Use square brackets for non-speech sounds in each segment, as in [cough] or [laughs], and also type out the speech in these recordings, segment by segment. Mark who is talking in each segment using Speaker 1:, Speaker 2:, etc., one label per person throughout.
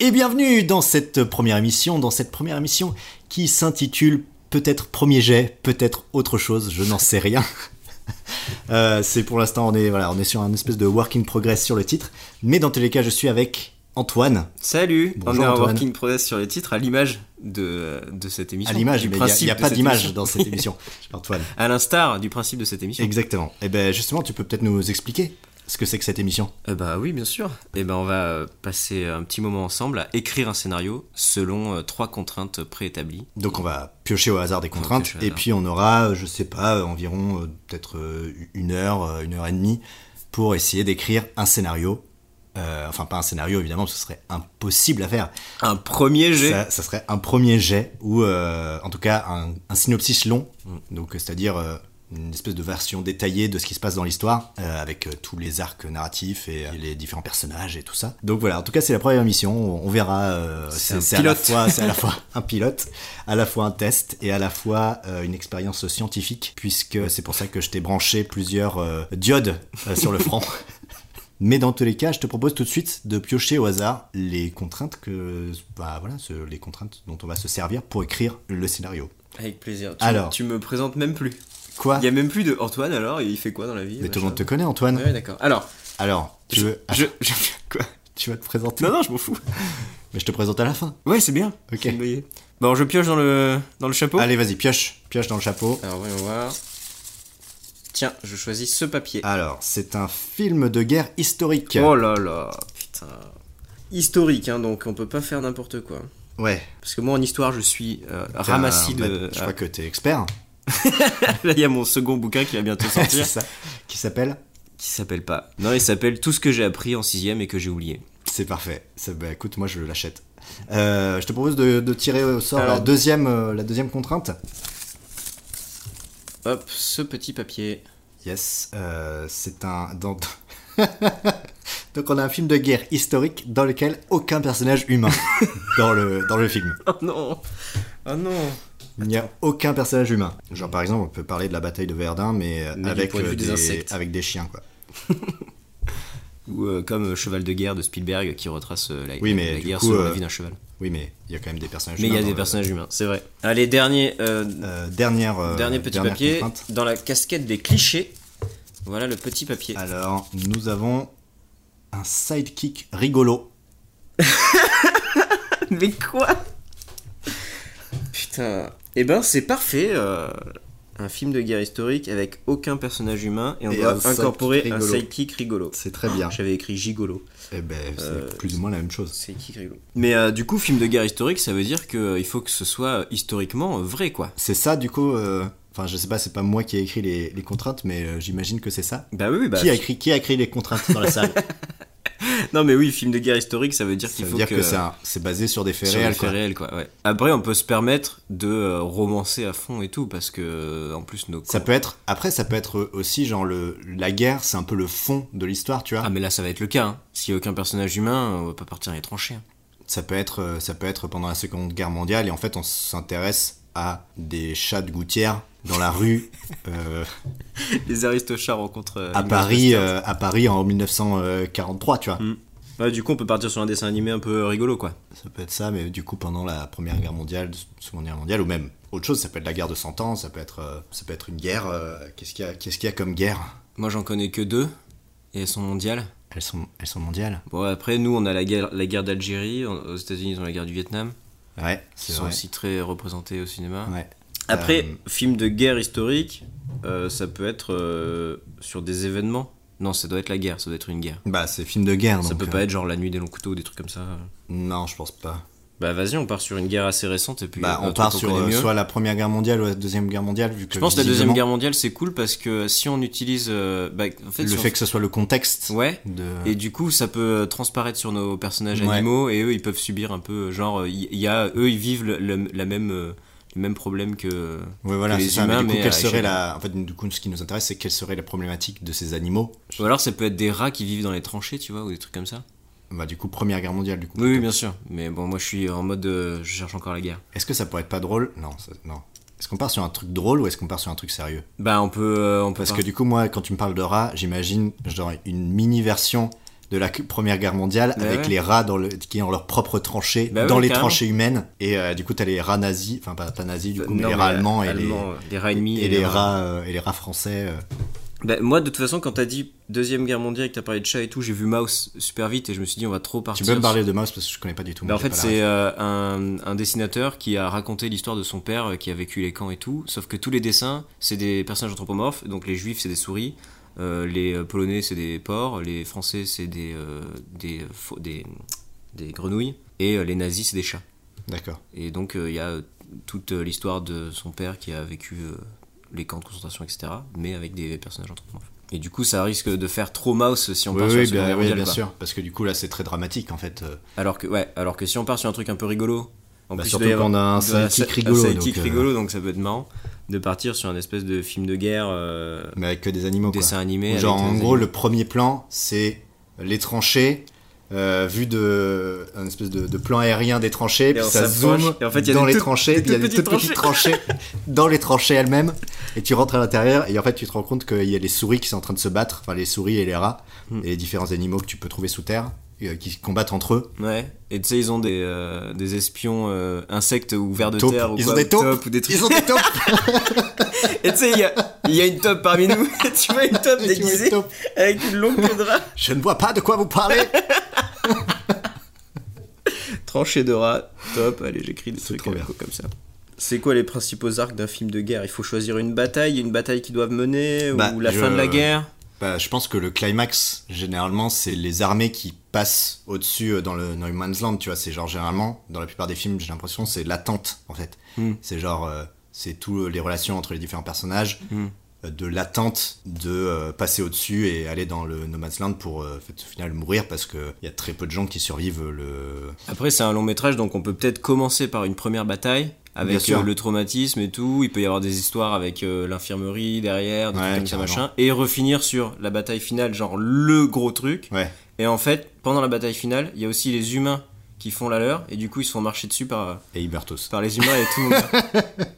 Speaker 1: Et bienvenue dans cette première émission, dans cette première émission qui s'intitule peut-être premier jet, peut-être autre chose, je n'en sais rien. [laughs] Euh, c'est pour l'instant on est voilà on est sur un espèce de work in progress sur le titre, mais dans tous les cas je suis avec Antoine.
Speaker 2: Salut
Speaker 1: Bonjour,
Speaker 2: On est en
Speaker 1: Antoine.
Speaker 2: working progress sur le titre, à l'image de, de cette
Speaker 1: À
Speaker 2: émission.
Speaker 1: l'image,
Speaker 2: du
Speaker 1: mais il n'y a,
Speaker 2: principe
Speaker 1: il y a
Speaker 2: de
Speaker 1: pas
Speaker 2: cette
Speaker 1: d'image
Speaker 2: émission.
Speaker 1: dans cette
Speaker 2: [laughs]
Speaker 1: émission, Antoine.
Speaker 2: À l'instar du principe de cette émission.
Speaker 1: Exactement. Et ben justement tu peux peut-être nous expliquer ce que c'est que cette émission.
Speaker 2: Eh bah oui, bien sûr. Et ben on va euh, passer un petit moment ensemble à écrire un scénario selon euh, trois contraintes préétablies.
Speaker 1: Donc on va piocher au hasard des
Speaker 2: va
Speaker 1: contraintes
Speaker 2: piocher au
Speaker 1: et
Speaker 2: hasard.
Speaker 1: puis on aura, euh, je sais pas, euh, environ euh, peut-être euh, une heure, euh, une heure et demie pour essayer d'écrire un scénario. Euh, enfin pas un scénario évidemment, parce que ce serait impossible à faire.
Speaker 2: Un premier jet.
Speaker 1: Ça, ça serait un premier jet ou euh, en tout cas un, un synopsis long, donc euh, c'est-à-dire euh, une espèce de version détaillée de ce qui se passe dans l'histoire euh, avec euh, tous les arcs narratifs et euh, les différents personnages et tout ça. Donc voilà, en tout cas c'est la première émission, on, on verra. euh,
Speaker 2: C'est un
Speaker 1: à la
Speaker 2: pilote.
Speaker 1: fois, c'est
Speaker 2: [laughs]
Speaker 1: à la fois un pilote, à la fois un test et à la fois euh, une expérience scientifique puisque c'est pour ça que je t'ai branché plusieurs euh, diodes euh, sur le front. [laughs] Mais dans tous les cas, je te propose tout de suite de piocher au hasard les contraintes que, bah voilà, ce- les contraintes dont on va se servir pour écrire le scénario.
Speaker 2: Avec plaisir. Tu,
Speaker 1: Alors.
Speaker 2: Tu me présentes même plus.
Speaker 1: Quoi
Speaker 2: Il y a même plus de Antoine alors, il fait quoi dans la vie
Speaker 1: Mais tout le
Speaker 2: machin
Speaker 1: monde te connaît, Antoine.
Speaker 2: Ouais, d'accord. Alors,
Speaker 1: Alors, tu veux, ah,
Speaker 2: je, je-
Speaker 1: [laughs]
Speaker 2: Quoi
Speaker 1: tu vas te présenter
Speaker 2: Non, non, je m'en fous.
Speaker 1: Mais je te présente à la fin.
Speaker 2: Ouais, c'est bien.
Speaker 1: Ok.
Speaker 2: C'est une bonne idée. Bon, je pioche dans le, dans le chapeau.
Speaker 1: Allez, vas-y, pioche, pioche dans le chapeau.
Speaker 2: Alors voyons voir. Tiens, je choisis ce papier.
Speaker 1: Alors, c'est un film de guerre historique.
Speaker 2: oh là là, putain. Historique, hein, donc on peut pas faire n'importe quoi.
Speaker 1: Ouais.
Speaker 2: Parce que moi en histoire, je suis euh, ramassis
Speaker 1: T'as-
Speaker 2: de.
Speaker 1: Je crois que t'es expert. hein.
Speaker 2: Là, [laughs] il y a mon second bouquin qui va bientôt
Speaker 1: c'est
Speaker 2: [laughs] sortir.
Speaker 1: ça. Qui s'appelle
Speaker 2: [laughs] qui s'appelle pas. Non, il s'appelle Tout ce que j'ai appris en sixième et que j'ai oublié.
Speaker 1: C'est parfait. Ça, bah, écoute, moi je l'achète. Euh, je te propose de, de tirer au sort
Speaker 2: Alors-
Speaker 1: la deuxième, euh, la deuxième contrainte.
Speaker 2: Hop, ce petit papier.
Speaker 1: Yes, euh, c'est un. dans- [laughs] Donc on a un film de guerre historique dans lequel aucun personnage
Speaker 2: [laughs]
Speaker 1: humain dans le dans le film.
Speaker 2: Oh non Oh non
Speaker 1: Il n'y a aucun personnage humain. Genre par exemple, on peut parler de la bataille de Verdun, mais, euh,
Speaker 2: Mais du
Speaker 1: avec
Speaker 2: point de
Speaker 1: euh,
Speaker 2: vue des
Speaker 1: des
Speaker 2: insectes.
Speaker 1: avec des chiens quoi.
Speaker 2: Ou euh, comme euh, Cheval de guerre de Spielberg qui retrace euh, la,
Speaker 1: Oui, mais
Speaker 2: la
Speaker 1: du
Speaker 2: guerre
Speaker 1: coup,
Speaker 2: selon
Speaker 1: euh,
Speaker 2: la vie d'un cheval.
Speaker 1: Oui, mais il y a quand même des personnages.
Speaker 2: Mais il y
Speaker 1: humains
Speaker 2: a
Speaker 1: dans
Speaker 2: des
Speaker 1: le-
Speaker 2: personnages humains, c'est vrai. Allez, dernier. euh,
Speaker 1: Euh, dernière euh,
Speaker 2: Dernier petit
Speaker 1: dernière
Speaker 2: papier,
Speaker 1: contrainte.
Speaker 2: dans la casquette des clichés. Voilà le petit papier.
Speaker 1: Alors nous avons un sidekick rigolo.
Speaker 2: Mais quoi Putain. Eh ben, c'est parfait. euh, un film de guerre historique avec aucun personnage humain et on
Speaker 1: Et un
Speaker 2: doit
Speaker 1: sidekick
Speaker 2: incorporer un
Speaker 1: rigolo. Ah.
Speaker 2: sidekick rigolo.
Speaker 1: C'est très bien.
Speaker 2: J'avais écrit gigolo.
Speaker 1: Eh ben, c'est
Speaker 2: Euh,
Speaker 1: plus ou moins la même chose.
Speaker 2: Sidekick rigolo. Mais euh, du coup, film de guerre historique, ça veut dire qu'il faut que ce soit euh, historiquement vrai, quoi.
Speaker 1: C'est ça, du coup. euh, Enfin, je sais pas, c'est pas moi qui ai écrit les, les contraintes, mais euh, j'imagine que c'est ça.
Speaker 2: Bah oui, oui, bah.
Speaker 1: qui, a écrit, qui a écrit les contraintes dans la salle
Speaker 2: Non, mais oui, film de guerre historique, ça veut dire
Speaker 1: Ça
Speaker 2: qu'il
Speaker 1: veut
Speaker 2: faut
Speaker 1: dire
Speaker 2: que.
Speaker 1: que, c'est un- c'est basé sur des faits
Speaker 2: Sur
Speaker 1: réels.
Speaker 2: le fait
Speaker 1: quoi.
Speaker 2: réel, quoi. ouais. Après, on peut se permettre de euh, romancer à fond et tout, parce que euh, en plus nos.
Speaker 1: Ça peut être. Après, ça peut être aussi genre le la guerre, c'est un peu le fond de l'histoire, tu vois.
Speaker 2: Ah mais là ça va être le cas. Hein. S'il n'y a aucun personnage humain, on va pas partir dans les tranchées. hein.
Speaker 1: Ça peut être, euh, ça peut être pendant la Seconde Guerre mondiale et en fait, on s'intéresse à des chats de gouttière dans la
Speaker 2: [laughs]
Speaker 1: rue euh,
Speaker 2: [laughs] Les aristochats rencontrent... euh,
Speaker 1: à
Speaker 2: Ingmar
Speaker 1: Paris,
Speaker 2: Bastien.
Speaker 1: euh, à Paris en 1943, tu vois.
Speaker 2: Mm. Ouais, du coup on peut partir sur un dessin animé un peu rigolo quoi.
Speaker 1: Ça peut être ça, mais du coup, pendant la Première Guerre mondiale, Seconde Guerre mondiale, ou même autre chose, ça peut être la guerre de 100 ans, ça peut être, euh, ça peut être une guerre. euh, Qu'est-ce qu'il y, a- qu'est-ce qu'il y a comme guerre
Speaker 2: Moi j'en connais que deux, et elles sont mondiales.
Speaker 1: elles sont, elles sont mondiales
Speaker 2: Bon après nous on a la guerre, la guerre d'Algérie, en- aux états unis ils ont la guerre du Vietnam,
Speaker 1: Ouais,
Speaker 2: qui
Speaker 1: c'est
Speaker 2: sont
Speaker 1: vrai.
Speaker 2: aussi hein. très représentés au cinéma.
Speaker 1: Ouais.
Speaker 2: Après,
Speaker 1: Euh,
Speaker 2: film de guerre historique, euh, ça peut être euh, sur des événements. Non ça doit être la guerre, ça doit être une guerre.
Speaker 1: Bah, c'est film de guerre,
Speaker 2: ça
Speaker 1: donc,
Speaker 2: peut
Speaker 1: euh,
Speaker 2: pas être genre la nuit des longs couteaux, des trucs comme ça.
Speaker 1: Non, je pense pas.
Speaker 2: Bah vas-y on part sur une guerre assez récente et puis...
Speaker 1: Bah,
Speaker 2: un
Speaker 1: on
Speaker 2: truc
Speaker 1: part
Speaker 2: qu'on
Speaker 1: sur
Speaker 2: connaît
Speaker 1: euh,
Speaker 2: mieux.
Speaker 1: soit la Première Guerre mondiale ou la Deuxième Guerre mondiale, vu que.
Speaker 2: Je pense que la deuxième
Speaker 1: visiblement,
Speaker 2: guerre mondiale c'est cool parce que si on utilise, euh, bah, en fait, si
Speaker 1: Le
Speaker 2: on-
Speaker 1: fait que ce soit le contexte
Speaker 2: ouais.
Speaker 1: de.
Speaker 2: Et du coup, ça peut euh, transparaître sur nos personnages
Speaker 1: Ouais.
Speaker 2: animaux et eux, ils peuvent subir un peu, euh, genre, il y, y a, eux, ils vivent le, le- la même, euh, le même problème que.
Speaker 1: Ouais, voilà,
Speaker 2: que
Speaker 1: c'est
Speaker 2: les
Speaker 1: ça. Mais
Speaker 2: humains,
Speaker 1: du coup,
Speaker 2: mais à
Speaker 1: quelle serait
Speaker 2: échelle-
Speaker 1: la. En fait, du coup, ce qui nous intéresse, c'est quelle serait la problématique de ces animaux.
Speaker 2: Ou alors, ça peut être des rats qui vivent dans les tranchées, tu vois, ou des trucs comme ça.
Speaker 1: Bah, du coup, Première Guerre mondiale, du coup.
Speaker 2: Oui, oui, bien sûr. Mais bon, moi, je suis en mode, euh, je cherche encore la guerre.
Speaker 1: Est-ce que ça pourrait être pas drôle Non, ça- non. Est-ce qu'on part sur un truc drôle ou est-ce qu'on part sur un truc sérieux
Speaker 2: Bah, on peut, euh, on peut.
Speaker 1: Parce
Speaker 2: pas-
Speaker 1: que du coup, moi, quand tu me parles de rat, j'imagine genre une mini version de la Première Guerre mondiale
Speaker 2: Bah
Speaker 1: avec
Speaker 2: ouais.
Speaker 1: les rats dans le, qui ont leur propre tranchée
Speaker 2: Bah
Speaker 1: dans
Speaker 2: ouais,
Speaker 1: les
Speaker 2: carrément. Bah
Speaker 1: tranchées humaines. Et euh, du coup, t'as les rats nazis, enfin pas, pas nazis du coup, mais
Speaker 2: Euh, Non,
Speaker 1: les
Speaker 2: mais,
Speaker 1: rats allemands et les,
Speaker 2: allemands, euh, les rats ennemis
Speaker 1: et les rats, euh, et les rats français. euh.
Speaker 2: Bah, moi, de toute façon, quand t'as dit Deuxième Guerre mondiale et que t'as parlé de chat et tout, j'ai vu Mouse super vite et je me suis dit, on va trop
Speaker 1: Tu
Speaker 2: partir.
Speaker 1: peux me parler de Mouse parce que je connais pas du tout.
Speaker 2: sur-
Speaker 1: moi,
Speaker 2: Bah, en
Speaker 1: j'ai
Speaker 2: fait,
Speaker 1: pas la
Speaker 2: c'est euh, un, un dessinateur qui a raconté l'histoire de son père euh, qui a vécu les camps et tout. Sauf que tous les dessins, c'est des personnages anthropomorphes. Donc les juifs, c'est des souris. euh, les euh, polonais, c'est des porcs. Les français, c'est des, euh, des, euh, faux- des, des grenouilles. Et euh, les nazis, c'est des chats.
Speaker 1: D'accord.
Speaker 2: Et donc, euh, il y a euh, toute euh, l'histoire de son père qui a vécu euh, les camps de concentration, etc., mais avec des personnages anthropomorphes. Et du coup, ça risque de faire trop mouse si on
Speaker 1: Oui,
Speaker 2: part sur la
Speaker 1: oui,
Speaker 2: Seconde
Speaker 1: bien,
Speaker 2: Guerre
Speaker 1: oui,
Speaker 2: mondiale,
Speaker 1: bien
Speaker 2: quoi.
Speaker 1: sûr, parce que du coup là c'est très dramatique en fait. euh.
Speaker 2: Alors que, ouais, alors que si on part sur un truc un peu rigolo, en
Speaker 1: Bah,
Speaker 2: plus, il
Speaker 1: surtout
Speaker 2: doit y avoir-
Speaker 1: qu'on a un
Speaker 2: il doit y avoir
Speaker 1: sidekick
Speaker 2: un
Speaker 1: rigolo,
Speaker 2: sidekick
Speaker 1: donc, euh,
Speaker 2: rigolo, donc ça peut être marrant de partir sur un espèce de film de guerre, euh,
Speaker 1: mais avec que des animaux. quoi.
Speaker 2: dessin animé.
Speaker 1: Genre
Speaker 2: avec
Speaker 1: en
Speaker 2: des
Speaker 1: gros
Speaker 2: animaux.
Speaker 1: le premier plan c'est les tranchées. euh, vu de un espèce de, de plan aérien des tranchées, puis
Speaker 2: on
Speaker 1: ça
Speaker 2: s'approche,
Speaker 1: zoome
Speaker 2: et en fait, il y a
Speaker 1: dans
Speaker 2: des
Speaker 1: les
Speaker 2: toutes-
Speaker 1: tranchées,
Speaker 2: des
Speaker 1: puis il y a des toutes
Speaker 2: toutes
Speaker 1: petites
Speaker 2: petites
Speaker 1: tranchées [laughs] dans les tranchées elles-mêmes, et tu rentres à l'intérieur et en fait tu te rends compte qu'il y a les souris qui sont en train de se battre, enfin les souris et les rats
Speaker 2: Hmm.
Speaker 1: et les différents animaux que tu peux trouver sous terre euh, qui se combattent entre eux.
Speaker 2: Ouais, et tu sais, ils ont des, euh, des espions euh, insectes ou vers de
Speaker 1: Taupes.
Speaker 2: terre ou
Speaker 1: Ils
Speaker 2: quoi,
Speaker 1: ont des
Speaker 2: ou
Speaker 1: taupes.
Speaker 2: taupes ou des trucs.
Speaker 1: Ils ont des
Speaker 2: [laughs]
Speaker 1: taupes,
Speaker 2: Et tu sais, il y a, il y a une taupe parmi nous, [laughs] tu vois une taupe
Speaker 1: Et tu vois les
Speaker 2: déguisée
Speaker 1: taupes.
Speaker 2: avec une longue queue de rat.
Speaker 1: Je ne vois pas de quoi vous parlez.
Speaker 2: [laughs] Tranchée de rat, top, allez j'écris des trucs
Speaker 1: trop bien.
Speaker 2: un peu comme ça. C'est quoi les principaux arcs d'un film de guerre Il faut choisir une bataille, une bataille qu'ils doivent mener,
Speaker 1: Bah,
Speaker 2: ou la
Speaker 1: je-
Speaker 2: fin de la guerre
Speaker 1: Bah, je pense que le climax, généralement, c'est les armées qui passent au-dessus euh, dans le no man's land, tu vois. C'est genre, généralement, dans la plupart des films, j'ai l'impression, c'est l'attente, en fait.
Speaker 2: Hmm.
Speaker 1: C'est genre, euh, c'est toutes les relations entre les différents personnages,
Speaker 2: Hmm.
Speaker 1: euh, de l'attente de euh, passer au-dessus et aller dans le no man's land pour, euh, en fait, au final, mourir parce qu'il y a très peu de gens qui survivent le...
Speaker 2: Après c'est un long métrage, donc on peut peut-être commencer par une première bataille,
Speaker 1: Bien
Speaker 2: avec
Speaker 1: sûr.
Speaker 2: euh, le traumatisme et tout, il peut y avoir des histoires avec euh, l'infirmerie derrière, des
Speaker 1: Ouais,
Speaker 2: trucs comme ça
Speaker 1: carrément.
Speaker 2: machin, et refinir sur la bataille finale, genre le gros truc.
Speaker 1: Ouais,
Speaker 2: Et en fait, pendant la bataille finale, il y a aussi les humains qui font la leur, et du coup ils se font marcher dessus par,
Speaker 1: et
Speaker 2: [laughs]
Speaker 1: Ibertos.
Speaker 2: par les humains et tout le monde meurt.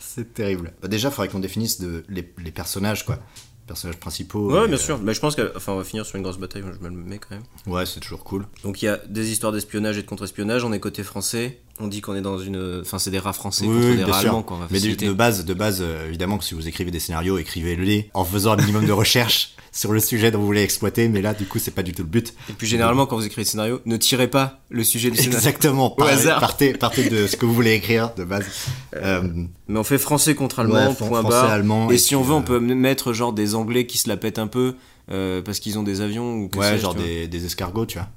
Speaker 1: C'est terrible. Bah, déjà, faudrait qu'on définisse de, les, les personnages, quoi. Les personnages principaux.
Speaker 2: Ouais,
Speaker 1: et,
Speaker 2: bien
Speaker 1: euh,
Speaker 2: sûr. Mais je pense qu'on va finir sur une grosse bataille, je me le mets quand même.
Speaker 1: Ouais, c'est toujours cool.
Speaker 2: Donc il y a des histoires d'espionnage et de contre-espionnage. On est côté français. On dit qu'on est dans une. Enfin, c'est des rats français
Speaker 1: Oui,
Speaker 2: contre
Speaker 1: oui,
Speaker 2: des
Speaker 1: bien
Speaker 2: rats
Speaker 1: sûr.
Speaker 2: allemands, quoi. On va
Speaker 1: Mais de,
Speaker 2: faciliter.
Speaker 1: de base, de base, euh, évidemment que si vous écrivez des scénarios, écrivez-les en faisant un minimum
Speaker 2: [laughs]
Speaker 1: de recherche sur le sujet dont vous voulez exploiter. Mais là, du coup, c'est pas du tout le but.
Speaker 2: Et puis généralement, quand vous écrivez des scénarios, ne tirez pas le sujet du scénario. [laughs]
Speaker 1: Exactement. Par-
Speaker 2: hasard.
Speaker 1: Partez, partez de ce que vous voulez écrire de base. Euh,
Speaker 2: Mais on fait français contre
Speaker 1: ouais,
Speaker 2: allemand,
Speaker 1: fran-
Speaker 2: point
Speaker 1: français,
Speaker 2: barre.
Speaker 1: allemand.
Speaker 2: Et si on
Speaker 1: puis,
Speaker 2: veut, on
Speaker 1: euh,
Speaker 2: peut mettre genre des anglais qui se la pètent un peu euh, parce qu'ils ont des avions ou que
Speaker 1: Ouais,
Speaker 2: sais-je,
Speaker 1: genre
Speaker 2: tu vois.
Speaker 1: des, des escargots, tu vois.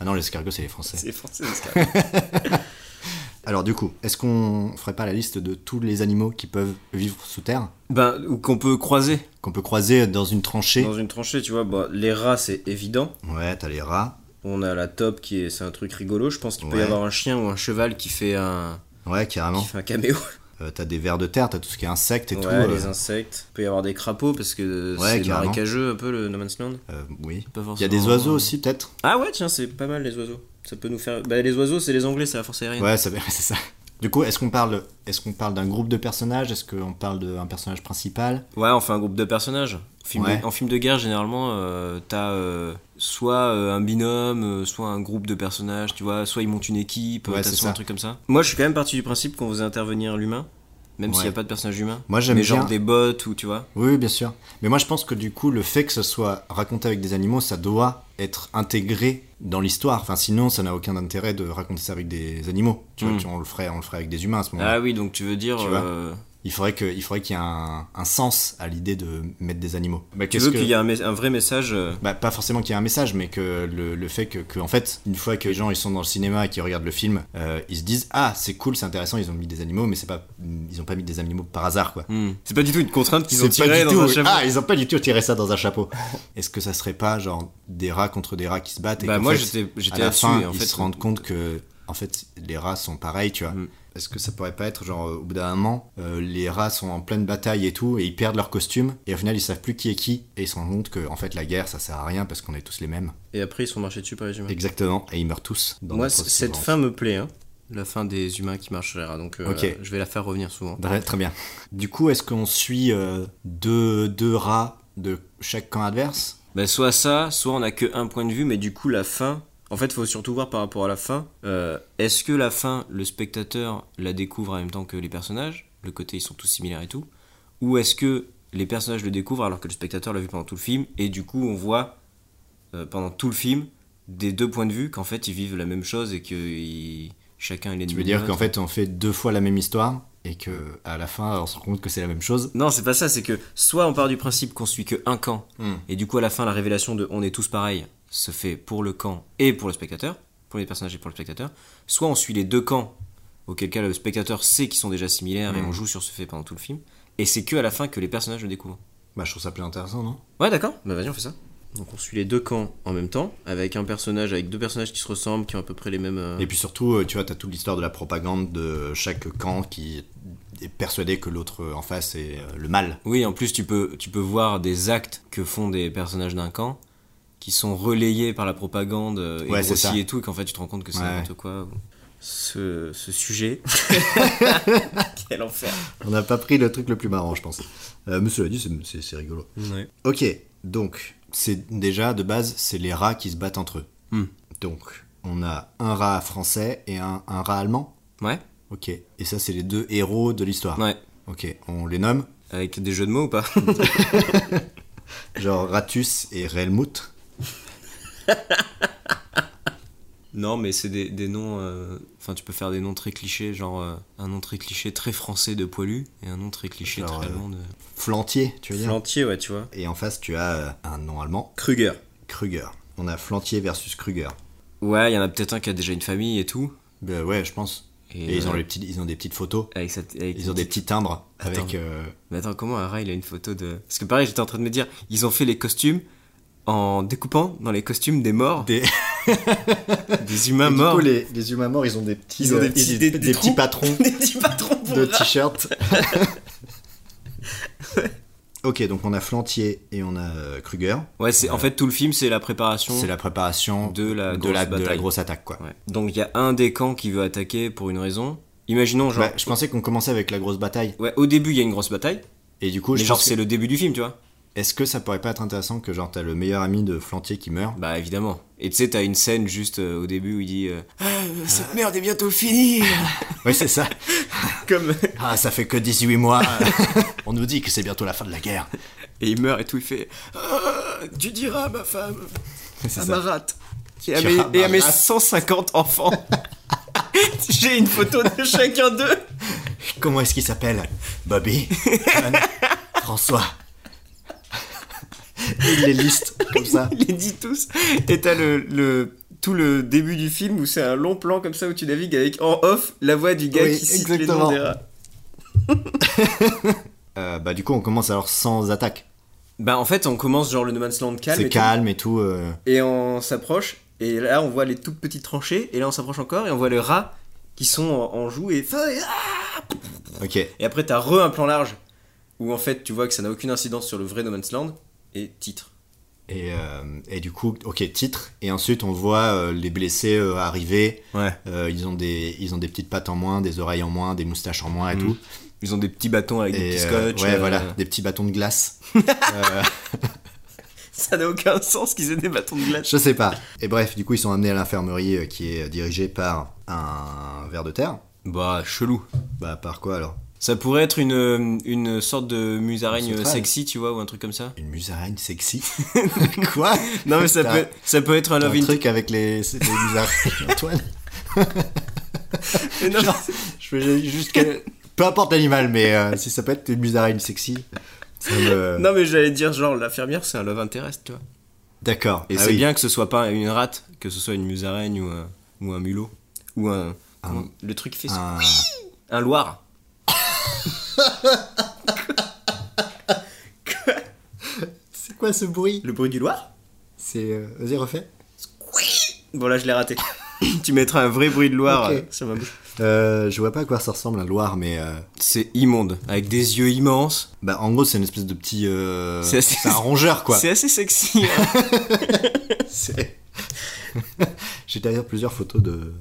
Speaker 1: Ah non, les escargots, c'est les Français.
Speaker 2: C'est [laughs] français, c'est ça.
Speaker 1: Alors du coup, est-ce qu'on ferait pas la liste de tous les animaux qui peuvent vivre sous terre,
Speaker 2: Ben, ou qu'on peut croiser
Speaker 1: qu'on peut croiser dans une tranchée
Speaker 2: dans une tranchée, tu vois. Bon, les rats, c'est évident.
Speaker 1: Ouais, t'as les rats.
Speaker 2: On a la top qui est. C'est un truc rigolo. Je pense qu'il peut y
Speaker 1: Ouais.
Speaker 2: avoir un chien ou un cheval qui fait un.
Speaker 1: Ouais, carrément.
Speaker 2: qui fait
Speaker 1: [laughs]
Speaker 2: un caméo.
Speaker 1: Euh, t'as des vers de terre, t'as tout ce qui est insectes et
Speaker 2: ouais,
Speaker 1: tout.
Speaker 2: les
Speaker 1: euh,
Speaker 2: insectes. Il peut y avoir des crapauds parce que
Speaker 1: Ouais,
Speaker 2: c'est
Speaker 1: carrément.
Speaker 2: marécageux un peu le No Man's Land.
Speaker 1: euh, oui.
Speaker 2: Pas
Speaker 1: Il y a
Speaker 2: forcément-
Speaker 1: des oiseaux aussi, peut-être
Speaker 2: Ah ouais, tiens, c'est pas mal les oiseaux. Ça peut nous faire. Bah, les oiseaux, c'est les Anglais, c'est la force aérienne.
Speaker 1: Ouais, ça- [laughs] c'est ça. Du coup, est-ce qu'on parle, est-ce qu'on parle d'un groupe de personnages Est-ce qu'on parle d'un personnage principal
Speaker 2: Ouais, on fait un groupe de personnages. En film,
Speaker 1: Ouais.
Speaker 2: de, en film de guerre, généralement, euh, t'as euh, soit euh, un binôme, euh, soit un groupe de personnages, tu vois, soit ils montent une équipe, euh,
Speaker 1: Ouais,
Speaker 2: t'as
Speaker 1: c'est
Speaker 2: soit
Speaker 1: ça.
Speaker 2: un truc comme ça. Moi, je suis quand même parti du principe qu'on faisait intervenir l'humain, même
Speaker 1: Ouais.
Speaker 2: s'il n'y a pas de personnage humain.
Speaker 1: Moi, j'aime
Speaker 2: Mais genre
Speaker 1: bien-
Speaker 2: des bots ou tu vois.
Speaker 1: Oui, oui, bien sûr. Mais moi, je pense que du coup, le fait que ce soit raconté avec des animaux, ça doit être intégré dans l'histoire. Enfin, sinon, ça n'a aucun intérêt de raconter ça avec des animaux. Tu vois,
Speaker 2: Mm.
Speaker 1: tu- on le ferait, on le ferait avec des humains à ce moment-là.
Speaker 2: Ah oui, donc tu veux dire.
Speaker 1: Tu vois.
Speaker 2: euh,
Speaker 1: Il faudrait que, il faudrait qu'il y ait un, un sens à l'idée de mettre des animaux. Bah,
Speaker 2: tu veux qu'il y ait un, mes- un vrai message. euh,
Speaker 1: bah, pas forcément qu'il y ait un message, mais que le, le fait que, que, en fait, une fois que les gens ils sont dans le cinéma et qu'ils regardent le film, euh, ils se disent ah c'est cool, c'est intéressant, ils ont mis des animaux, mais c'est pas, ils ont pas mis des animaux par hasard quoi.
Speaker 2: hmm. C'est pas du tout une contrainte qu'ils
Speaker 1: C'est
Speaker 2: ont
Speaker 1: pas
Speaker 2: tirée
Speaker 1: du
Speaker 2: dans
Speaker 1: tout-
Speaker 2: un chapeau.
Speaker 1: Ah, ils ont pas du tout tiré ça dans un chapeau. Est-ce que ça serait pas genre des rats contre des rats qui se battent et
Speaker 2: Bah
Speaker 1: qu'en
Speaker 2: moi
Speaker 1: fait,
Speaker 2: j'étais
Speaker 1: à
Speaker 2: j'étais
Speaker 1: la
Speaker 2: là-dessus
Speaker 1: fin
Speaker 2: et en
Speaker 1: ils
Speaker 2: fait
Speaker 1: se rendent compte que en fait les rats sont pareils, tu vois.
Speaker 2: Mm.
Speaker 1: Est-ce que ça pourrait pas être genre au bout d'un moment, euh, les rats sont en pleine bataille et tout, et ils perdent leur costume, et au final ils savent plus qui est qui, et ils se rendent compte que en fait la guerre ça sert à rien parce qu'on est tous les mêmes.
Speaker 2: et après ils sont marchés dessus par les humains.
Speaker 1: Exactement, et ils meurent tous. dans
Speaker 2: Moi
Speaker 1: la
Speaker 2: c-
Speaker 1: procédure.
Speaker 2: cette fin me plaît hein. La fin des humains qui marchent les rats donc euh,
Speaker 1: Ok.
Speaker 2: je vais la faire revenir souvent.
Speaker 1: Très, très bien. Du coup, est-ce qu'on suit euh, deux, deux rats de chaque camp adverse
Speaker 2: Bah, soit ça, soit on a que un point de vue, mais du coup la fin. En fait, faut surtout voir par rapport à la fin. euh, Est-ce que la fin, le spectateur la découvre en même temps que les personnages Le côté ils sont tous similaires et tout. Ou est-ce que les personnages le découvrent alors que le spectateur l'a vu pendant tout le film et du coup on voit euh, pendant tout le film des deux points de vue qu'en fait ils vivent la même chose et que ils- chacun il est
Speaker 1: Tu
Speaker 2: de
Speaker 1: veux dire
Speaker 2: l'autre.
Speaker 1: qu'en fait, on fait deux fois la même histoire et que à la fin, on se rend compte que c'est la même chose.
Speaker 2: Non, c'est pas ça, c'est que soit on part du principe qu'on suit que un camp,
Speaker 1: Hmm.
Speaker 2: et du coup à la fin la révélation de on est tous pareils se fait pour le camp et pour le spectateur, pour les personnages et pour le spectateur, soit on suit les deux camps, auquel cas le spectateur sait qu'ils sont déjà similaires et
Speaker 1: Hmm.
Speaker 2: on joue sur ce fait pendant tout le film, et c'est que à la fin que les personnages le découvrent.
Speaker 1: Bah, je trouve ça plus intéressant, non
Speaker 2: Ouais, d'accord, bah vas-y, on fait ça. Donc on suit les deux camps en même temps, avec un personnage, avec deux personnages qui se ressemblent, qui ont à peu près les mêmes. euh,
Speaker 1: Et puis surtout, euh, tu vois, t'as toute l'histoire de la propagande de chaque camp qui est persuadé que l'autre euh, en face est euh, le mal.
Speaker 2: Oui, en plus, tu peux, tu peux voir des actes que font des personnages d'un camp qui sont relayés par la propagande euh, et
Speaker 1: Ouais, c'est ça.
Speaker 2: grossis et tout, et qu'en fait, tu te rends compte que c'est
Speaker 1: Ouais.
Speaker 2: n'importe quoi. Ce, ce [laughs] sujet. Quel enfer.
Speaker 1: On n'a pas pris le truc le plus marrant, je pense. Euh, mais cela dit, c'est- c'est c'est rigolo. Ok, donc, c'est déjà, de base, c'est les rats qui se battent entre eux.
Speaker 2: Hmm.
Speaker 1: Donc, on a un rat français et un, un rat allemand.
Speaker 2: Ouais
Speaker 1: Ok, et ça, c'est les deux héros de l'histoire.
Speaker 2: Ouais.
Speaker 1: Ok, on les nomme
Speaker 2: Avec des jeux de mots ou pas [laughs]
Speaker 1: Genre Ratus et Relmouth.
Speaker 2: Non, mais c'est des, des noms. euh, Enfin, tu peux faire des noms très clichés, genre euh, un nom très cliché très français de poilu et un nom très cliché
Speaker 1: Genre,
Speaker 2: très
Speaker 1: euh,
Speaker 2: allemand de.
Speaker 1: Flantier, tu veux dire
Speaker 2: Flantier, ouais, tu vois.
Speaker 1: Et en face, tu as euh, un nom allemand,
Speaker 2: Kruger.
Speaker 1: Kruger. On a Flantier versus Kruger.
Speaker 2: Ouais, il y en a peut-être un qui a déjà une famille et tout.
Speaker 1: Ben ouais, je pense. Et, ils, ont
Speaker 2: euh,
Speaker 1: les petites, ils ont des petites photos.
Speaker 2: avec cette- avec
Speaker 1: Ils ont des petits timbres
Speaker 2: Attends.
Speaker 1: avec. euh,
Speaker 2: Mais attends, comment un rat il a une photo de. Parce que pareil, j'étais en train de me dire, ils ont fait les costumes en découpant dans les costumes des morts.
Speaker 1: Des-
Speaker 2: [laughs] Des humains
Speaker 1: Et du coup,
Speaker 2: morts.
Speaker 1: les, les humains morts, ils ont des petits,
Speaker 2: Ils ont
Speaker 1: euh,
Speaker 2: des petits- des- des
Speaker 1: petits
Speaker 2: trous. [laughs]
Speaker 1: patrons [laughs]
Speaker 2: Des petits patrons pour
Speaker 1: de
Speaker 2: rats.
Speaker 1: t-shirts.
Speaker 2: [laughs]
Speaker 1: ok, donc on a Flantier et on a euh, Kruger.
Speaker 2: Ouais, c'est en fait tout le film, c'est la préparation.
Speaker 1: C'est la préparation
Speaker 2: De la
Speaker 1: de
Speaker 2: grosse
Speaker 1: la, de la
Speaker 2: bataille.
Speaker 1: grosse attaque, quoi.
Speaker 2: Ouais. Donc il y a un des camps qui veut attaquer pour une raison. Imaginons, genre.
Speaker 1: Bah, je pensais qu'on commençait avec la grosse bataille.
Speaker 2: Ouais, au début il y a une grosse bataille.
Speaker 1: Et du coup,
Speaker 2: Mais
Speaker 1: Oh, je
Speaker 2: genre,
Speaker 1: pense que-
Speaker 2: c'est le début du film, tu vois.
Speaker 1: Est-ce que ça pourrait pas être intéressant que genre t'as le meilleur ami de Flantier qui meurt [laughs]
Speaker 2: Bah évidemment. Et tu sais, t'as une scène juste euh, au début où il dit euh, Ah, Cette merde est bientôt finie
Speaker 1: Oui c'est ça.
Speaker 2: [laughs] Comme. [laughs]
Speaker 1: Ah ça fait que 18 mois. [laughs] On nous dit que c'est bientôt la fin de la guerre.
Speaker 2: Et il meurt et tout, il fait Ah, Tu diras à ma femme
Speaker 1: C'est
Speaker 2: à
Speaker 1: ça.
Speaker 2: ma rate. Et à,
Speaker 1: Tu
Speaker 2: mes,
Speaker 1: as ma
Speaker 2: et à mes
Speaker 1: rate.
Speaker 2: 150 enfants. [laughs] J'ai une photo de chacun d'eux.
Speaker 1: Comment est-ce qu'il s'appelle Bobby John, François. Il les liste comme ça.
Speaker 2: Il [laughs] les dit tous. Et t'as le, le- tout le début du film où c'est un long plan comme ça où tu navigues avec en off la voix du gars
Speaker 1: Oui,
Speaker 2: qui cite les
Speaker 1: exactement.
Speaker 2: noms des rats.
Speaker 1: Euh, bah du coup on commence alors sans attaque.
Speaker 2: Bah en fait on commence genre le No Man's Land calme.
Speaker 1: C'est
Speaker 2: et tout.
Speaker 1: calme et tout. euh,
Speaker 2: Et on s'approche. Et là on voit les toutes petites tranchées. Et là on s'approche encore et on voit les rats qui sont en, en joue et... ah.
Speaker 1: Ok.
Speaker 2: Et après, t'as re un plan large où en fait, tu vois que ça n'a aucune incidence sur le vrai No Man's Land et titre.
Speaker 1: Et, euh, et du coup ok titre. Et ensuite on voit euh, les blessés euh, arriver.
Speaker 2: Ouais.
Speaker 1: Euh, ils ont des ils ont des petites pattes en moins, des oreilles en moins, des moustaches en moins et
Speaker 2: Mhm.
Speaker 1: tout.
Speaker 2: Ils ont des petits bâtons avec
Speaker 1: Et, euh, ouais, voilà, des petits bâtons de glace. Euh,
Speaker 2: Ça n'a aucun sens qu'ils aient des bâtons de glace.
Speaker 1: je sais pas. Et bref, du coup, ils sont amenés à l'infirmerie euh, qui est dirigée par un ver de terre.
Speaker 2: [laughs] Bah, chelou.
Speaker 1: Bah, par quoi alors
Speaker 2: Ça pourrait être une, euh, une sorte de musaraigne
Speaker 1: Centrale.
Speaker 2: sexy, tu vois, ou un truc comme ça.
Speaker 1: Une musaraigne
Speaker 2: [laughs]
Speaker 1: sexy Quoi
Speaker 2: Non, mais ça,
Speaker 1: T'as-
Speaker 2: peut, ça peut être un
Speaker 1: t'as
Speaker 2: love
Speaker 1: un
Speaker 2: in-
Speaker 1: truc avec les, c'est les
Speaker 2: [laughs]
Speaker 1: musaraignes, Antoine
Speaker 2: Mais non,
Speaker 1: Genre, Je veux juste que. Peu importe l'animal, mais euh, si ça peut être une musaraigne sexy. ça me-
Speaker 2: non, mais j'allais dire, genre, l'infirmière, c'est un love interest, tu vois.
Speaker 1: D'accord.
Speaker 2: Et
Speaker 1: Ah
Speaker 2: c'est
Speaker 1: oui.
Speaker 2: bien que ce soit pas une rate, que ce soit une musaraigne ou un, ou un mulot. Ou un. comment- le truc qui fait ça.
Speaker 1: Un-
Speaker 2: Un loir.
Speaker 1: C'est quoi ce bruit
Speaker 2: Le bruit du loir
Speaker 1: C'est. euh, Vas-y, refais.
Speaker 2: Bon là je l'ai raté. [laughs] tu mettras un vrai bruit de
Speaker 1: Ok.
Speaker 2: Loire euh, sur ma bouche.
Speaker 1: Euh, je vois pas à quoi ça ressemble, un Loire, mais. euh,
Speaker 2: C'est immonde, avec des yeux immenses.
Speaker 1: Bah, en gros, c'est une espèce de petit. euh,
Speaker 2: C'est assez-
Speaker 1: C'est un rongeur, quoi.
Speaker 2: C'est assez sexy. hein.
Speaker 1: C'est- J'ai d'ailleurs plusieurs photos de,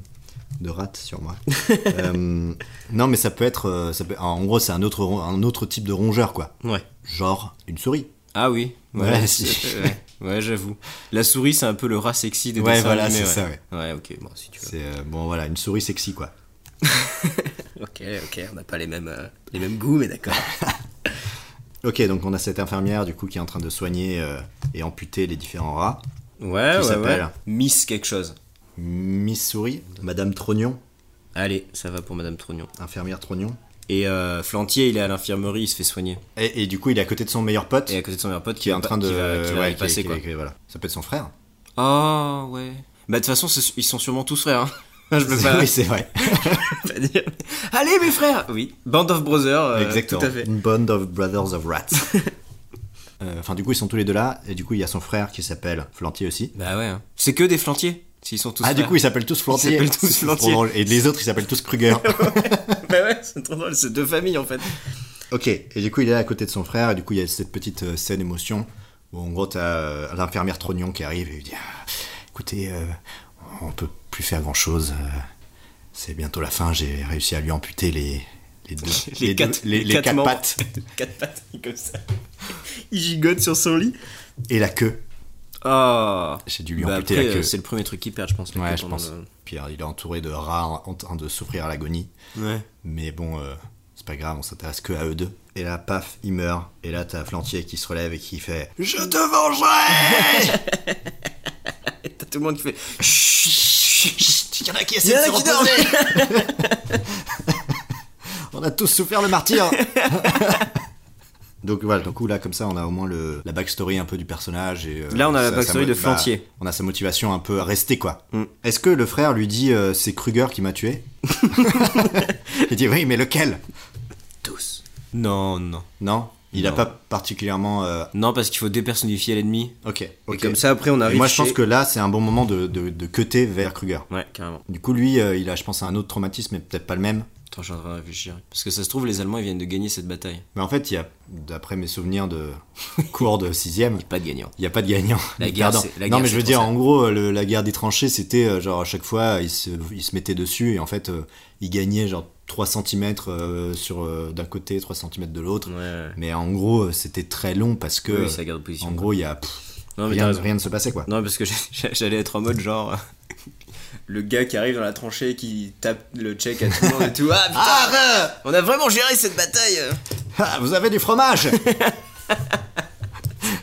Speaker 1: de rats sur
Speaker 2: [laughs]
Speaker 1: moi. Euh, non, mais ça peut être. euh, Ça peut... En gros, c'est un autre, ron- un autre type de rongeur, quoi.
Speaker 2: ouais.
Speaker 1: Genre une souris.
Speaker 2: Ah oui.
Speaker 1: Ouais, si.
Speaker 2: c'est- [laughs] ouais. Ouais, j'avoue. La souris, c'est un peu le rat sexy des
Speaker 1: Ouais,
Speaker 2: dessins
Speaker 1: voilà,
Speaker 2: animés,
Speaker 1: c'est
Speaker 2: ouais.
Speaker 1: ça, ouais.
Speaker 2: Ouais, ok, bon, si tu veux.
Speaker 1: C'est, euh, bon, voilà, une souris sexy, quoi.
Speaker 2: Ok, ok, on n'a pas les mêmes, euh, les mêmes goûts, mais d'accord.
Speaker 1: Ok, donc on a cette infirmière, du coup, qui est en train de soigner euh, et amputer les différents rats.
Speaker 2: Ouais, ouais, ouais.
Speaker 1: s'appelle
Speaker 2: Miss quelque chose.
Speaker 1: Miss Souris, Madame Trognon,
Speaker 2: Allez, ça va pour Madame Trognon.
Speaker 1: infirmière Trognon.
Speaker 2: Et euh, Flantier, il est à l'infirmerie, il se fait soigner.
Speaker 1: Et, et du coup, il est à côté de son meilleur pote
Speaker 2: Et à côté de son meilleur pote
Speaker 1: qui est en train de.
Speaker 2: Qui va, qui va
Speaker 1: ouais,
Speaker 2: y
Speaker 1: qui-
Speaker 2: passer,
Speaker 1: qui-
Speaker 2: quoi.
Speaker 1: qui- voilà. Ça peut être son frère.
Speaker 2: Ah, ouais. Bah, de toute façon, c'est- ils sont sûrement tous frères. hein. [laughs] [laughs] Je peux pas, Euh,
Speaker 1: oui, c'est vrai.
Speaker 2: pas dire. Allez, mes frères Oui, Band of Brothers. euh,
Speaker 1: Exactement.
Speaker 2: Tout à fait.
Speaker 1: Une band of brothers of rats. [laughs] Euh, Enfin, du coup, ils sont tous les deux là. Et du coup, il y a son frère qui s'appelle Flantier aussi.
Speaker 2: Bah, ouais. hein. C'est que des Flantiers, s'ils sont tous
Speaker 1: Ah,
Speaker 2: frères.
Speaker 1: du coup, ils s'appellent tous Flantier.
Speaker 2: s'appellent tous
Speaker 1: C'est trop
Speaker 2: Flantier.
Speaker 1: drôle. Et les autres, ils s'appellent tous Kruger.
Speaker 2: Bah, ouais, c'est trop drôle, c'est deux familles en [laughs] fait.
Speaker 1: ok. Et du coup, il est là à côté de son frère. Et du coup, il y a cette petite euh, scène émotion où, en gros, t'as euh, l'infirmière Trognon qui arrive et lui dit Ah, Écoutez, euh, on peut plus faire grand chose. C'est bientôt la fin. J'ai réussi à lui amputer les. [laughs] Les, deux-
Speaker 2: Les
Speaker 1: deux-
Speaker 2: quatre-
Speaker 1: les-
Speaker 2: les
Speaker 1: les
Speaker 2: quatre
Speaker 1: quatre
Speaker 2: membres.
Speaker 1: pattes
Speaker 2: Quatre pattes, comme ça. Il gigote sur son lit.
Speaker 1: et la queue.
Speaker 2: Ah
Speaker 1: J'ai dû lui
Speaker 2: Bah,
Speaker 1: amputer
Speaker 2: après,
Speaker 1: la queue.
Speaker 2: euh, C'est le premier truc qu'il perd, je pense. la
Speaker 1: Ouais,
Speaker 2: queue
Speaker 1: je
Speaker 2: pendant
Speaker 1: pense. Puis euh, il est entouré de rats en en train de souffrir à l'agonie.
Speaker 2: le- Ouais.
Speaker 1: Mais bon, euh, c'est pas grave, on s'intéresse que à eux deux. Et là, paf, il meurt. Et là, t'as Flantier qui se relève et qui fait Je te vengerai
Speaker 2: Et T'as tout le monde qui fait. Chut, chut, chut.
Speaker 1: Il y en a qui
Speaker 2: Il y
Speaker 1: essaient
Speaker 2: en a
Speaker 1: de se
Speaker 2: qui dorment.
Speaker 1: reposer. On a tous souffert le
Speaker 2: [laughs]
Speaker 1: martyr Donc voilà, donc coup, là comme ça on a au moins le, la backstory un peu du personnage et euh,
Speaker 2: Là, on a la
Speaker 1: sa- sa
Speaker 2: backstory
Speaker 1: mo-
Speaker 2: de
Speaker 1: bah,
Speaker 2: Flantier.
Speaker 1: on a sa motivation un peu à rester quoi.
Speaker 2: Mm.
Speaker 1: Est-ce que le frère lui dit euh, c'est Kruger qui m'a
Speaker 2: [laughs]
Speaker 1: tué Il dit oui mais lequel
Speaker 2: [laughs] Tous. Non, non.
Speaker 1: Non, il n'a
Speaker 2: Non.
Speaker 1: pas particulièrement. euh,
Speaker 2: Non, parce qu'il faut dépersonnifier l'ennemi.
Speaker 1: Ok,
Speaker 2: Et
Speaker 1: ok.
Speaker 2: comme ça, après, on
Speaker 1: Et
Speaker 2: arrive.
Speaker 1: moi, je
Speaker 2: chez-
Speaker 1: pense que là, c'est un bon moment de, de, de cutter vers Kruger.
Speaker 2: Ouais, carrément.
Speaker 1: Du coup, lui, euh, il a, je pense, un autre traumatisme, mais peut-être pas le même.
Speaker 2: Attends, je suis en train de réfléchir. Parce que ça se trouve, les Allemands, ils viennent de gagner cette bataille.
Speaker 1: Mais en fait, il y a, d'après mes souvenirs de [laughs] cours de sixième,
Speaker 2: Pas de gagnant.
Speaker 1: il n'y a pas de gagnant.
Speaker 2: La
Speaker 1: ni de
Speaker 2: guerre,
Speaker 1: perdant.
Speaker 2: c'est- la
Speaker 1: non,
Speaker 2: guerre,
Speaker 1: mais je
Speaker 2: c'est
Speaker 1: veux
Speaker 2: trop
Speaker 1: dire,
Speaker 2: ça.
Speaker 1: en gros, euh, le- la guerre des tranchées, c'était euh, genre à chaque fois, ils se, ils se mettaient dessus et en fait, euh, ils gagnaient genre 3 cm sur euh, d'un côté, 3 cm de l'autre.
Speaker 2: Ouais, ouais.
Speaker 1: Mais en gros, euh, c'était très long parce que,
Speaker 2: Oui, c'est la guerre de position.
Speaker 1: en gros, il y a pff,
Speaker 2: Non, mais t'as
Speaker 1: rien,
Speaker 2: raison.
Speaker 1: rien ne se passait quoi. [laughs]
Speaker 2: Non, parce que [laughs] j'ai- j'allais être en mode genre. euh, Le gars qui arrive dans la tranchée, qui tape le check à tout le monde et tout. Ah putain, on a vraiment géré cette bataille.
Speaker 1: Ah, vous avez du
Speaker 2: [laughs]
Speaker 1: fromage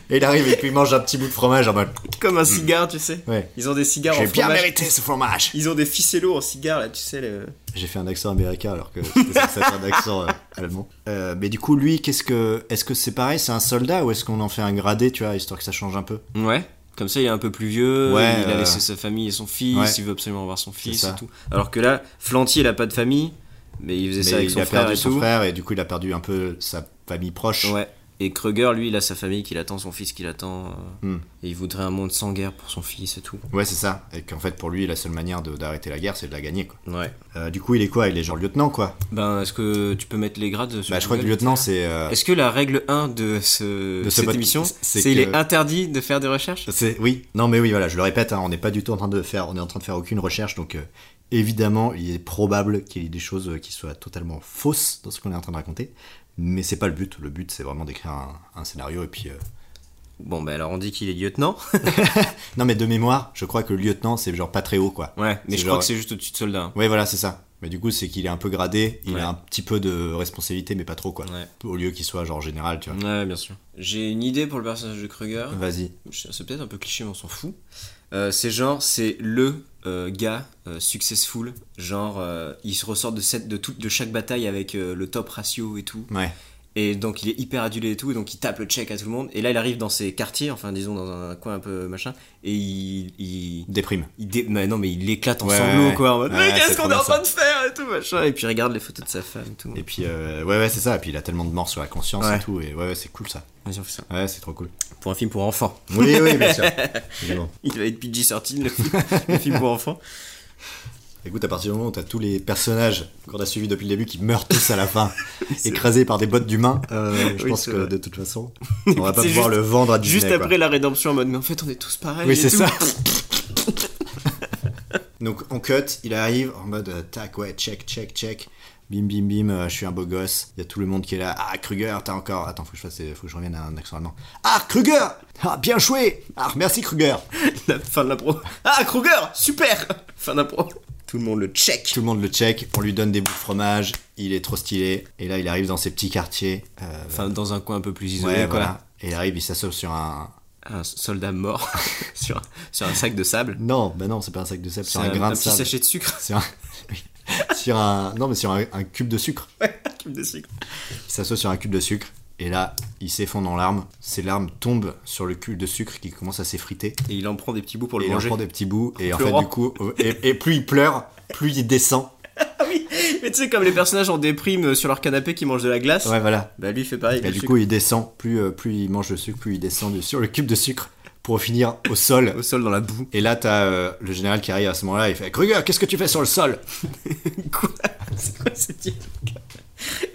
Speaker 1: Et il arrive et puis il mange un petit bout de fromage en mode.
Speaker 2: Comme un cigare, tu sais.
Speaker 1: Ouais.
Speaker 2: Hmm. Ils ont des cigares en
Speaker 1: J'ai bien
Speaker 2: fromage.
Speaker 1: mérité ce fromage
Speaker 2: Ils ont des ficellos en cigare là, tu sais. Le...
Speaker 1: J'ai fait un accent américain alors que c'était censé être un accent euh, allemand. Euh, mais du coup, lui, qu'est-ce que. Est-ce que c'est pareil, c'est un soldat ou est-ce qu'on en fait un gradé, tu vois, histoire que ça change un peu
Speaker 2: Ouais. Comme ça, il est un peu plus vieux.
Speaker 1: Ouais,
Speaker 2: il a
Speaker 1: euh,
Speaker 2: laissé sa famille et son fils.
Speaker 1: ouais.
Speaker 2: Il veut absolument voir son fils
Speaker 1: ça.
Speaker 2: et tout. Alors que là, Flantier, il a pas de famille. Mais il faisait ça
Speaker 1: Mais
Speaker 2: avec
Speaker 1: il
Speaker 2: son
Speaker 1: a
Speaker 2: frère
Speaker 1: perdu
Speaker 2: et
Speaker 1: son
Speaker 2: tout.
Speaker 1: frère et du coup, il a perdu un peu sa famille proche.
Speaker 2: Ouais. Et Kruger, lui, il a sa famille qui l'attend, son fils qui l'attend. euh,
Speaker 1: Hmm.
Speaker 2: Et il voudrait un monde sans guerre pour son fils et tout.
Speaker 1: Ouais, c'est ça. Et qu'en fait, pour lui, la seule manière de- d'arrêter la guerre, c'est de la gagner, quoi.
Speaker 2: Ouais.
Speaker 1: Euh, du coup, il est quoi Il est genre lieutenant, quoi.
Speaker 2: Ben, est-ce que tu peux mettre les grades sur
Speaker 1: Bah, je crois que
Speaker 2: Google
Speaker 1: lieutenant, c'est. euh,
Speaker 2: Est-ce que la règle 1 de, ce,
Speaker 1: De ce
Speaker 2: cette
Speaker 1: podcast,
Speaker 2: émission,
Speaker 1: c'est
Speaker 2: c'est qu'il
Speaker 1: que-
Speaker 2: est interdit de faire des recherches
Speaker 1: C'est- oui. Non, mais oui, voilà, je le répète, hein, on n'est pas du tout en train de faire, on est en train de faire aucune recherche, donc euh, évidemment, il est probable qu'il y ait des choses euh, qui soient totalement fausses dans ce qu'on est en train de raconter, mais c'est pas le but. Le but, c'est vraiment d'écrire un, un scénario et puis. euh,
Speaker 2: Bon, ben alors on dit qu'il est lieutenant.
Speaker 1: Non, mais de mémoire, je crois que le lieutenant, c'est genre pas très haut, quoi.
Speaker 2: Ouais,
Speaker 1: C'est
Speaker 2: mais je
Speaker 1: genre-
Speaker 2: crois que c'est juste au-dessus de soldat. hein.
Speaker 1: Ouais, voilà, c'est ça. Mais du coup, c'est qu'il est un peu gradé, il
Speaker 2: Ouais.
Speaker 1: a un petit peu de responsabilité, mais pas trop, quoi.
Speaker 2: Ouais.
Speaker 1: Au lieu qu'il soit genre général, tu vois.
Speaker 2: Ouais, bien sûr. J'ai une idée pour le personnage de Kruger.
Speaker 1: Vas-y.
Speaker 2: Je- C'est peut-être un peu cliché, mais on s'en fout. Euh, c'est genre, c'est le euh, gars euh, successful. Genre, euh, il se ressort de, cette, de, toute de chaque bataille avec euh, le top ratio et tout.
Speaker 1: Ouais.
Speaker 2: Et donc il est hyper adulé et tout, et donc il tape le check à tout le monde. Et là il arrive dans ses quartiers, enfin disons dans un coin un peu machin, et il. il,
Speaker 1: Déprime.
Speaker 2: il dé- mais non mais il éclate en
Speaker 1: Ouais,
Speaker 2: sanglots
Speaker 1: ouais.
Speaker 2: quoi, en mode
Speaker 1: Ouais,
Speaker 2: Mais
Speaker 1: c'est
Speaker 2: qu'est-ce
Speaker 1: trop
Speaker 2: qu'on est en
Speaker 1: bien,
Speaker 2: train de faire et tout machin. Et puis il regarde les photos de sa femme et tout.
Speaker 1: Et puis, euh, ouais, ouais, c'est ça. Et puis, il a tellement de morts sur la conscience
Speaker 2: Ouais.
Speaker 1: et tout. Et ouais, ouais, c'est cool ça.
Speaker 2: Vas-y, on fait ça.
Speaker 1: Ouais, c'est trop cool.
Speaker 2: Pour un film pour enfants.
Speaker 1: Oui, oui, bien sûr. Évidemment.
Speaker 2: [laughs] Il va être PG-13 le film, le film pour enfants.
Speaker 1: Écoute, à partir du moment où t'as tous les personnages qu'on a suivis depuis le début qui meurent tous à la
Speaker 2: [laughs]
Speaker 1: fin, écrasés par des bottes d'humains, euh, je
Speaker 2: Oui,
Speaker 1: pense
Speaker 2: c'est
Speaker 1: que
Speaker 2: vrai.
Speaker 1: de toute
Speaker 2: [laughs]
Speaker 1: façon, on va pas
Speaker 2: C'est
Speaker 1: pouvoir
Speaker 2: juste-
Speaker 1: le vendre à [laughs] Disney.
Speaker 2: Juste
Speaker 1: quoi.
Speaker 2: après la rédemption en mode Mais en fait on est tous pareils.
Speaker 1: Oui,
Speaker 2: et
Speaker 1: c'est
Speaker 2: tout.
Speaker 1: ça. Donc on cut, il arrive en mode euh, tac, ouais, check, check, check. Bim, bim, bim, euh, je suis un beau gosse. Il y a tout le monde qui est là. Ah, Kruger, t'as encore. Attends, faut que je fasse, faut que je revienne à un accent allemand. Ah, Kruger Ah, bien joué Ah, merci Kruger
Speaker 2: [laughs] La fin de la pro. Ah, Kruger Super [laughs] Fin de la pro. Tout le monde le check.
Speaker 1: Tout le monde le check, on lui donne des bouts de fromage, il est trop stylé. Et là, il arrive dans ses petits quartiers. euh,
Speaker 2: Enfin, dans un coin un peu plus
Speaker 1: ouais,
Speaker 2: isolé, quoi.
Speaker 1: voilà. Et il arrive, il s'assoit sur un.
Speaker 2: Un soldat mort [laughs] sur, un, sur un sac de sable.
Speaker 1: Non, bah non, c'est pas un sac de sable, c'est un, grain de
Speaker 2: petit
Speaker 1: sable.
Speaker 2: sachet
Speaker 1: [laughs]
Speaker 2: de sucre.
Speaker 1: Sur un... sur un. [laughs] Non, mais sur un, un cube de sucre.
Speaker 2: Ouais, un cube de sucre.
Speaker 1: Il s'assoit sur un cube de sucre. Et là, il s'effondre en larmes. Ses larmes tombent sur le cube de sucre qui commence à s'effriter.
Speaker 2: Et il en prend des petits bouts
Speaker 1: Et
Speaker 2: pour le
Speaker 1: il en
Speaker 2: manger.
Speaker 1: prend des petits bouts. Et en fait,
Speaker 2: Pleurant.
Speaker 1: du coup, et, et plus il pleure, plus il descend.
Speaker 2: Ah oui Mais tu sais, comme les personnages en déprime euh, sur leur canapé qui mangent de la glace,
Speaker 1: Ouais, voilà.
Speaker 2: bah lui il fait pareil. avec
Speaker 1: Et
Speaker 2: le
Speaker 1: du
Speaker 2: sucre.
Speaker 1: coup, il descend. Plus, euh, plus il mange le sucre, plus il descend du- sur le cube de sucre pour finir au sol.
Speaker 2: au sol dans la boue. [laughs]
Speaker 1: Et là, t'as euh, le général qui arrive à ce moment-là, il fait Kruger, qu'est-ce que tu fais sur le sol
Speaker 2: Quoi C'est quoi ces dialogues [laughs]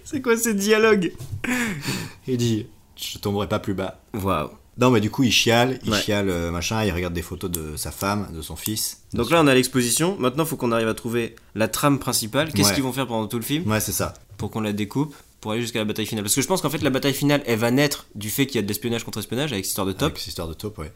Speaker 2: C'est quoi ces dialogues
Speaker 1: Il dit Je tomberai pas plus bas.
Speaker 2: Waouh.
Speaker 1: Non, mais du coup, il chiale, il
Speaker 2: Ouais.
Speaker 1: chiale, euh, machin, il regarde des photos de sa femme, de son fils.
Speaker 2: Donc là on a l'exposition, maintenant faut qu'on arrive à trouver la trame principale. Qu'est-ce
Speaker 1: Ouais.
Speaker 2: qu'ils vont faire pendant tout le film
Speaker 1: Ouais, c'est ça.
Speaker 2: pour qu'on la découpe pour aller jusqu'à la bataille finale Parce que je pense qu'en fait la bataille finale elle va naître du fait qu'il y a de l'espionnage contre espionnage avec cette histoire de top.
Speaker 1: Avec cette histoire de top, ouais.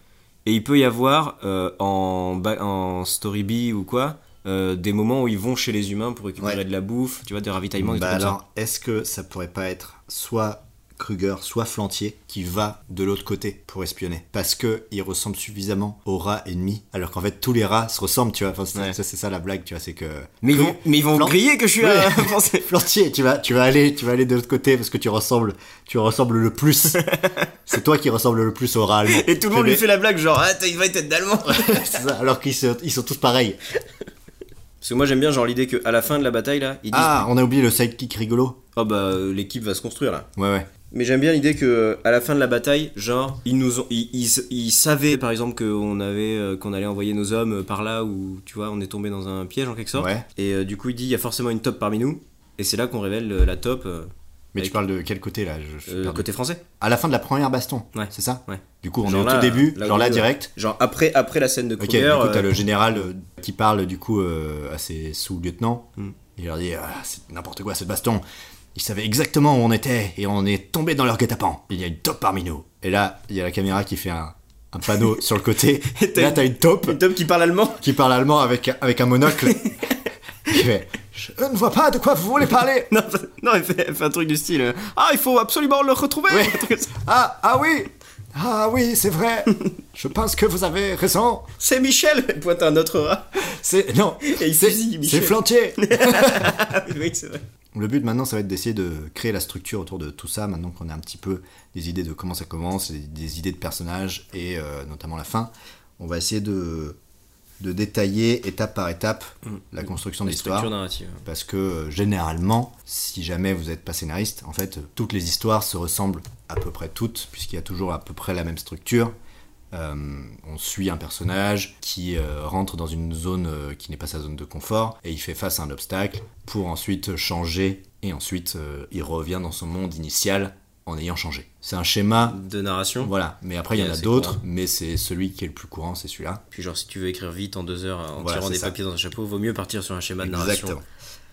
Speaker 2: Et il peut y avoir euh, en, ba- en story B ou quoi euh, des moments où ils vont chez les humains pour récupérer
Speaker 1: Ouais.
Speaker 2: de la bouffe, tu vois, des ravitaillements, des
Speaker 1: bah
Speaker 2: trucs comme
Speaker 1: alors, est-ce que ça pourrait pas être soit Kruger, soit Flantier qui va de l'autre côté pour espionner Parce que il ressemble suffisamment aux rats ennemis, alors qu'en fait, tous les rats se ressemblent, tu vois. Enfin, c'est
Speaker 2: Ouais.
Speaker 1: ça, c'est ça la blague, tu vois, c'est que.
Speaker 2: Mais ils
Speaker 1: Kru-
Speaker 2: vont, mais ils vont
Speaker 1: Flan-
Speaker 2: griller que je suis
Speaker 1: Ouais.
Speaker 2: là. [laughs] Français.
Speaker 1: Flantier, tu vas, tu vas aller, tu vas aller de l'autre côté parce que tu ressembles, tu ressembles le
Speaker 2: [laughs]
Speaker 1: plus. c'est toi qui ressemble le plus au rat allemand.
Speaker 2: Et tout le monde lui fait la blague genre ah t'as une vraie tête d'allemand.
Speaker 1: [laughs] C'est ça, alors qu'ils se- ils sont tous pareils.
Speaker 2: Parce que moi j'aime bien genre l'idée que à la fin de la bataille là ils disent
Speaker 1: Ah, on a oublié le sidekick rigolo.
Speaker 2: oh bah euh, l'équipe va se construire là.
Speaker 1: Ouais, ouais.
Speaker 2: Mais j'aime bien l'idée que euh, à la fin de la bataille, genre ils nous ont, ils, ils- ils savaient par exemple qu'on avait, euh, qu'on allait envoyer nos hommes euh, par là ou tu vois on est tombé dans un piège en quelque sorte.
Speaker 1: Ouais.
Speaker 2: Et euh, du coup il dit il y a forcément une top parmi nous. Et c'est là qu'on révèle euh, la top euh,
Speaker 1: Mais
Speaker 2: Avec-
Speaker 1: tu parles de quel côté là Je- je suis
Speaker 2: euh,
Speaker 1: perdu.
Speaker 2: côté français.
Speaker 1: À la fin de la première baston,
Speaker 2: Ouais.
Speaker 1: c'est ça
Speaker 2: Ouais.
Speaker 1: Du coup, on est
Speaker 2: Genre
Speaker 1: au
Speaker 2: là,
Speaker 1: tout début,
Speaker 2: là au
Speaker 1: genre là
Speaker 2: début,
Speaker 1: direct.
Speaker 2: Genre après après la scène de
Speaker 1: Ok,
Speaker 2: Kruger.
Speaker 1: du coup, t'as
Speaker 2: euh,
Speaker 1: le général euh, qui parle du coup euh, à ses sous-lieutenants.
Speaker 2: Hmm.
Speaker 1: Il leur dit Ah, c'est n'importe quoi cette baston. Ils savaient exactement où on était et on est tombé dans leur guet-apens. Il y a une taupe parmi nous. Et là, il y a la caméra qui fait un, un
Speaker 2: [laughs]
Speaker 1: panneau sur le côté.
Speaker 2: Et t'as
Speaker 1: là,
Speaker 2: une-
Speaker 1: t'as une taupe
Speaker 2: une top qui parle allemand. [laughs]
Speaker 1: qui parle allemand avec, avec un monocle. Qui fait, Je ne vois pas de quoi vous voulez parler.
Speaker 2: Non, non elle, fait, elle fait un truc du style euh, ah il faut absolument le retrouver.
Speaker 1: Ouais.
Speaker 2: Un truc comme ça.
Speaker 1: Ah, ah oui Ah oui, c'est
Speaker 2: [laughs]
Speaker 1: vrai. Je pense que vous avez raison.
Speaker 2: C'est Michel. Elle Pointe un autre rat.
Speaker 1: C'est non,
Speaker 2: Et il
Speaker 1: c'est
Speaker 2: fusille
Speaker 1: c'est
Speaker 2: Michel.
Speaker 1: Flantier.
Speaker 2: [laughs] oui c'est vrai.
Speaker 1: Le but maintenant, ça va être d'essayer de créer la structure autour de tout ça. Maintenant qu'on a un petit peu des idées de comment ça commence, des, des idées de personnages et euh, notamment la fin, on va essayer de de détailler étape par étape la construction de
Speaker 2: Mmh. La
Speaker 1: l'histoire.
Speaker 2: structure narrative. hein.
Speaker 1: Parce que euh, généralement, si jamais vous n'êtes pas scénariste, en fait, euh, toutes les histoires se ressemblent à peu près toutes, puisqu'il y a toujours à peu près la même structure. Euh, on suit un personnage qui euh, rentre dans une zone euh, qui n'est pas sa zone de confort et il fait face à un obstacle pour ensuite changer et ensuite euh, il revient dans son monde initial en ayant changé. C'est un schéma,
Speaker 2: De narration.
Speaker 1: voilà, mais après il y en a
Speaker 2: C'est
Speaker 1: d'autres,
Speaker 2: courant.
Speaker 1: mais c'est celui qui est le plus courant, c'est celui-là.
Speaker 2: Puis genre si tu veux écrire vite en deux heures en
Speaker 1: Voilà,
Speaker 2: tirant
Speaker 1: c'est
Speaker 2: des
Speaker 1: ça.
Speaker 2: papiers dans un chapeau, vaut mieux partir sur un schéma de narration.
Speaker 1: Exactement.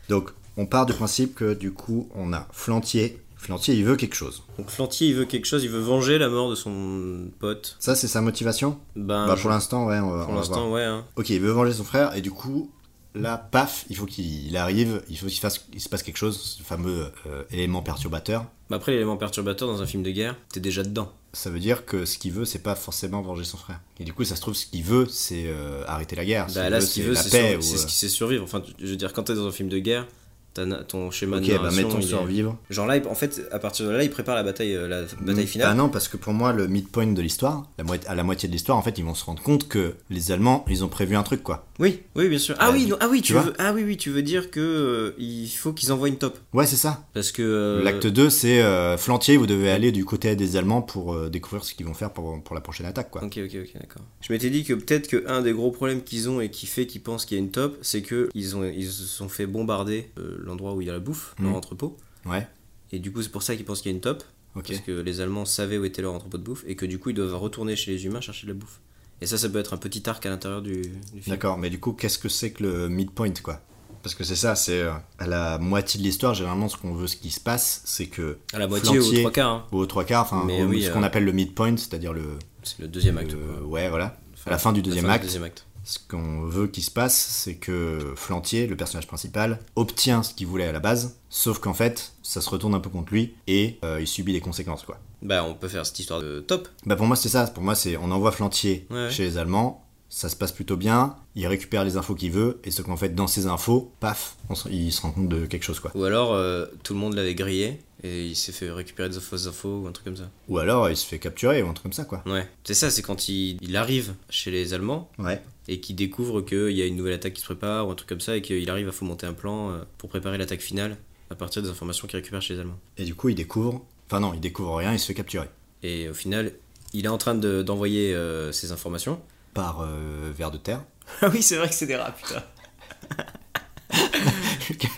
Speaker 1: Donc, on part du principe que du coup, on a Flantier. Flantier, il veut quelque chose.
Speaker 2: Donc Flantier il veut quelque chose, il veut venger la mort de son pote.
Speaker 1: Ça, c'est sa motivation
Speaker 2: Ben
Speaker 1: Bah,
Speaker 2: je-
Speaker 1: pour l'instant, ouais, on va,
Speaker 2: pour
Speaker 1: on va voir.
Speaker 2: l'instant ouais. hein.
Speaker 1: Ok, il veut venger son frère, et du coup, là, paf, il faut qu'il arrive, il faut qu'il fasse, il se passe quelque chose, ce fameux euh, élément perturbateur.
Speaker 2: Bah, après l'élément perturbateur dans un film de guerre, t'es déjà dedans.
Speaker 1: Ça veut dire que ce qu'il veut, c'est pas forcément venger son frère. Et du coup, ça se trouve, ce qu'il veut, c'est euh, arrêter la guerre.
Speaker 2: Bah,
Speaker 1: qu'il
Speaker 2: là
Speaker 1: veut,
Speaker 2: ce qu'il veut
Speaker 1: la
Speaker 2: c'est
Speaker 1: paix.
Speaker 2: sur-
Speaker 1: ou,
Speaker 2: c'est ce
Speaker 1: euh,
Speaker 2: qui c'est survivre. Enfin tu- je veux dire quand t'es dans un film de guerre, t'as na- ton schéma de
Speaker 1: Ok, bah,
Speaker 2: narration.
Speaker 1: mettons
Speaker 2: il est-
Speaker 1: survivre.
Speaker 2: Genre là il- en fait à partir de là il prépare la bataille euh, la bataille
Speaker 1: Ah
Speaker 2: finale.
Speaker 1: non, parce que pour moi, le midpoint de l'histoire, la moitié- à la moitié de l'histoire, en fait, ils vont se rendre compte que les Allemands, ils ont prévu un truc, quoi.
Speaker 2: oui oui bien sûr. Ah
Speaker 1: Ouais,
Speaker 2: oui non, ah oui
Speaker 1: tu
Speaker 2: tu,
Speaker 1: vois
Speaker 2: veux ah oui oui tu veux dire que euh, il faut qu'ils envoient une top
Speaker 1: Ouais, c'est ça.
Speaker 2: parce que euh,
Speaker 1: L'acte 2, c'est euh, Flantier, vous devez aller du côté des Allemands pour euh, découvrir ce qu'ils vont faire pour, pour la prochaine attaque, quoi.
Speaker 2: Ok, ok, ok, d'accord. Je m'étais dit que peut-être que un des gros problèmes qu'ils ont et qui fait qu'ils pensent qu'il y a une top, c'est que ils ont ils se sont fait bombarder euh, l'endroit où il y a la bouffe,
Speaker 1: Mhm.
Speaker 2: leur entrepôt.
Speaker 1: Ouais,
Speaker 2: Et du coup, c'est pour ça qu'ils pensent qu'il y a une top,
Speaker 1: ok.
Speaker 2: parce que les Allemands savaient où était leur entrepôt de bouffe et que du coup, ils doivent retourner chez les humains chercher de la bouffe. Et ça, ça peut être un petit arc à l'intérieur du, du film.
Speaker 1: D'accord, mais du coup, qu'est-ce que c'est que le midpoint, quoi Parce que c'est ça, c'est euh, à la moitié de l'histoire, généralement, ce qu'on veut, ce qui se passe, c'est que.
Speaker 2: À la moitié ou aux
Speaker 1: Flanquier-
Speaker 2: trois quarts. hein.
Speaker 1: ou aux trois quarts, enfin,
Speaker 2: Mais
Speaker 1: au-
Speaker 2: oui,
Speaker 1: ce
Speaker 2: euh,
Speaker 1: qu'on appelle le midpoint, c'est-à-dire le.
Speaker 2: C'est le deuxième acte.
Speaker 1: le-
Speaker 2: quoi.
Speaker 1: ouais, voilà. Euh, à la fin du deuxième
Speaker 2: fin
Speaker 1: acte. Ce qu'on veut qu'il se passe, c'est que Flantier, le personnage principal, obtient ce qu'il voulait à la base, sauf qu'en fait, ça se retourne un peu contre lui et euh, il subit des conséquences, quoi.
Speaker 2: Bah, on peut faire cette histoire de top.
Speaker 1: Bah pour moi c'est ça, pour moi c'est on envoie Flantier
Speaker 2: Ouais, ouais.
Speaker 1: chez les Allemands, ça se passe plutôt bien, il récupère les infos qu'il veut, et ce qu'en fait dans ces infos, paf, on se- il se rend compte de quelque chose quoi.
Speaker 2: Ou alors, euh, tout le monde l'avait grillé et il s'est fait récupérer des fausses infos ou un truc comme ça.
Speaker 1: Ou alors il se fait capturer ou un truc comme ça quoi.
Speaker 2: Ouais. C'est ça, c'est quand il, il arrive chez les Allemands
Speaker 1: Ouais.
Speaker 2: et qu'il découvre qu'il y a une nouvelle attaque qui se prépare ou un truc comme ça et qu'il arrive à fomenter un plan euh, pour préparer l'attaque finale à partir des informations qu'il récupère chez les Allemands.
Speaker 1: Et du coup il découvre, enfin non, il découvre rien, il se fait capturer.
Speaker 2: Et au final, il est en train de- d'envoyer euh, ces informations.
Speaker 1: Par euh, vers de terre. [laughs]
Speaker 2: Ah oui, c'est vrai que c'est des rats, putain.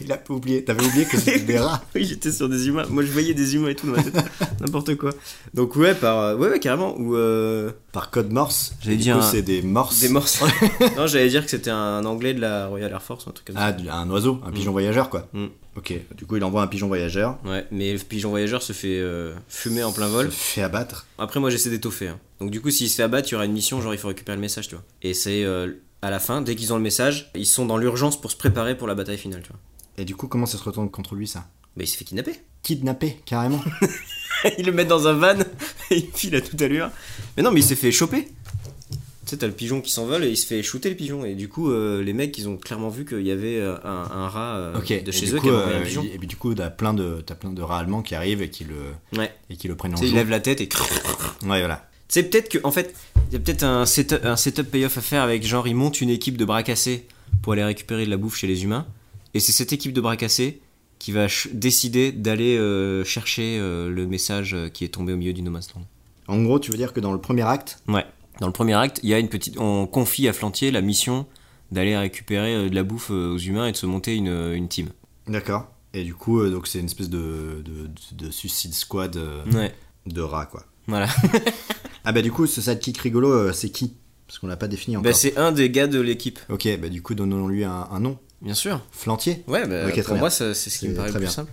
Speaker 1: il a oublié, t'avais oublié que c'était des rats.
Speaker 2: [laughs] Oui, j'étais sur des humains. Moi, je voyais des humains et tout dans ma [laughs] tête. N'importe quoi. Donc, ouais, par. euh, Ouais, ouais, carrément. Ou. euh,
Speaker 1: Par code morse,
Speaker 2: J'allais
Speaker 1: du
Speaker 2: dire
Speaker 1: coup,
Speaker 2: un-
Speaker 1: c'est des morses.
Speaker 2: Des morses. [laughs] non, j'allais dire que c'était un anglais de la Royal Air Force, un truc comme ça.
Speaker 1: Ah, du- un oiseau, un pigeon voyageur quoi.
Speaker 2: Mm.
Speaker 1: Ok, du coup il envoie un pigeon voyageur,
Speaker 2: Ouais, mais le pigeon voyageur se fait euh, fumer en plein vol.
Speaker 1: se fait abattre.
Speaker 2: Après, moi, j'essaie d'étoffer. hein. Donc, du coup, s'il se fait abattre, il y aura une mission, genre, il faut récupérer le message, tu vois. Et c'est euh, à la fin, dès qu'ils ont le message, ils sont dans l'urgence pour se préparer pour la bataille finale, tu vois.
Speaker 1: Et du coup comment ça se retourne contre lui ça
Speaker 2: Mais il se fait kidnapper.
Speaker 1: Kidnappé
Speaker 2: [laughs]
Speaker 1: carrément.
Speaker 2: ils le mettent dans un van [laughs] et il file à toute allure. Mais non, mais il s'est fait choper. Tu sais, t'as le pigeon qui s'envole et il se fait shooter le pigeon. Et du coup, euh, les mecs, ils ont clairement vu qu'il y avait euh, un, un rat euh,
Speaker 1: Ok,
Speaker 2: de
Speaker 1: et
Speaker 2: chez
Speaker 1: du
Speaker 2: eux
Speaker 1: coup,
Speaker 2: qui avait envoyé
Speaker 1: euh,
Speaker 2: un pigeon.
Speaker 1: il- et puis du coup, t'as plein de, t'as plein de rats allemands qui arrivent et qui le,
Speaker 2: Ouais.
Speaker 1: et qui le prennent en
Speaker 2: Tu sais,
Speaker 1: joue.
Speaker 2: il lève la tête et.
Speaker 1: Ouais, voilà.
Speaker 2: C'est peut-être que, en fait, il y a peut-être un setup, un setup payoff à faire avec genre, ils montent une équipe de bras cassés pour aller récupérer de la bouffe chez les humains. Et c'est cette équipe de bras cassés qui va ch- décider d'aller euh, chercher euh, le message euh, qui est tombé au milieu du No Man's Land.
Speaker 1: En gros, tu veux dire que dans le premier acte,
Speaker 2: Ouais. Dans le premier acte, il y a une petite. On confie à Flantier la mission d'aller récupérer euh, de la bouffe euh, aux humains et de se monter une, euh, une team.
Speaker 1: d'accord. Et du coup, euh, donc c'est une espèce de, de, de suicide squad euh,
Speaker 2: Ouais.
Speaker 1: de rats, quoi.
Speaker 2: Voilà.
Speaker 1: [laughs] Ah bah du coup, ce sidekick rigolo, euh, c'est qui Parce qu'on l'a pas défini encore.
Speaker 2: Bah, c'est un des gars de l'équipe.
Speaker 1: ok, bah du coup, donnons-lui un, un nom.
Speaker 2: Bien sûr.
Speaker 1: Flantier
Speaker 2: Ouais, bah,
Speaker 1: Ok, très
Speaker 2: pour
Speaker 1: bien.
Speaker 2: moi, ça- c'est ce qui
Speaker 1: C'est
Speaker 2: me paraît le
Speaker 1: très
Speaker 2: plus
Speaker 1: bien.
Speaker 2: simple.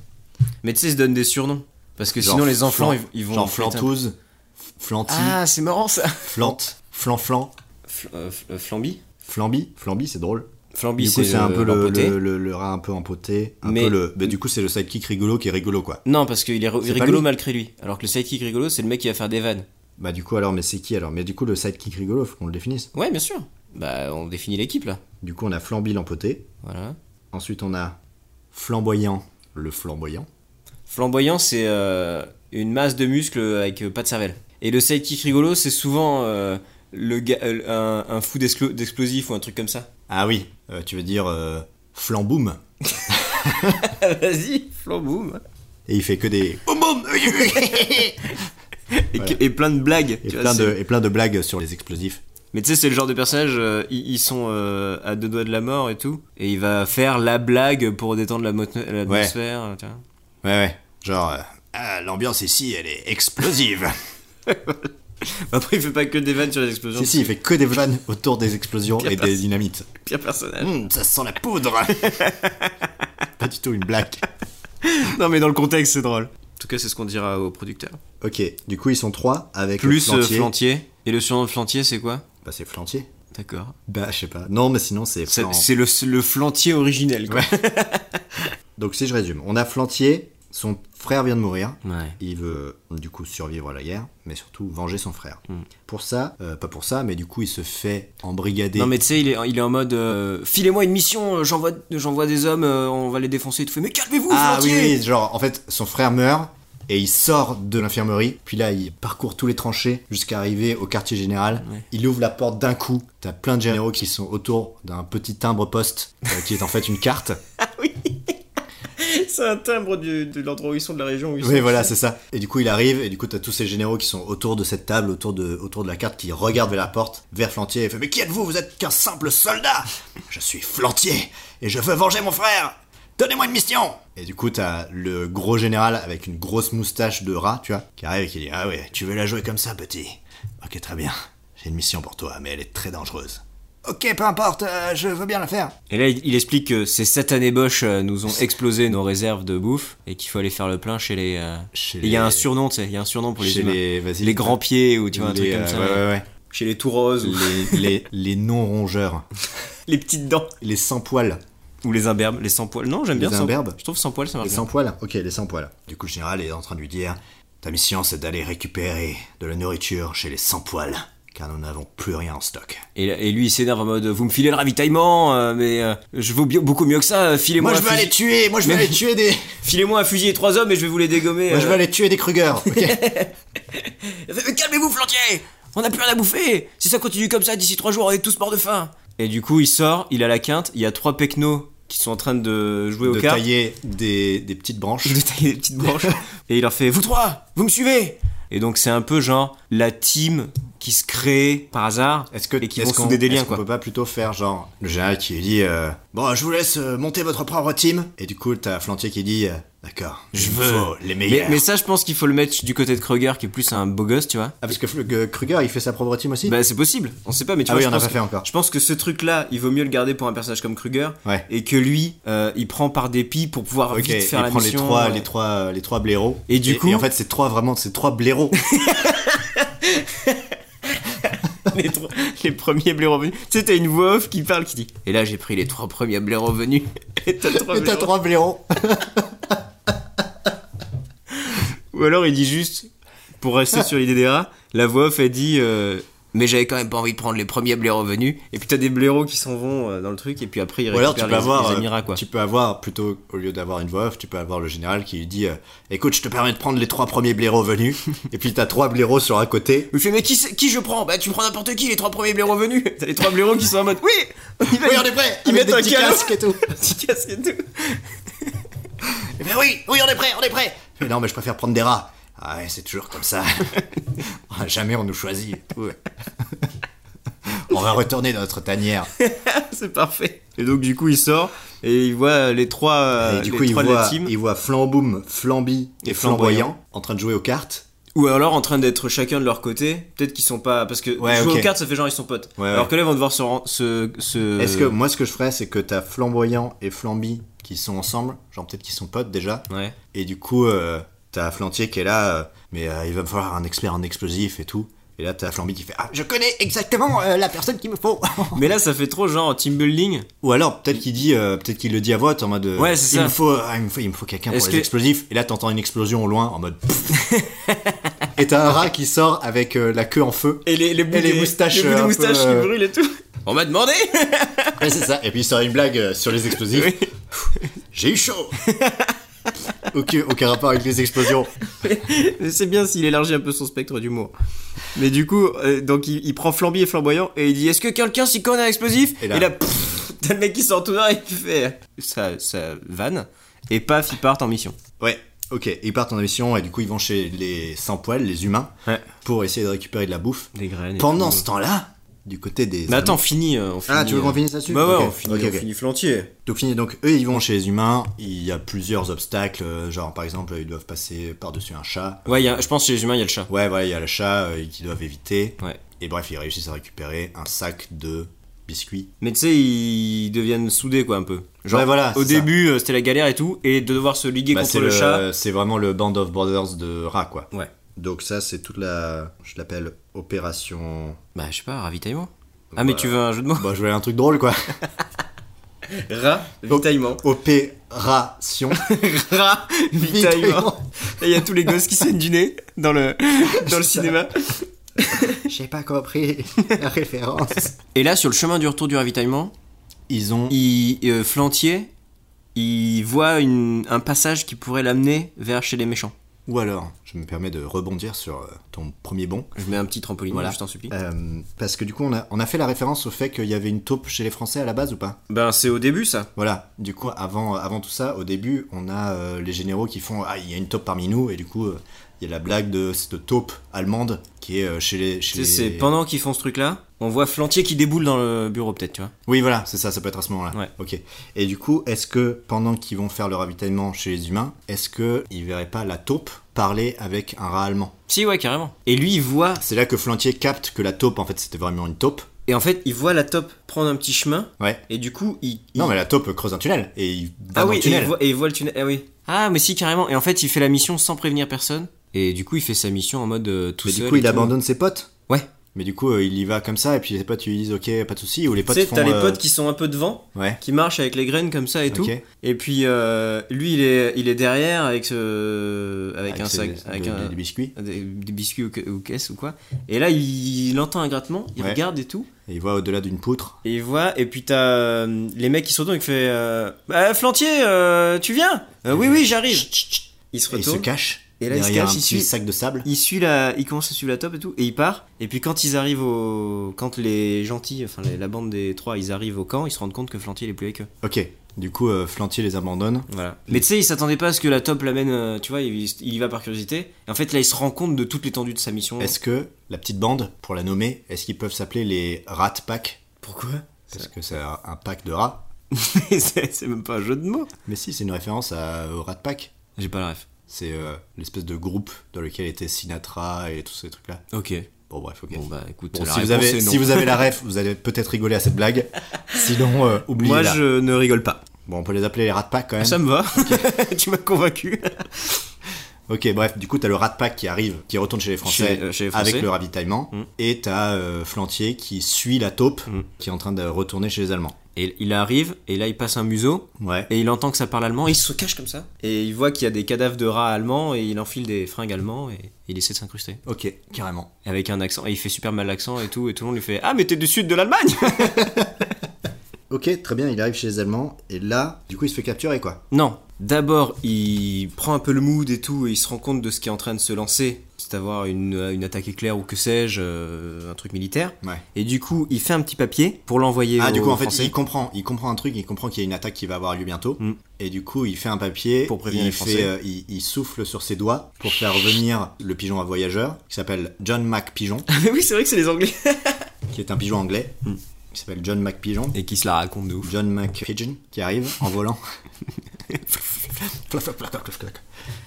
Speaker 2: Mais tu sais, ils se donnent des surnoms. Parce que
Speaker 1: Genre
Speaker 2: sinon, les enfants,
Speaker 1: flan-
Speaker 2: ils, ils vont.
Speaker 1: Genre Flantouse, f- Flanti,
Speaker 2: Ah, c'est marrant ça
Speaker 1: Flante, Flanflan,
Speaker 2: Fl- euh, f- euh, Flamby
Speaker 1: Flambi. Flambi, c'est drôle.
Speaker 2: Flamby, euh,
Speaker 1: Du coup, c'est un peu le,
Speaker 2: l'empoté.
Speaker 1: le, le- le rat un peu empoté. Un
Speaker 2: Mais-
Speaker 1: peu le... bah, du coup, c'est le sidekick rigolo qui est rigolo, quoi.
Speaker 2: Non, parce qu'il est, re-
Speaker 1: C'est pas
Speaker 2: rigolo
Speaker 1: lui.
Speaker 2: malgré lui. Alors que le sidekick rigolo, c'est le mec qui va faire des vannes.
Speaker 1: Bah du coup alors mais c'est qui alors Mais du coup le sidekick rigolo faut qu'on le définisse.
Speaker 2: Ouais, bien sûr. Bah, on définit l'équipe là.
Speaker 1: Du coup on a Flambi l'empoté,
Speaker 2: Voilà.
Speaker 1: ensuite on a Flamboyant le flamboyant.
Speaker 2: Flamboyant, c'est euh, une masse de muscles avec euh, pas de cervelle. Et le sidekick rigolo, c'est souvent euh, le gars- euh, un, un fou d'explo- d'explosif ou un truc comme ça.
Speaker 1: Ah oui, euh, tu veux dire euh, Flamboum
Speaker 2: Ah, Vas-y, flamboum.
Speaker 1: et il fait que des
Speaker 2: [laughs] Et,
Speaker 1: Voilà.
Speaker 2: que- et plein de blagues.
Speaker 1: et
Speaker 2: tu vois,
Speaker 1: plein de
Speaker 2: c'est-
Speaker 1: et plein de blagues sur les explosifs.
Speaker 2: Mais tu sais, c'est le genre de personnage, euh, ils, ils sont euh, à deux doigts de la mort et tout. Et il va faire la blague pour détendre la mo- l'atmosphère. euh, tu vois.
Speaker 1: Ouais ouais, genre euh, ah, l'ambiance ici elle est explosive.
Speaker 2: Après, il fait pas que des vannes sur les explosions.
Speaker 1: [laughs] si si, il fait que des vannes autour des explosions et des dynamites.
Speaker 2: Pire personnage.
Speaker 1: Hum, ça sent la poudre. [laughs] Pas du tout une blague.
Speaker 2: non, mais dans le contexte, c'est drôle. En tout cas, c'est ce qu'on dira au producteur.
Speaker 1: OK, du coup ils sont trois avec le
Speaker 2: Plus euh,
Speaker 1: Flantier.
Speaker 2: Flantier. Et le surnom de Flantier, c'est quoi
Speaker 1: Bah c'est Flantier.
Speaker 2: D'accord.
Speaker 1: Bah, je sais pas. Non, mais sinon, c'est
Speaker 2: C'est
Speaker 1: Flan.
Speaker 2: c'est le, le flantier originel, quoi.
Speaker 1: Donc, si je résume, on a Flantier, son frère vient de mourir.
Speaker 2: Ouais.
Speaker 1: Il veut du coup survivre à la guerre, mais surtout venger son frère.
Speaker 2: Mm.
Speaker 1: Pour ça, euh, pas pour ça, mais du coup, il se fait embrigader.
Speaker 2: Non, mais tu sais, il est, il est en mode euh, Filez-moi une mission, euh, j'envoie j'envoie des hommes, euh, on va les défoncer. Et tout fait, mais calmez-vous,
Speaker 1: ah oui,
Speaker 2: flantier
Speaker 1: oui, genre, en fait, son frère meurt. Et il sort de l'infirmerie, puis là il parcourt tous les tranchées jusqu'à arriver au quartier général.
Speaker 2: Ouais.
Speaker 1: Il ouvre la porte d'un coup. T'as plein de généraux qui sont autour d'un petit timbre-poste euh, qui est en fait une carte.
Speaker 2: C'est un timbre de l'endroit où ils sont, de la région où ils
Speaker 1: Oui, voilà, c'est ça. Et du coup, il arrive, et du coup, t'as tous ces généraux qui sont autour de cette table, autour de, autour de la carte, qui regardent vers la porte, vers Flantier, et fait Mais qui êtes-vous Vous êtes qu'un simple soldat Je suis Flantier, et je veux venger mon frère Donnez-moi une mission Et du coup, t'as le gros général avec une grosse moustache de rat, tu vois, qui arrive et qui dit Ah ouais, tu veux la jouer comme ça, petit Ok, très bien. J'ai une mission pour toi, mais elle est très dangereuse. Ok, peu importe, euh, je veux bien la faire.
Speaker 2: Et là, il, il explique que ces satanées boches euh, nous ont explosé nos réserves de bouffe et qu'il faut aller faire le plein chez les. euh,
Speaker 1: Chez
Speaker 2: et Il y a
Speaker 1: les-
Speaker 2: un surnom, tu sais, il y a un surnom pour les
Speaker 1: Chez
Speaker 2: humains.
Speaker 1: les, vas-y,
Speaker 2: Les grands pieds ou tu vois un
Speaker 1: les,
Speaker 2: truc comme ça.
Speaker 1: euh, ouais, ouais, ouais.
Speaker 2: Chez les touroses ou
Speaker 1: Les, les- les non-rongeurs,
Speaker 2: les petites dents.
Speaker 1: les sans-poils.
Speaker 2: Ou les imberbes, les sans poils. Non, j'aime bien
Speaker 1: Les
Speaker 2: sans
Speaker 1: imberbes
Speaker 2: Je trouve sans poils ça marche.
Speaker 1: Les sans-poils Ok, les sans-poils. Du coup, le général est en train de lui dire Ta mission, c'est d'aller récupérer de la nourriture chez les sans-poils, car nous n'avons plus rien en stock.
Speaker 2: bien. Et, là- et lui il s'énerve en mode vous me filez le ravitaillement, euh, mais euh, je vaux bi- beaucoup mieux que ça. euh, Filez-moi.
Speaker 1: Moi,
Speaker 2: un
Speaker 1: je veux
Speaker 2: fusil-
Speaker 1: aller tuer Moi, je veux
Speaker 2: Mais-
Speaker 1: aller tuer
Speaker 2: [laughs]
Speaker 1: des.
Speaker 2: Filez-moi un fusil et trois hommes et je vais vous les dégommer.
Speaker 1: Moi, je
Speaker 2: euh.
Speaker 1: veux aller tuer des Kruger
Speaker 2: [laughs]
Speaker 1: ok
Speaker 2: Euh, Calmez-vous, flanquier On n'a plus rien à bouffer Si ça continue comme ça, d'ici trois jours, on est tous morts de faim Et du coup, il sort, il a la quinte, il y a trois pecnos qui sont en train de jouer au
Speaker 1: De
Speaker 2: cartes,
Speaker 1: tailler des, des petites branches.
Speaker 2: [laughs] de tailler des petites branches, et il leur fait « Vous trois, vous me suivez !» Et donc, c'est un peu genre la team qui se crée par hasard
Speaker 1: Est-ce que
Speaker 2: et qui
Speaker 1: est-ce
Speaker 2: vont
Speaker 1: qu'on-
Speaker 2: souder des
Speaker 1: est-ce
Speaker 2: liens,
Speaker 1: qu'on
Speaker 2: quoi.
Speaker 1: peut pas plutôt faire genre le général qui lui dit euh, bon je vous laisse euh, monter votre propre team et du coup t'as Flantier qui dit euh, d'accord
Speaker 2: Je
Speaker 1: il me
Speaker 2: veux-
Speaker 1: faut les
Speaker 2: Mais,
Speaker 1: meilleurs.
Speaker 2: mais ça, je pense qu'il faut le mettre du côté de Kruger, qui est plus un beau gosse, tu vois.
Speaker 1: Ah parce que Fl- que Kruger il fait sa propre team aussi.
Speaker 2: Bah, c'est possible, on sait pas, mais tu
Speaker 1: ah
Speaker 2: vois,
Speaker 1: oui
Speaker 2: je
Speaker 1: on a
Speaker 2: pense
Speaker 1: pas
Speaker 2: que-
Speaker 1: fait encore.
Speaker 2: Je pense que ce truc-là, il vaut mieux le garder pour un personnage comme Kruger,
Speaker 1: Ouais.
Speaker 2: et que lui, euh, il prend par dépit pour pouvoir
Speaker 1: Ok,
Speaker 2: vite faire
Speaker 1: il
Speaker 2: la
Speaker 1: prend
Speaker 2: mission.
Speaker 1: les trois,
Speaker 2: ouais.
Speaker 1: les trois, euh, les trois blaireaux.
Speaker 2: Et du coup-
Speaker 1: et en fait, c'est trois vraiment, c'est trois blaireaux.
Speaker 2: les, trois- les premiers blaireaux venus. Tu sais, t'as une voix off qui parle qui dit Et là, j'ai pris les trois premiers blaireaux venus. [laughs] Et t'as [laughs]
Speaker 1: Et [laughs]
Speaker 2: trois,
Speaker 1: t'as
Speaker 2: blaireaux.
Speaker 1: trois blaireaux.
Speaker 2: Ou alors, il dit juste, pour
Speaker 1: Ah.
Speaker 2: rester sur l'idée des rats, la voix off, elle dit euh, Mais j'avais quand même pas envie de prendre les premiers blaireaux venus. Et puis, t'as des blaireaux qui s'en vont euh, dans le truc, et puis après, ils
Speaker 1: Ou alors tu
Speaker 2: récupèrent
Speaker 1: peux
Speaker 2: les,
Speaker 1: avoir,
Speaker 2: les
Speaker 1: euh,
Speaker 2: amis rats, quoi.
Speaker 1: tu peux avoir plutôt au lieu d'avoir une voix off, tu peux avoir le général qui lui dit, euh, écoute, je te permets de prendre les trois premiers blaireaux venus.
Speaker 2: [laughs]
Speaker 1: et puis t'as trois blaireaux sur un côté.
Speaker 2: Il fait mais qui, c'est- qui je prends Bah tu prends n'importe qui, les trois premiers blaireaux venus T'as les trois blaireaux qui sont en mode Oui on y va,
Speaker 1: Oui, on est prêt.
Speaker 2: Ils
Speaker 1: avec
Speaker 2: mettent
Speaker 1: des
Speaker 2: un
Speaker 1: petits
Speaker 2: canot.
Speaker 1: casques et
Speaker 2: [laughs]
Speaker 1: tout.
Speaker 2: Petit casque et tout. [laughs]
Speaker 1: Eh bien oui, oui, on est prêt, on est prêt. Mais non, mais je préfère prendre des rats. Ah ouais, c'est toujours comme ça. [laughs] Ah, Jamais on nous choisit. et tout. [laughs] on va retourner dans notre tanière.
Speaker 2: C'est parfait. Et donc du coup il sort et il voit les trois, euh,
Speaker 1: et du
Speaker 2: les
Speaker 1: coup, il
Speaker 2: trois de la
Speaker 1: voit,
Speaker 2: team.
Speaker 1: il voit Flamboum, Flamby et,
Speaker 2: Et
Speaker 1: flamboyant,
Speaker 2: Flamboyant.
Speaker 1: en train de jouer aux cartes.
Speaker 2: Ou alors en train d'être chacun de leur côté. Peut-être qu'ils sont pas parce que
Speaker 1: Ouais,
Speaker 2: jouer
Speaker 1: ok.
Speaker 2: aux cartes ça fait genre ils sont potes.
Speaker 1: Ouais,
Speaker 2: alors
Speaker 1: ouais.
Speaker 2: que là ils vont devoir se ren- se. se-
Speaker 1: Est-ce que moi, ce que je ferais, c'est que t'as Flamboyant et Flamby qui sont ensemble, genre peut-être qu'ils sont potes déjà,
Speaker 2: Ouais.
Speaker 1: et du coup, euh, t'as Flantier qui est là, euh, mais euh, il va me falloir un expert en explosifs et tout. Et là, t'as Flamby qui fait Ah, je connais exactement euh, la personne qu'il me faut [laughs]
Speaker 2: Mais là ça fait trop genre team building.
Speaker 1: Ou alors peut-être qu'il dit, euh, peut-être qu'il le dit à voix haute en mode. euh,
Speaker 2: Ouais, c'est
Speaker 1: il
Speaker 2: ça.
Speaker 1: Me faut, ah, il me faut, il me faut quelqu'un pour
Speaker 2: Est-ce
Speaker 1: les
Speaker 2: que-
Speaker 1: explosifs. Et là, t'entends une explosion au loin en mode. pfff. [laughs] et t'as un rat qui sort avec euh, la queue en feu.
Speaker 2: Et les, les bouts
Speaker 1: Et les
Speaker 2: des-
Speaker 1: moustaches,
Speaker 2: les bouts des
Speaker 1: euh, un peu,
Speaker 2: moustaches
Speaker 1: euh,
Speaker 2: qui brûlent et tout. On m'a demandé.
Speaker 1: Ouais, c'est ça. Et puis il sort une blague euh, sur les explosifs.
Speaker 2: Oui.
Speaker 1: J'ai eu
Speaker 2: [laughs]
Speaker 1: chaud. aucun, aucun rapport avec les explosions.
Speaker 2: Mais C'est bien s'il élargit un peu son spectre d'humour. Mais du coup, euh, donc il, il prend Flamby et Flamboyant et il dit Est-ce que quelqu'un s'y connaît à l'explosif
Speaker 1: Et
Speaker 2: Et
Speaker 1: là-
Speaker 2: là, pfff, t'as le mec qui sort tout là et qui fait ça, ça vanne. Et paf, ils partent en mission.
Speaker 1: Ouais. Ok. Ils partent en mission et du coup ils vont chez les sans poils, les humains,
Speaker 2: Ouais.
Speaker 1: pour essayer de récupérer de la bouffe.
Speaker 2: Des graines. et
Speaker 1: Pendant
Speaker 2: tout.
Speaker 1: ce temps-là, du côté des.
Speaker 2: Mais attends, fini. euh, on finit,
Speaker 1: Ah, tu veux
Speaker 2: euh,
Speaker 1: qu'on finisse là-dessus
Speaker 2: Bah ouais,
Speaker 1: Ok.
Speaker 2: on finit,
Speaker 1: Ok,
Speaker 2: on
Speaker 1: ok.
Speaker 2: finit flantier.
Speaker 1: Donc fini, donc eux ils vont chez les humains, il y a plusieurs obstacles, euh, genre par exemple ils doivent passer par-dessus un chat.
Speaker 2: Ouais, il y a- je pense que chez les humains, il y a le chat.
Speaker 1: Ouais voilà, il y a le chat euh, qu'ils doivent éviter.
Speaker 2: Ouais.
Speaker 1: Et bref, ils réussissent à récupérer un sac de biscuits.
Speaker 2: Mais tu sais, ils deviennent soudés quoi un peu. Genre,
Speaker 1: Ouais, voilà,
Speaker 2: au
Speaker 1: c'est ça.
Speaker 2: début, euh, c'était la galère et tout, et de devoir se liguer
Speaker 1: Bah,
Speaker 2: contre
Speaker 1: c'est
Speaker 2: le,
Speaker 1: le-
Speaker 2: chat.
Speaker 1: c'est vraiment le Band of Brothers de rats quoi.
Speaker 2: Ouais.
Speaker 1: Donc ça c'est toute la... je l'appelle opération...
Speaker 2: Bah, je sais pas, ravitaillement. Ah,
Speaker 1: Bah,
Speaker 2: mais tu veux un jeu de mots
Speaker 1: Bah je voulais un truc drôle quoi.
Speaker 2: [laughs] Ravitaillement.
Speaker 1: [laughs]
Speaker 2: [laughs]
Speaker 1: Opération...
Speaker 2: Rat, vitaillement. Et Il y a tous les gosses qui saignent du nez dans [laughs] le, dans le cinéma.
Speaker 1: [laughs] J'ai pas compris la référence.
Speaker 2: Et là, sur le chemin du retour du ravitaillement,
Speaker 1: Ils ont...
Speaker 2: il, euh, Flantier, il voit une- un passage qui pourrait l'amener vers chez les méchants.
Speaker 1: Ou alors, je me permets de rebondir sur euh, ton premier bon.
Speaker 2: Je mets un petit trampoline,
Speaker 1: Voilà.
Speaker 2: je t'en supplie.
Speaker 1: Euh, parce que du coup, on a, on a fait la référence au fait qu'il y avait une taupe chez les Français à la base ou pas
Speaker 2: Ben, c'est au début, ça.
Speaker 1: Voilà. Du coup, avant, avant tout ça, au début, on a euh, les généraux qui font Ah, il y a une taupe parmi nous, et du coup, euh, il y a la blague de cette taupe allemande qui est euh, chez les. Chez
Speaker 2: Tu sais, C'est
Speaker 1: les-
Speaker 2: pendant qu'ils font ce truc-là, on voit Flantier qui déboule dans le bureau, peut-être, tu vois.
Speaker 1: Oui, voilà, c'est ça, ça peut être à ce moment-là.
Speaker 2: Ouais.
Speaker 1: Ok. Et du coup, est-ce que pendant qu'ils vont faire le ravitaillement chez les humains, est-ce qu'ils verraient pas la taupe parler avec un rat allemand
Speaker 2: Si, ouais, carrément. Et lui, il voit.
Speaker 1: C'est là que Flantier capte que la taupe, en fait, c'était vraiment une taupe.
Speaker 2: Et en fait, il voit la taupe prendre un petit chemin.
Speaker 1: Ouais.
Speaker 2: Et du coup, il.
Speaker 1: Non,
Speaker 2: il-
Speaker 1: mais la taupe creuse un tunnel et il va
Speaker 2: ah
Speaker 1: dans le
Speaker 2: oui, et il,
Speaker 1: tunnel. eh
Speaker 2: voit, et il voit le tunnel. Ah oui. Ah, mais si, carrément. Et en fait, il fait la mission sans prévenir personne. Et du coup, il fait sa mission en mode euh, tout
Speaker 1: Mais
Speaker 2: seul.
Speaker 1: du coup,
Speaker 2: et
Speaker 1: il
Speaker 2: tout.
Speaker 1: abandonne ses potes.
Speaker 2: Ouais.
Speaker 1: Mais du coup, euh, il y va comme ça et puis les potes ils disent ok, pas de souci ou les
Speaker 2: Tu
Speaker 1: potes
Speaker 2: sais,
Speaker 1: font.
Speaker 2: t'as les
Speaker 1: euh,
Speaker 2: potes qui sont un peu devant,
Speaker 1: Ouais.
Speaker 2: qui marchent avec les graines comme ça et tout.
Speaker 1: Ok.
Speaker 2: Et puis, euh, lui, il est, il est derrière avec ce. Avec, un
Speaker 1: ses-
Speaker 2: sac.
Speaker 1: de-
Speaker 2: Avec
Speaker 1: de-
Speaker 2: un,
Speaker 1: des biscuits.
Speaker 2: des, des biscuits ou, que- ou caisse ou quoi. Et là, il, il entend un grattement, il
Speaker 1: Ouais.
Speaker 2: regarde et tout.
Speaker 1: Et il voit au-delà d'une poutre.
Speaker 2: Et il voit, et puis t'as euh, les mecs qui sont dedans, il fait euh, Bah, Flantier, euh, tu viens Euh, Oui, oui, j'arrive. Il se
Speaker 1: Et il se
Speaker 2: retourne,
Speaker 1: cache.
Speaker 2: et là, il se
Speaker 1: derrière
Speaker 2: cache,
Speaker 1: un
Speaker 2: il
Speaker 1: petit
Speaker 2: suit,
Speaker 1: sac de sable.
Speaker 2: il suit la, il commence à suivre la top et tout, et il part. Et puis quand ils arrivent au, quand les gentils, enfin les- la bande des trois, ils arrivent au camp, ils se rendent compte que Flantier il est plus avec eux.
Speaker 1: Ok. Du coup, euh, Flantier les abandonne.
Speaker 2: Voilà. Mais tu sais, il s'attendait pas à ce que la top l'amène, euh, tu vois, il, il y va par curiosité. Et en fait, là, il se rend compte de toute l'étendue de sa mission.
Speaker 1: Est-ce que la petite bande, pour la nommer, est-ce qu'ils peuvent s'appeler les Rat Pack
Speaker 2: Pourquoi [laughs]
Speaker 1: Parce que c'est un un pack de rats.
Speaker 2: C'est c'est même pas un jeu de mots.
Speaker 1: Mais si, c'est une référence à, au Rat Pack.
Speaker 2: J'ai pas la ref.
Speaker 1: C'est euh, l'espèce de groupe dans lequel était Sinatra et tous ces trucs-là.
Speaker 2: Ok.
Speaker 1: Bon, bref, ok.
Speaker 2: Bon bah écoute,
Speaker 1: Bon,
Speaker 2: la
Speaker 1: si, vous
Speaker 2: réponse
Speaker 1: avez,
Speaker 2: est non.
Speaker 1: si vous avez la ref, vous allez peut-être rigoler à cette
Speaker 2: [laughs]
Speaker 1: blague. Sinon, euh, oubliez
Speaker 2: Moi, je ne rigole pas.
Speaker 1: Bon, on peut les appeler les Rat Pack quand même.
Speaker 2: Ah, Ça me va. [laughs] tu m'as convaincu.
Speaker 1: Ok, bref, du coup, t'as le Rat Pack qui arrive, qui retourne chez les Français,
Speaker 2: Chez- euh, chez les Français.
Speaker 1: avec le ravitaillement.
Speaker 2: Mm.
Speaker 1: Et t'as euh, Flantier qui suit la taupe,
Speaker 2: Mm.
Speaker 1: qui est en train de retourner chez les Allemands.
Speaker 2: Et il arrive, et là il passe un museau,
Speaker 1: Ouais.
Speaker 2: et il entend que ça parle allemand, et il se cache comme ça. Et il voit qu'il y a des cadavres de rats allemands, et il enfile des fringues allemands, et il essaie de s'incruster.
Speaker 1: Ok, carrément.
Speaker 2: Avec un accent, et il fait super mal l'accent et tout, et tout le monde lui fait Ah, mais t'es du sud de l'Allemagne [laughs]
Speaker 1: Ok, très bien, il arrive chez les Allemands, et là, du coup, il se fait capturer, quoi.
Speaker 2: Non. D'abord, il prend un peu le mood et tout, et il se rend compte de ce qui est en train de se lancer, c'est avoir une, une attaque éclair ou que sais-je, euh, un truc militaire.
Speaker 1: Ouais.
Speaker 2: Et du coup, il fait un petit papier pour l'envoyer
Speaker 1: Ah, du
Speaker 2: aux
Speaker 1: coup, en fait,
Speaker 2: Français.
Speaker 1: il comprend, il comprend un truc, il comprend qu'il y a une attaque qui va avoir lieu bientôt.
Speaker 2: Mm.
Speaker 1: Et du coup, il fait un papier.
Speaker 2: Pour prévenir
Speaker 1: il
Speaker 2: les Français.
Speaker 1: fait, euh, il, il souffle sur ses doigts pour faire venir le pigeon à voyageur, qui s'appelle John Mac Pigeon,
Speaker 2: [laughs] oui, c'est vrai que c'est les Anglais.
Speaker 1: qui est un pigeon anglais,
Speaker 2: Mm.
Speaker 1: qui s'appelle John Mac Pigeon.
Speaker 2: [laughs] Et qui se la raconte de ouf.
Speaker 1: John Mac Pigeon, qui arrive en volant. [laughs]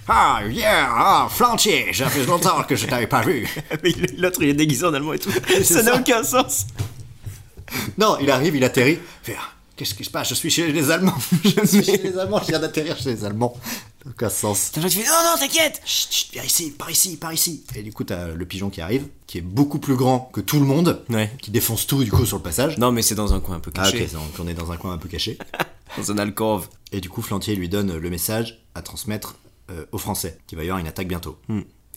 Speaker 1: ah, yeah, ah, Flantier, ça fait longtemps que je t'avais pas vu.
Speaker 2: [laughs] Mais il- l'autre, il est déguisé en allemand [laughs] et tout.
Speaker 1: ça.
Speaker 2: ça n'a aucun sens.
Speaker 1: Non, il arrive, il atterrit. Il fait, ah, Qu'est-ce qui se passe Je suis chez les Allemands. [laughs] Je suis chez les Allemands, je viens d'atterrir chez les Allemands. Aucun sens.
Speaker 2: T'as tu fais non, non, t'inquiète.
Speaker 1: Chut, chut, viens ici, par ici, par ici. Et du coup, t'as le pigeon qui arrive, qui est beaucoup plus grand que tout le monde,
Speaker 2: Ouais.
Speaker 1: qui défonce tout du coup sur le passage.
Speaker 2: Non, mais c'est dans un coin un peu
Speaker 1: Ah, ok,
Speaker 2: caché.
Speaker 1: donc on est dans un coin un peu caché.
Speaker 2: Dans un alcove.
Speaker 1: Et du coup, Flantier lui donne le message à transmettre euh, aux Français qu'il va y avoir une attaque bientôt.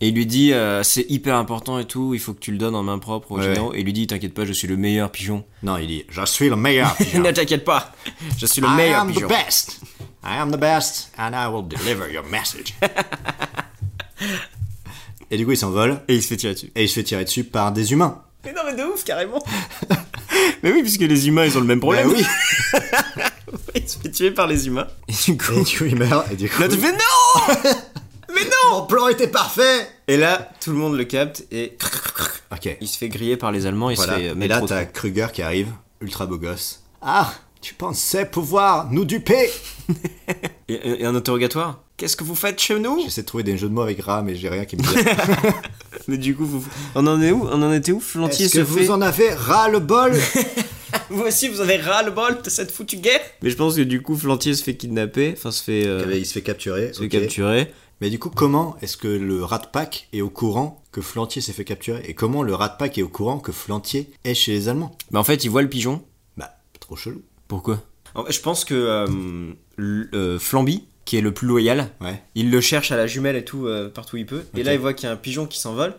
Speaker 2: Et il lui dit, euh, c'est hyper important et tout, il faut que tu le donnes en main propre aux
Speaker 1: Ouais,
Speaker 2: généraux. Et il lui dit, t'inquiète pas, je suis le meilleur
Speaker 1: [laughs]
Speaker 2: pigeon.
Speaker 1: Non, il dit Je suis le [laughs] meilleur pigeon.
Speaker 2: ne t'inquiète pas, je suis le
Speaker 1: I
Speaker 2: meilleur
Speaker 1: am the
Speaker 2: pigeon.
Speaker 1: best. I am the best, and I will deliver your [laughs] message. Et du coup, il s'envole.
Speaker 2: Et il se fait tirer dessus.
Speaker 1: et il se fait tirer dessus par des humains.
Speaker 2: Mais non, mais de ouf, carrément. [laughs] mais oui, puisque les humains, ils ont le même
Speaker 1: Bah
Speaker 2: problème.
Speaker 1: oui
Speaker 2: [laughs] il se fait tuer par les humains. Et du coup,
Speaker 1: Et du coup, il meurt, et du coup...
Speaker 2: là, tu fais non Mais non
Speaker 1: Mon plan était parfait
Speaker 2: Et là, tout le monde le capte et
Speaker 1: Ok,
Speaker 2: il se fait griller par les Allemands, il
Speaker 1: voilà.
Speaker 2: se fait euh,
Speaker 1: Et
Speaker 2: mettre
Speaker 1: là,
Speaker 2: au
Speaker 1: t'as Kruger qui arrive, ultra beau gosse. Ah Tu pensais pouvoir nous duper
Speaker 2: Et, et un interrogatoire Qu'est-ce que vous faites chez nous
Speaker 1: J'essaie de trouver des jeux de mots avec rat, mais j'ai rien qui me [laughs] vient.
Speaker 2: Mais du coup, vous... on en est où On en était où Flantier
Speaker 1: Est-ce
Speaker 2: se
Speaker 1: que vous
Speaker 2: fait.
Speaker 1: en avez ras le bol
Speaker 2: Vous aussi, vous avez ras le bol de cette foutue guerre Mais je pense que du coup, Flantier se fait kidnapper, enfin se fait, euh,
Speaker 1: Il se fait capturer,
Speaker 2: se fait
Speaker 1: ok.
Speaker 2: capturer.
Speaker 1: Mais du coup, comment est-ce que le Rat Pack est au courant que Flantier s'est fait capturer Et comment le Rat Pack est au courant que Flantier est chez les Allemands
Speaker 2: Mais en fait, il voit le pigeon.
Speaker 1: Bah, trop chelou.
Speaker 2: Pourquoi Je pense que euh, l- euh, Flamby, qui est le plus loyal,
Speaker 1: Ouais.
Speaker 2: il le cherche à la jumelle et tout, euh, partout où il peut. Et
Speaker 1: Ok.
Speaker 2: là, il voit qu'il y a un pigeon qui s'envole.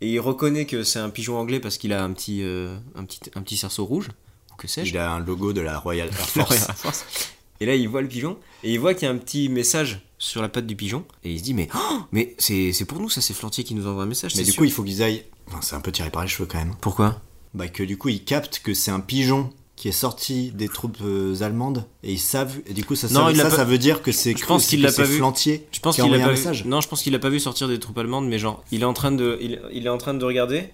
Speaker 2: Et il reconnaît que c'est un pigeon anglais parce qu'il a un petit, euh, un, petit, un petit cerceau rouge. Ou que sais-je
Speaker 1: Il a un logo de la Royal
Speaker 2: [laughs]
Speaker 1: Air Force.
Speaker 2: Force. Et là, il voit le pigeon, et il voit qu'il y a un petit message sur la patte du pigeon, et il se dit, mais, oh, mais c'est c'est pour nous, ça, c'est Flantier qui nous envoie un message.
Speaker 1: Mais
Speaker 2: c'est
Speaker 1: du
Speaker 2: sûr.
Speaker 1: coup, il faut qu'ils aillent. Enfin, c'est un peu tiré par les cheveux quand même.
Speaker 2: Pourquoi
Speaker 1: Bah, que du coup, ils captent que c'est un pigeon qui est sorti des troupes euh, allemandes et ils savent. Et du coup, ça,
Speaker 2: Non,
Speaker 1: ça,
Speaker 2: il l'a
Speaker 1: ça,
Speaker 2: pas-
Speaker 1: ça veut dire que c'est.
Speaker 2: Je pense
Speaker 1: que
Speaker 2: qu'il l'a
Speaker 1: c'est
Speaker 2: pas vu.
Speaker 1: Flantier
Speaker 2: Je pense
Speaker 1: qui a
Speaker 2: qu'il l'a
Speaker 1: envoyé un
Speaker 2: pas
Speaker 1: message.
Speaker 2: vu. Non, je pense qu'il l'a pas vu sortir des troupes allemandes, mais genre, il est en train de, il, il est en train de regarder,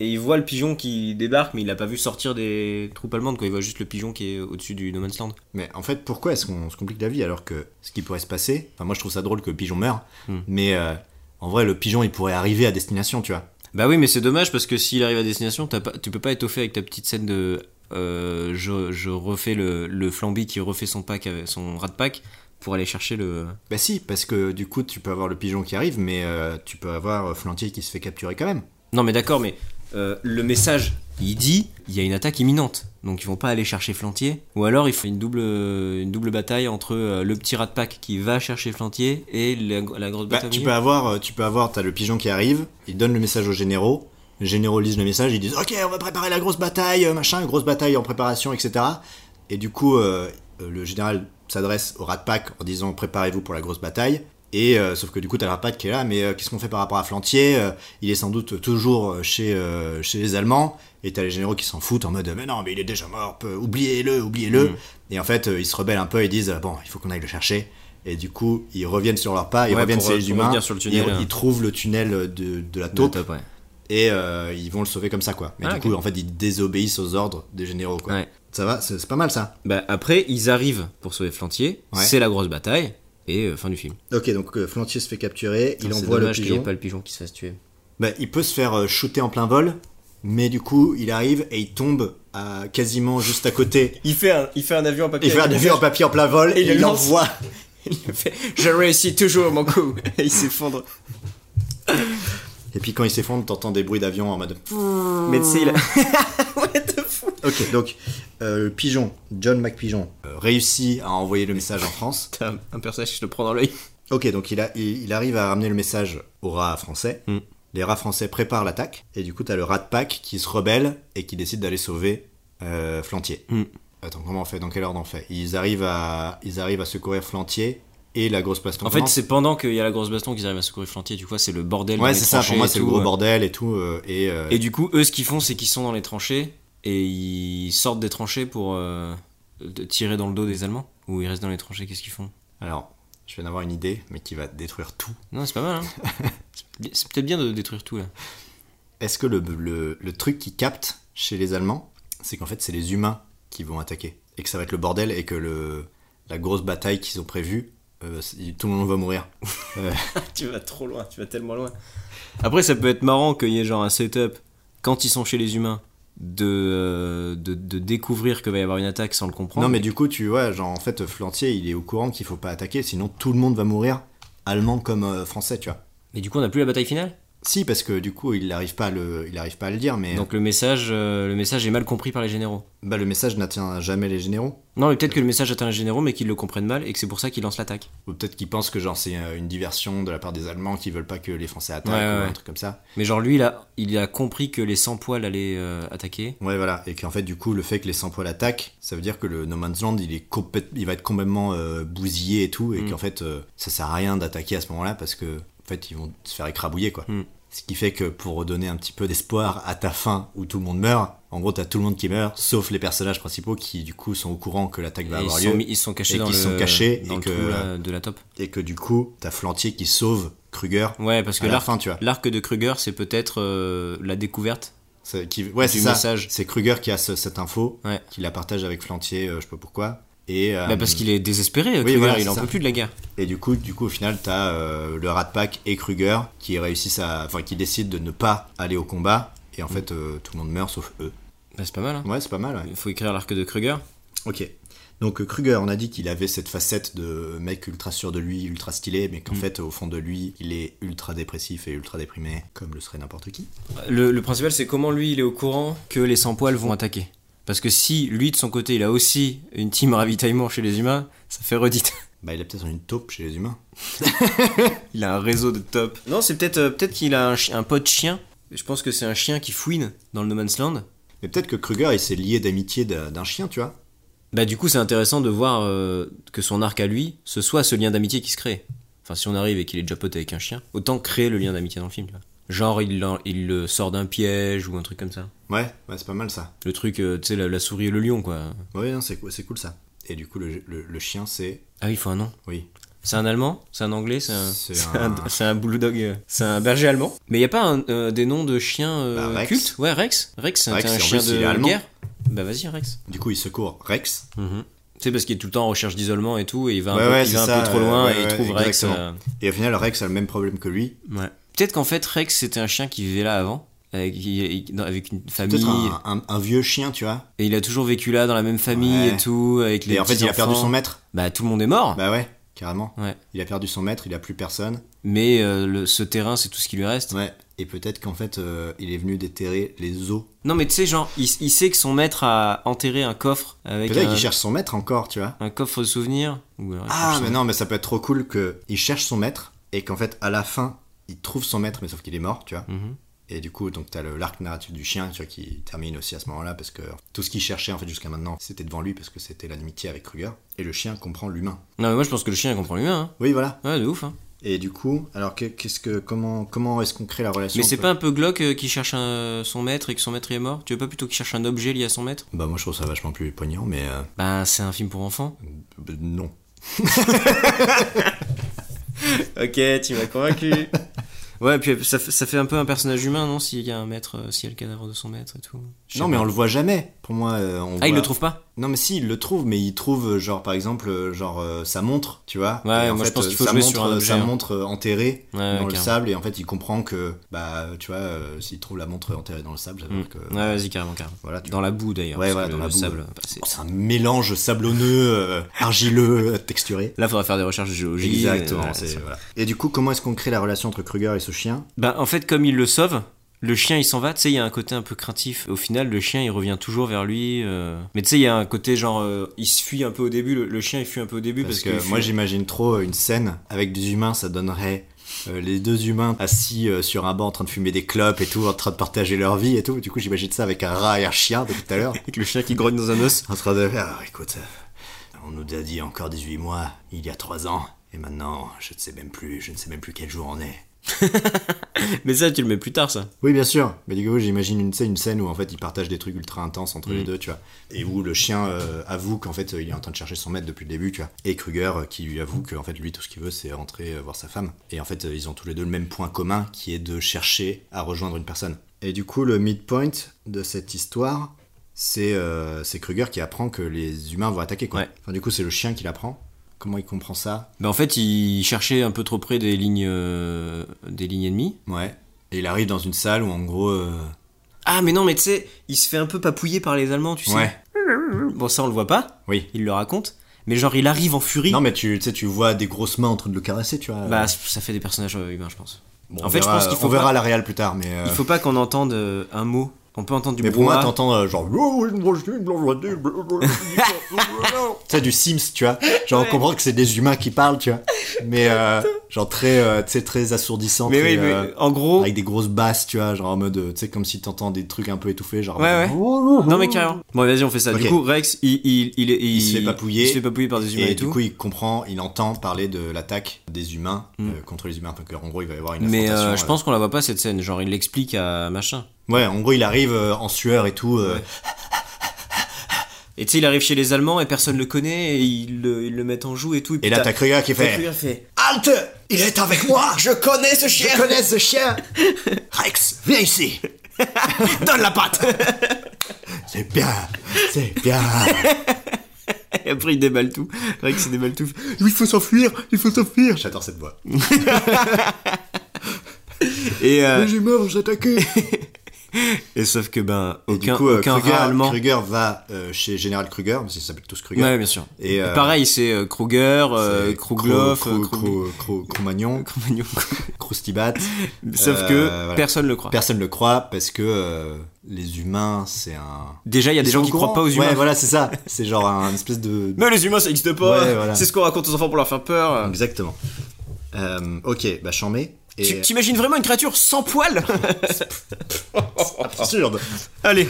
Speaker 2: et il voit le pigeon qui débarque, mais il l'a pas vu sortir des troupes allemandes, quoi. Il voit juste le pigeon qui est au-dessus du No Man's Land.
Speaker 1: Mais en fait, pourquoi est-ce qu'on se complique la vie alors que ce qui pourrait se passer. Enfin, moi, je trouve ça drôle que le pigeon meure,
Speaker 2: Hmm.
Speaker 1: mais euh, en vrai, le pigeon, il pourrait arriver à destination, tu vois.
Speaker 2: Bah oui, mais c'est dommage parce que s'il arrive à destination, t'as pas, tu peux pas étoffer avec ta petite scène de euh, je, je refais le, le flambi qui refait son pack, avec- son rat de pack pour aller chercher le.
Speaker 1: Bah si, parce que du coup, tu peux avoir le pigeon qui arrive, mais euh, tu peux avoir euh, Flantier qui se fait capturer quand même.
Speaker 2: Non, mais d'accord, mais euh, le message, il dit il y a une attaque imminente. Donc ils vont pas aller chercher Flantier. Ou alors il faut une double, une double bataille entre euh, le petit rat de pack qui va chercher Flantier et la, la grosse
Speaker 1: Bah,
Speaker 2: bataille.
Speaker 1: tu peux avoir, euh, tu peux avoir, t'as le pigeon qui arrive, il donne le message aux généraux, les généraux lisent le message, ils disent ok, on va préparer la grosse bataille, euh, machin, grosse bataille en préparation, etc. Et du coup, euh, euh, le général s'adresse au Rat Pack en disant préparez-vous pour la grosse bataille. Et euh, sauf que du coup, t'as le Rat Pack qui est là, mais euh, qu'est-ce qu'on fait par rapport à Flantier Euh, Il est sans doute toujours euh, chez, euh, chez les Allemands. Et t'as les généraux qui s'en foutent en mode mais non, mais il est déjà mort, peu- oubliez-le, oubliez-le.
Speaker 2: Mm.
Speaker 1: Et en fait, euh, ils se rebellent un peu, ils disent bon, il faut qu'on aille le chercher. Et du coup, ils reviennent sur leur pas, ils
Speaker 2: Ouais,
Speaker 1: reviennent
Speaker 2: pour,
Speaker 1: chez
Speaker 2: euh,
Speaker 1: les
Speaker 2: pour
Speaker 1: humains,
Speaker 2: revenir sur le tunnel,
Speaker 1: ils,
Speaker 2: hein.
Speaker 1: ils trouvent le tunnel de, de la
Speaker 2: Le
Speaker 1: taupe
Speaker 2: top, ouais.
Speaker 1: et euh, ils vont le sauver comme ça quoi. Mais
Speaker 2: Ah,
Speaker 1: du
Speaker 2: ok.
Speaker 1: coup, en fait, ils désobéissent aux ordres des généraux quoi.
Speaker 2: Ouais.
Speaker 1: Ça va, c'est c'est pas mal ça.
Speaker 2: Bah, après, ils arrivent pour sauver Flantier.
Speaker 1: Ouais.
Speaker 2: C'est la grosse bataille. Et euh, fin du film.
Speaker 1: Ok, donc euh, Flantier se fait capturer, il
Speaker 2: C'est
Speaker 1: envoie le
Speaker 2: dommage qu'il y ait
Speaker 1: pigeon.
Speaker 2: pas le pigeon qui se fasse tuer.
Speaker 1: Bah, il peut se faire euh, shooter en plein vol, mais du coup, il arrive et il tombe à quasiment juste à côté.
Speaker 2: Il fait un, il fait un avion en papier.
Speaker 1: Il fait un avion en papier en plein vol et,
Speaker 2: Et il
Speaker 1: il
Speaker 2: le lance.
Speaker 1: l'envoie.
Speaker 2: Je réussis toujours mon coup. Et [laughs] il s'effondre.
Speaker 1: Et puis quand il s'effondre, t'entends des bruits d'avion en mode.
Speaker 2: Mais tu sais, il a. [laughs] What the fuck
Speaker 1: Ok, donc euh, le pigeon, John McPigeon, euh, réussit à envoyer le message en France.
Speaker 2: T'as un- un personnage qui te prend dans l'œil.
Speaker 1: Ok, donc il, a, il, il arrive à ramener le message aux rats français.
Speaker 2: Mm.
Speaker 1: Les rats français préparent l'attaque. Et du coup, t'as le rat de pack qui se rebelle et qui décide d'aller sauver euh, Flantier.
Speaker 2: Mm.
Speaker 1: Attends, comment on fait Dans quelle ordre on fait ils arrivent, à, ils arrivent à secourir Flantier et la grosse place
Speaker 2: En fait, c'est pendant qu'il y a la grosse baston qu'ils arrivent à secourir Flantier. Du coup, c'est le bordel. dans
Speaker 1: Ouais,
Speaker 2: les
Speaker 1: c'est ça, pour
Speaker 2: tranchées
Speaker 1: moi,
Speaker 2: et
Speaker 1: c'est le
Speaker 2: tout,
Speaker 1: gros
Speaker 2: ouais.
Speaker 1: bordel et tout. euh, et, euh,
Speaker 2: Et du coup, eux, ce qu'ils font, c'est qu'ils sont dans les tranchées et ils sortent des tranchées pour euh, de- tirer dans le dos des Allemands. Ou ils restent dans les tranchées, qu'est-ce qu'ils font
Speaker 1: Alors, je viens d'avoir une idée, mais qui va détruire tout.
Speaker 2: Non, c'est pas mal, hein
Speaker 1: [laughs]
Speaker 2: C'est- C'est peut-être bien de détruire tout, là.
Speaker 1: Est-ce que le, le- le truc qui capte chez les Allemands, c'est qu'en fait, c'est les humains qui vont attaquer et que ça va être le bordel et que le, la grosse bataille qu'ils ont prévue, euh, c'est- tout le monde va mourir.
Speaker 2: tu vas trop loin, tu vas tellement loin. Après, ça peut être marrant qu'il y ait genre un setup quand ils sont chez les humains de, euh, de, de découvrir que va y avoir une attaque sans le comprendre.
Speaker 1: Non, mais du coup, tu vois, genre en fait, Flantier, il est au courant qu'il faut pas attaquer, sinon tout le monde va mourir, allemand comme euh, français, tu vois.
Speaker 2: Mais du coup, on n'a plus la bataille finale.
Speaker 1: Si, parce que du coup, il n'arrive pas, à le- il arrive pas à le dire, mais
Speaker 2: Donc le message, euh, le message est mal compris par les généraux.
Speaker 1: bah, le message n'atteint jamais les généraux.
Speaker 2: Non, mais peut-être que le message atteint les généraux, mais qu'ils le comprennent mal et que c'est pour ça qu'ils lancent l'attaque.
Speaker 1: Ou peut-être qu'ils pensent que genre c'est euh, une diversion de la part des Allemands qui veulent pas que les Français attaquent
Speaker 2: Ouais, ouais,
Speaker 1: ou un
Speaker 2: ouais.
Speaker 1: truc comme ça.
Speaker 2: Mais genre lui, il a, il a compris que les 100 poils allaient euh, attaquer.
Speaker 1: Ouais, voilà. Et qu'en fait, du coup, le fait que les 100 poils attaquent, ça veut dire que le No Man's Land, il, est complète- il va être complètement euh, bousillé et tout. Et
Speaker 2: Mm.
Speaker 1: qu'en fait, euh, ça sert à rien d'attaquer à ce moment-là parce que, en fait, ils vont se faire écrabouiller, quoi.
Speaker 2: Mm.
Speaker 1: Ce qui fait que pour donner un petit peu d'espoir à ta fin où tout le monde meurt, en gros, t'as tout le monde qui meurt, sauf les personnages principaux qui, du coup, sont au courant que l'attaque va
Speaker 2: Et ils,
Speaker 1: avoir
Speaker 2: sont,
Speaker 1: lieu.
Speaker 2: mis- ils sont cachés
Speaker 1: et
Speaker 2: dans
Speaker 1: qu'ils
Speaker 2: le,
Speaker 1: sont cachés
Speaker 2: dans
Speaker 1: et
Speaker 2: le
Speaker 1: que-
Speaker 2: trou, là, de la top.
Speaker 1: Et que, du coup, t'as Flantier qui sauve Kruger
Speaker 2: Ouais, parce
Speaker 1: à
Speaker 2: que
Speaker 1: la
Speaker 2: l'arc,
Speaker 1: fin, tu vois.
Speaker 2: l'arc de Kruger, c'est peut-être euh, la découverte
Speaker 1: C'est- qui- ouais,
Speaker 2: du
Speaker 1: c'est ça.
Speaker 2: message.
Speaker 1: C'est Kruger qui a ce- cette info,
Speaker 2: Ouais.
Speaker 1: qui la partage avec Flantier, euh, je sais pas pourquoi. Et, euh,
Speaker 2: Bah, parce qu'il est désespéré, Kruger,
Speaker 1: voilà,
Speaker 2: il
Speaker 1: c'est
Speaker 2: en
Speaker 1: ça.
Speaker 2: peut plus de la guerre.
Speaker 1: Et du coup, du coup, au final, t'as euh, le Rat Pack et Kruger qui réussissent à, enfin, qui décident de ne pas aller au combat. Et en fait, euh, tout le monde meurt sauf eux.
Speaker 2: Bah, c'est pas mal, hein.
Speaker 1: Ouais, c'est pas mal. Ouais.
Speaker 2: Il faut écrire l'arc de Kruger.
Speaker 1: Ok. Donc euh, Kruger, on a dit qu'il avait cette facette de mec ultra sûr de lui, ultra stylé, mais qu'en
Speaker 2: Mm.
Speaker 1: fait, au fond de lui, il est ultra dépressif et ultra déprimé, comme le serait n'importe qui.
Speaker 2: Le, le principal, c'est comment lui, il est au courant que les sans-poils vont attaquer. Parce que si lui, de son côté, il a aussi une team ravitaillement chez les humains, ça fait redite. [laughs]
Speaker 1: Bah, il a peut-être une taupe chez les humains.
Speaker 2: Il a un réseau de top. Non, c'est peut-être euh, peut-être qu'il a un, chi- un pote chien. Je pense que c'est un chien qui fouine dans le No Man's Land.
Speaker 1: Mais peut-être que Kruger, il s'est lié d'amitié d'un d'un chien, tu vois.
Speaker 2: Bah du coup, c'est intéressant de voir euh, que son arc à lui, ce soit ce lien d'amitié qui se crée. Enfin, si on arrive et qu'il est déjà pote avec un chien, autant créer le lien d'amitié dans le film. tu vois. Genre, il, l'en- il le sort d'un piège ou un truc comme ça.
Speaker 1: Ouais, ouais, c'est pas mal ça.
Speaker 2: Le truc, euh, tu sais, la, la souris et le lion, quoi.
Speaker 1: Ouais, non, c'est cou- c'est cool ça. Et du coup, le, le- le chien, c'est.
Speaker 2: Ah oui, il faut un nom.
Speaker 1: Oui.
Speaker 2: C'est un allemand C'est un anglais C'est un...
Speaker 1: C'est
Speaker 2: C'est
Speaker 1: un-
Speaker 2: un... [laughs] c'est un bulldog euh, C'est un berger allemand Mais il a pas un, euh, des noms de chiens euh,
Speaker 1: Bah, Rex.
Speaker 2: cultes Ouais, Rex. Rex, c'est un-
Speaker 1: Rex,
Speaker 2: un
Speaker 1: en
Speaker 2: chien
Speaker 1: plus,
Speaker 2: de
Speaker 1: il est allemand.
Speaker 2: guerre. Bah vas-y, Rex.
Speaker 1: Du coup, il secourt Rex,
Speaker 2: C'est parce qu'il est tout le temps en recherche d'isolement et tout, et il va un,
Speaker 1: Ouais,
Speaker 2: peu,
Speaker 1: ouais,
Speaker 2: il
Speaker 1: c'est
Speaker 2: va un
Speaker 1: ça,
Speaker 2: peu trop
Speaker 1: euh,
Speaker 2: loin
Speaker 1: ouais,
Speaker 2: et il
Speaker 1: ouais,
Speaker 2: trouve Rex.
Speaker 1: exactement. Et au final, Rex a le même problème que lui.
Speaker 2: euh, ouais. Peut-être qu'en fait, Rex, c'était un chien qui vivait là avant. Avec, il- il- dans- avec une famille.
Speaker 1: Peut-être un, un- un vieux chien, tu vois.
Speaker 2: Et il a toujours vécu là, dans la même famille
Speaker 1: Ouais.
Speaker 2: et tout. Avec les
Speaker 1: Et en fait, il a perdu
Speaker 2: petits-enfants.
Speaker 1: son maître.
Speaker 2: Bah, tout le monde est mort.
Speaker 1: Bah ouais, carrément.
Speaker 2: Ouais.
Speaker 1: Il a perdu son maître, il a plus personne.
Speaker 2: Mais euh, le- ce terrain, c'est tout ce qui lui reste.
Speaker 1: Ouais. Et peut-être qu'en fait, euh, il est venu déterrer les os.
Speaker 2: Non, mais tu sais, genre, il, il sait que son maître a enterré un coffre avec
Speaker 1: Peut-être
Speaker 2: un,
Speaker 1: qu'il cherche son maître encore, tu vois.
Speaker 2: un coffre de souvenirs. Ou alors, il
Speaker 1: Ah,
Speaker 2: cherche
Speaker 1: mais
Speaker 2: son-
Speaker 1: non, mais ça peut être trop cool que il cherche son maître et qu'en fait, à la fin, il trouve son maître, mais sauf qu'il est mort, tu vois.
Speaker 2: Mhm.
Speaker 1: Et du coup, donc t'as le- l'arc narratif du chien, tu vois, qui termine aussi à ce moment-là parce que tout ce qu'il cherchait en fait jusqu'à maintenant, c'était devant lui parce que c'était l'amitié avec Kruger. Et le chien comprend l'humain.
Speaker 2: Non, mais moi, je pense que le chien, il comprend l'humain.
Speaker 1: Oui, voilà.
Speaker 2: Hein. Ouais, de ouf. Hein.
Speaker 1: Et du coup, alors que- qu'est-ce que, comment, comment est-ce qu'on crée la relation
Speaker 2: Mais c'est
Speaker 1: entre-
Speaker 2: pas un peu glauque euh, qu'il cherche un- son maître et que son maître il est mort Tu veux pas plutôt qu'il cherche un objet lié à son maître
Speaker 1: Bah moi je trouve ça vachement plus poignant, mais euh,
Speaker 2: Bah, c'est un film pour enfants.
Speaker 1: bah, non.
Speaker 2: Ok, tu m'as convaincu. [laughs] ouais, puis ça, fait- ça fait un peu un personnage humain, non S'il y a un maître, euh, s'il y a le cadavre de son maître et tout. Je sais
Speaker 1: Non mais
Speaker 2: pas.
Speaker 1: on le voit jamais. Pour moi, euh, on
Speaker 2: Ah, il
Speaker 1: voit-
Speaker 2: le trouve pas
Speaker 1: Non mais si, il le trouve, mais il trouve euh, genre par exemple euh, genre euh, sa montre, tu vois.
Speaker 2: Ouais,
Speaker 1: Et en
Speaker 2: moi, je
Speaker 1: fait,
Speaker 2: pense
Speaker 1: euh,
Speaker 2: qu'il faut
Speaker 1: sa
Speaker 2: jouer
Speaker 1: montre,
Speaker 2: sur un
Speaker 1: euh,
Speaker 2: objet,
Speaker 1: sa
Speaker 2: hein.
Speaker 1: montre euh, enterrée
Speaker 2: Ouais,
Speaker 1: dans
Speaker 2: ouais,
Speaker 1: le
Speaker 2: carrément.
Speaker 1: sable et en fait il comprend que bah tu vois euh, s'il trouve la montre enterrée dans le sable, ça veut
Speaker 2: Mm.
Speaker 1: dire que
Speaker 2: Ouais, vas-y, carrément, carrément.
Speaker 1: voilà. Tu...
Speaker 2: Dans la boue d'ailleurs.
Speaker 1: Ouais,
Speaker 2: parce
Speaker 1: voilà,
Speaker 2: que
Speaker 1: dans
Speaker 2: le
Speaker 1: la boue.
Speaker 2: sable, bah, c'est-
Speaker 1: C'est un mélange sablonneux, euh, argileux, euh, texturé.
Speaker 2: Là, faudra faire des recherches de géologie.
Speaker 1: Exactement.
Speaker 2: euh, ouais,
Speaker 1: c'est-
Speaker 2: ça.
Speaker 1: voilà. Et du coup, comment est-ce qu'on crée la relation entre Kruger et ce chien
Speaker 2: Bah, en fait, comme il le sauve, le chien il s'en va. Tu sais, il y a un côté un peu craintif. Au final, le chien il revient toujours vers lui. euh. Mais tu sais, il y a un côté genre. euh, il se fuit un peu au début. Le, le chien il fuit un peu au début
Speaker 1: Parce
Speaker 2: parce,
Speaker 1: que
Speaker 2: qu'il
Speaker 1: moi
Speaker 2: fuit.
Speaker 1: j'imagine trop une scène avec des humains, ça donnerait euh, les deux humains assis euh, sur un banc en train de fumer des clopes et tout, en train de partager leur vie et tout. Du coup j'imagine ça avec un rat et un chien depuis tout à l'heure,
Speaker 2: Avec le chien qui grogne dans un os.
Speaker 1: [laughs] en train de faire, ah, écoute, euh, on nous a dit encore 18 mois, il y a 3 ans, et maintenant je ne sais même plus, je ne sais même plus quel jour on est.
Speaker 2: [laughs] Mais ça, tu le mets plus tard, ça.
Speaker 1: Oui bien sûr, mais du coup j'imagine une scène, une scène où en fait ils partagent des trucs ultra intenses entre les deux, tu vois, et où le chien euh, avoue qu'en fait euh, il est en train de chercher son maître depuis le début, tu vois, et Kruger euh, qui lui avoue que en fait lui tout ce qu'il veut c'est rentrer euh, voir sa femme, et en fait euh, ils ont tous les deux le même point commun qui est de chercher à rejoindre une personne. Et du coup le midpoint de cette histoire c'est euh, c'est Kruger qui apprend que les humains vont attaquer quoi.
Speaker 2: Ouais.
Speaker 1: Enfin du coup c'est le chien qui l'apprend. Comment il comprend ça
Speaker 2: Bah, en fait, il cherchait un peu trop près des lignes, euh, des lignes ennemies.
Speaker 1: Ouais. Et il arrive dans une salle où en gros. euh,
Speaker 2: Ah, mais non, mais tu sais, il se fait un peu papouiller par les Allemands, tu sais.
Speaker 1: Ouais.
Speaker 2: Bon, ça, on le voit pas.
Speaker 1: Oui.
Speaker 2: Il le raconte. Mais genre, il arrive en furie.
Speaker 1: Non mais tu tu sais tu vois des grosses mains en train de le caresser tu vois.
Speaker 2: Bah, ça fait des personnages euh, humains, je pense.
Speaker 1: Bon,
Speaker 2: En
Speaker 1: on
Speaker 2: fait, je
Speaker 1: verra-
Speaker 2: pense qu'il faut
Speaker 1: on verra
Speaker 2: pas-
Speaker 1: la réal plus tard, mais. euh,
Speaker 2: Il faut pas qu'on entende euh, un mot. On peut entendre du
Speaker 1: Mais pour moi,
Speaker 2: brouhaha.
Speaker 1: t'entends euh, genre. tu sais, du Sims, tu vois. Genre, on comprend que c'est des humains qui parlent, tu vois. Mais, euh, genre, très, euh, tu sais, très assourdissant.
Speaker 2: Mais
Speaker 1: très,
Speaker 2: oui, mais oh.
Speaker 1: euh,
Speaker 2: en gros.
Speaker 1: Avec des grosses basses, tu vois, genre en mode, euh, tu sais, comme si t'entends des trucs un peu étouffés, genre. oh.
Speaker 2: Ouais, ouais. Non, mais carrément. Bon, vas-y, on fait ça.
Speaker 1: Ok.
Speaker 2: Du coup, Rex, il, il, il, est-
Speaker 1: Il se fait papouiller.
Speaker 2: Il se fait papouiller par des humains et,
Speaker 1: Et
Speaker 2: tout.
Speaker 1: du coup, il comprend, il entend parler de l'attaque des humains
Speaker 2: Mm.
Speaker 1: euh, contre les humains. Enfin, que, en gros, il va y avoir une
Speaker 2: mais euh,
Speaker 1: affrontation,
Speaker 2: je
Speaker 1: euh,
Speaker 2: pense qu'on la voit pas cette scène. Genre, il l'explique à machin.
Speaker 1: Ouais, en gros, il arrive euh, en sueur et tout. euh,
Speaker 2: Ouais. Et tu sais, il arrive chez les Allemands et personne le connaît et ils le, ils le mettent en joue et tout.
Speaker 1: Et là, t'as Kruger qui fait.
Speaker 2: Kruger fait.
Speaker 1: Halte Il est avec moi Je connais ce
Speaker 2: chien.
Speaker 1: Je connais ce chien [laughs] Rex, viens ici
Speaker 2: [laughs] Donne la patte
Speaker 1: C'est bien C'est bien
Speaker 2: Et [laughs] après, il déballe tout. Rex, il déballe tout.
Speaker 1: [laughs] Il faut s'enfuir Il faut s'enfuir J'adore cette voix.
Speaker 2: Et, euh,
Speaker 1: Les humains vont s'attaquer
Speaker 2: et sauf que, ben,
Speaker 1: Et
Speaker 2: [laughs] aucun,
Speaker 1: Du coup, euh,
Speaker 2: aucun
Speaker 1: Kruger,
Speaker 2: rat allemand.
Speaker 1: Kruger va euh, chez Général Kruger, parce qu'ils s'appellent tous Kruger.
Speaker 2: Ouais, bien sûr.
Speaker 1: Et, euh,
Speaker 2: Pareil, c'est euh, Kruger, euh,
Speaker 1: c'est
Speaker 2: Krugloff,
Speaker 1: Krou-
Speaker 2: euh,
Speaker 1: Krou- Krou- Krou-
Speaker 2: [laughs]
Speaker 1: Cro-Magnon,
Speaker 2: Krug- Cro-Magnon.
Speaker 1: Croustibat.
Speaker 2: [laughs] Sauf
Speaker 1: Euh,
Speaker 2: que
Speaker 1: voilà.
Speaker 2: personne le croit.
Speaker 1: Personne le croit parce que euh, les humains, c'est un.
Speaker 2: Déjà, il y a des gens qui croient pas aux humains.
Speaker 1: Ouais, voilà, c'est ça. C'est genre un espèce de.
Speaker 2: Mais les humains, ça existe pas.
Speaker 1: Ouais, voilà.
Speaker 2: C'est ce qu'on raconte aux enfants pour leur faire peur.
Speaker 1: Exactement. Euh, ok, bah j'en mets. Et...
Speaker 2: Tu T'imagines vraiment une créature sans poils [laughs]
Speaker 1: absurde.
Speaker 2: Allez,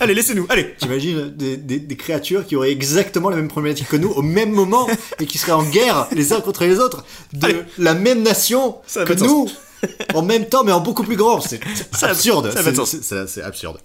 Speaker 2: allez, laissez-nous, allez.
Speaker 1: T'imagines des, des- des créatures qui auraient exactement la même problématique que nous au même moment et qui seraient en guerre les uns contre les autres de
Speaker 2: Allez.
Speaker 1: la même nation
Speaker 2: Ça a
Speaker 1: que
Speaker 2: pas de sens.
Speaker 1: nous en même temps mais en beaucoup plus grand. C'est c'est
Speaker 2: Ça a-
Speaker 1: absurde.
Speaker 2: ça a pas
Speaker 1: C'est-
Speaker 2: de sens.
Speaker 1: c'est- C'est c'est absurde.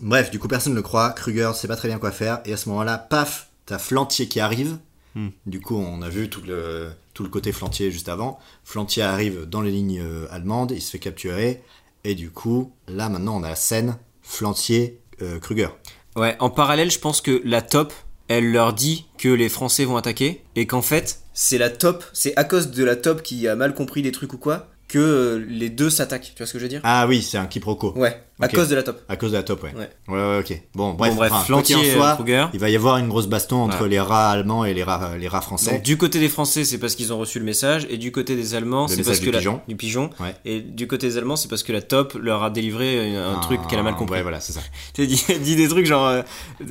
Speaker 1: Bref, du coup personne ne le croit. Kruger sait pas très bien quoi faire et à ce moment-là, paf, t'as Flantier qui arrive.
Speaker 2: Hmm.
Speaker 1: Du coup, on a vu tout le, tout le côté Flantier juste avant. Flantier arrive dans les lignes euh, allemandes, il se fait capturer. Et du coup, là maintenant, on a la scène euh, Flantier-Kruger.
Speaker 2: Ouais, en parallèle, je pense que la top, elle leur dit que les Français vont attaquer et qu'en fait, c'est la top, c'est à cause de la top qui a mal compris des trucs ou quoi que euh, les deux s'attaquent. Tu vois ce que je veux dire
Speaker 1: Ah oui, c'est un quiproquo.
Speaker 2: Ouais, à
Speaker 1: Ok.
Speaker 2: cause de la top.
Speaker 1: À cause de la top, ouais.
Speaker 2: Ouais.
Speaker 1: Ouais, ouais, ok. Bon, bref,
Speaker 2: bon, bref,
Speaker 1: enfin,
Speaker 2: Flantier,
Speaker 1: quoi qu'il en soit,
Speaker 2: euh, Kruger.
Speaker 1: il va y avoir une grosse baston entre
Speaker 2: Voilà.
Speaker 1: les rats allemands et les rats, les rats français.
Speaker 2: Donc, du côté des Français, c'est parce qu'ils ont reçu le message, et du côté des Allemands,
Speaker 1: Le
Speaker 2: c'est
Speaker 1: message
Speaker 2: parce
Speaker 1: du
Speaker 2: que la-
Speaker 1: pigeon.
Speaker 2: du pigeon,
Speaker 1: Ouais.
Speaker 2: et du côté des Allemands, c'est parce que la top leur a délivré euh, un,
Speaker 1: Ah,
Speaker 2: truc qu'elle a mal compris.
Speaker 1: Ouais, voilà, c'est ça.
Speaker 2: T'as dit, [laughs] dit des trucs genre, euh,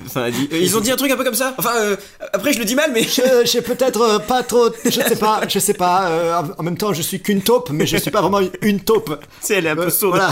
Speaker 2: enfin, elle dit- euh, ils ont dit un truc un peu comme ça. Enfin, euh, après je le dis mal, mais [laughs]
Speaker 1: Je, j'ai peut-être euh, pas trop, je sais pas, je sais pas. euh, en- en même temps, je suis qu'une taupe, mais je suis pas vraiment une taupe. Euh,
Speaker 2: sais, elle est un peu sourde.
Speaker 1: Voilà.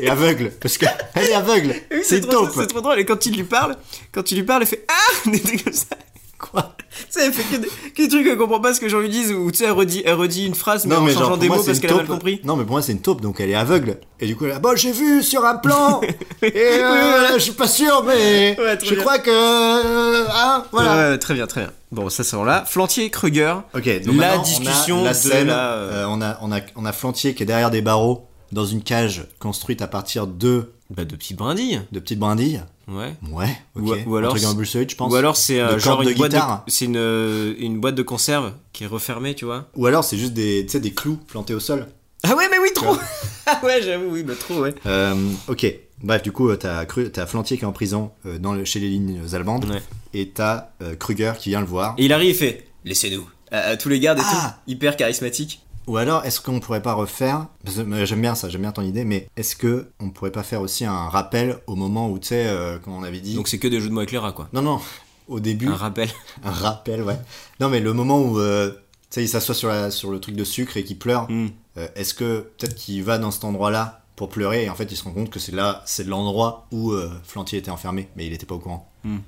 Speaker 1: Et aveugle, parce que elle est aveugle.
Speaker 2: Oui,
Speaker 1: c'est
Speaker 2: c'est
Speaker 1: une
Speaker 2: trop,
Speaker 1: taupe.
Speaker 2: c'est trop drôle. Et quand il lui parle, quand il lui parle, elle fait ah, [laughs] des trucs comme ça.
Speaker 1: Quoi
Speaker 2: Tu sais, elle fait que des, que des trucs qu'elle comprend pas ce que j'en lui dise ou tu sais, elle redit, elle redit une phrase mais en changeant
Speaker 1: pour
Speaker 2: des
Speaker 1: moi,
Speaker 2: mots
Speaker 1: c'est
Speaker 2: parce
Speaker 1: une
Speaker 2: qu'elle a mal
Speaker 1: taupe.
Speaker 2: compris.
Speaker 1: Non, mais pour moi, c'est une taupe, donc elle est aveugle. Et du coup, elle a, bon, j'ai vu sur un
Speaker 2: [laughs]
Speaker 1: plan. et euh, je suis pas sûr, mais
Speaker 2: Ouais, trop
Speaker 1: je
Speaker 2: bien.
Speaker 1: crois que, euh, hein, voilà.
Speaker 2: Ouais, ouais, très bien, très bien. Bon, ça sent là. Flantier, Kruger.
Speaker 1: Ok, donc maintenant, on
Speaker 2: La
Speaker 1: a
Speaker 2: discussion
Speaker 1: la
Speaker 2: de
Speaker 1: scène,
Speaker 2: la, euh,
Speaker 1: euh, on, a, on, a, on a Flantier qui est derrière des barreaux, dans une cage construite à partir de,
Speaker 2: Bah de petites brindilles.
Speaker 1: de petites brindilles.
Speaker 2: Ouais.
Speaker 1: Ouais, ok.
Speaker 2: Ou- ou alors
Speaker 1: Un truc en
Speaker 2: c'est-
Speaker 1: Bruce Lee, je pense.
Speaker 2: Ou alors c'est euh,
Speaker 1: De
Speaker 2: genre
Speaker 1: cordes
Speaker 2: une
Speaker 1: de
Speaker 2: boîte,
Speaker 1: guitare.
Speaker 2: de- c'est une, euh, une boîte de conserve qui est refermée, tu vois.
Speaker 1: Ou alors c'est juste des, tu sais, des clous plantés au sol.
Speaker 2: Ah ouais, mais oui, trop. [laughs] ah ouais, j'avoue, oui, mais trop, ouais.
Speaker 1: Euh, ok. Bref, du coup, euh, t'as Cru- t'as Flantier qui est en prison euh, dans le- chez les lignes allemandes.
Speaker 2: Ouais.
Speaker 1: Et t'as euh, Kruger qui vient le voir.
Speaker 2: Et il arrive, il fait laissez-nous. À, à tous les gardes et
Speaker 1: Ah
Speaker 2: tout. Hyper charismatique.
Speaker 1: Ou alors, est-ce qu'on pourrait pas refaire parce que, euh, J'aime bien ça, j'aime bien ton idée, mais est-ce que on pourrait pas faire aussi un rappel au moment où, tu sais, euh, comme on avait dit.
Speaker 2: Donc Ah. c'est que des jeux de mots avec les rats, quoi.
Speaker 1: Non, non, au début,
Speaker 2: Un rappel.
Speaker 1: un rappel, ouais. Non, mais le moment où, euh, tu sais, il s'assoit sur, la- sur le truc de sucre et qu'il pleure,
Speaker 2: Hmm.
Speaker 1: euh, est-ce que peut-être qu'il va dans cet endroit-là pour pleurer et en fait il se rend compte que c'est là, c'est l'endroit où euh, Flantier était enfermé, mais il n'était pas au courant.
Speaker 2: Hmm.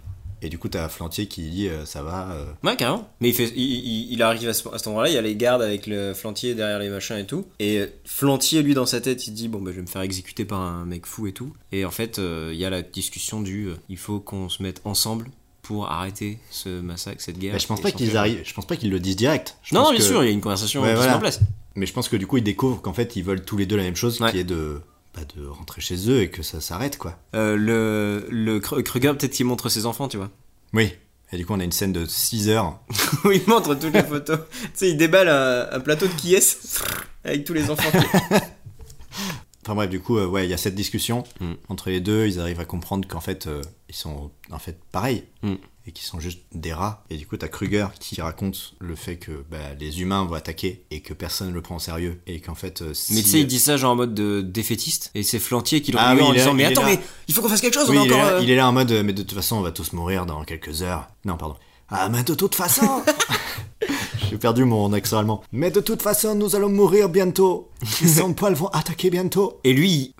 Speaker 1: Et du coup, t'as Flantier qui dit euh, ça va. euh.
Speaker 2: Ouais, carrément. Mais il, fait, il, il- il arrive à, ce- à cet endroit-là, il y a les gardes avec le flantier derrière les machins et tout. Et euh, flantier, lui, dans sa tête, il dit Bon, bah, je vais me faire exécuter par un mec fou et tout. Et en fait, euh, il y a la discussion du euh, Il faut qu'on se mette ensemble pour arrêter ce massacre, cette guerre.
Speaker 1: Mais je pense
Speaker 2: Et
Speaker 1: pas
Speaker 2: sans
Speaker 1: qu'ils
Speaker 2: faire-
Speaker 1: arrivent, je pense pas qu'ils le disent direct. Je
Speaker 2: Non,
Speaker 1: pense
Speaker 2: non, bien
Speaker 1: que-
Speaker 2: sûr, il y a une conversation
Speaker 1: Ouais,
Speaker 2: qui se
Speaker 1: voilà.
Speaker 2: met en place.
Speaker 1: Mais je pense que du coup, ils découvrent qu'en fait, ils veulent tous les deux la même chose,
Speaker 2: Ouais.
Speaker 1: qui est de, bah, de rentrer chez eux et que ça s'arrête, quoi.
Speaker 2: Euh, le, le Kru- Kruger, peut-être qu'il montre ses enfants, tu [laughs] vois.
Speaker 1: Oui. Et du coup, on a une scène de 6 heures.
Speaker 2: où il montre toutes les photos. [laughs] tu sais, il déballe un, un plateau de qui est [laughs] avec tous les enfants.
Speaker 1: Enfin bref, du coup, euh, ouais, il y a cette discussion
Speaker 2: Mm.
Speaker 1: entre les deux. Ils arrivent à comprendre qu'en fait, euh, ils sont en fait pareils
Speaker 2: Mm.
Speaker 1: et qu'ils sont juste des rats. Et du coup, t'as Kruger qui raconte le fait que bah, les humains vont attaquer et que personne ne le prend au sérieux et qu'en fait, euh, si-
Speaker 2: Mais tu sais, il dit ça genre en mode de défaitiste, et c'est Flantier qui le
Speaker 1: Ah
Speaker 2: remet
Speaker 1: oui,
Speaker 2: en
Speaker 1: il est
Speaker 2: disant
Speaker 1: là,
Speaker 2: Mais
Speaker 1: il est
Speaker 2: attends,
Speaker 1: là.
Speaker 2: mais il faut qu'on fasse
Speaker 1: [laughs]
Speaker 2: quelque chose,
Speaker 1: Oui,
Speaker 2: on a
Speaker 1: il, est
Speaker 2: encore.
Speaker 1: là,
Speaker 2: euh,
Speaker 1: il est là en mode, euh, mais de toute façon, on va tous mourir dans quelques heures. Non, pardon. Ah, mais de toute [laughs] façon. J'ai perdu mon accent allemand. Mais de toute façon, nous allons mourir bientôt. [laughs] Les sans poils vont attaquer bientôt.
Speaker 2: euh." Et lui,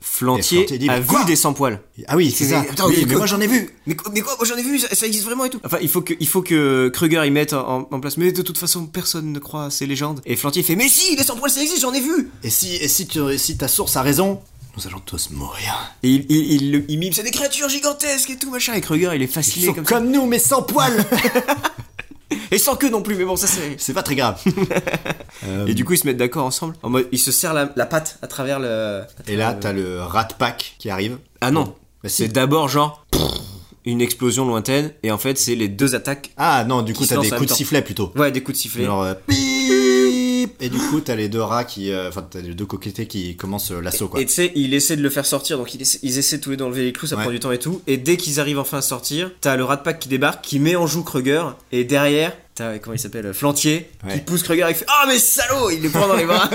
Speaker 1: Et
Speaker 2: Flantier,
Speaker 1: Flantier dit,
Speaker 2: a
Speaker 1: mais
Speaker 2: vu
Speaker 1: quoi
Speaker 2: des sans-poils.
Speaker 1: Ah oui, c'est ça.
Speaker 2: Attends,
Speaker 1: Oui,
Speaker 2: mais
Speaker 1: mais
Speaker 2: quoi-
Speaker 1: moi j'en ai vu.
Speaker 2: Mais, quoi- mais quoi Moi j'en ai vu, ça, ça existe vraiment et tout. Enfin, il faut que, il faut que Kruger y mette en, en place. Mais de toute façon, personne ne croit à ces légendes. Et Flantier fait Mais si, les sans-poils ça existe, j'en ai vu
Speaker 1: Et si, et si, tu- si ta source a raison, nous allons tous mourir.
Speaker 2: Et il, il, il, le- il mime C'est des créatures gigantesques et tout, machin. Et Kruger, il est
Speaker 1: Ils
Speaker 2: fasciné
Speaker 1: sont
Speaker 2: comme
Speaker 1: comme,
Speaker 2: ça.
Speaker 1: nous, mais sans poils.
Speaker 2: Et sans queue non plus, mais bon, ça
Speaker 1: [laughs]
Speaker 2: c'est.
Speaker 1: c'est pas très [laughs] grave. Euh,
Speaker 2: Et du coup, ils se mettent d'accord ensemble. En mode, ils se serrent la, la patte à travers le.
Speaker 1: et là, t'as le Rat Pack qui arrive.
Speaker 2: Ah non,
Speaker 1: Bah, euh, si.
Speaker 2: c'est d'abord genre une explosion lointaine, et en fait, c'est les deux attaques.
Speaker 1: Ah non, du coup,
Speaker 2: se
Speaker 1: t'as
Speaker 2: lance
Speaker 1: des
Speaker 2: en même
Speaker 1: coups de
Speaker 2: temps.
Speaker 1: sifflet plutôt.
Speaker 2: Ouais, des coups de sifflet.
Speaker 1: Genre, euh, pip Et du coup, t'as les deux rats qui. euh, Enfin, t'as les deux coquetés qui commencent euh, l'assaut, quoi.
Speaker 2: Et tu sais, il essaie de le faire sortir, donc il essaie- ils essaient tous les deux d'enlever les clous, ça
Speaker 1: Ouais.
Speaker 2: prend du temps et tout. Et dès qu'ils arrivent enfin à sortir, t'as le rat de pack qui débarque, qui met en joue Kruger, et derrière, t'as, comment il s'appelle, Flantier,
Speaker 1: Ouais.
Speaker 2: qui pousse Kruger et qui fait Ah, mais salaud Il le prend dans
Speaker 1: [laughs]
Speaker 2: les bras.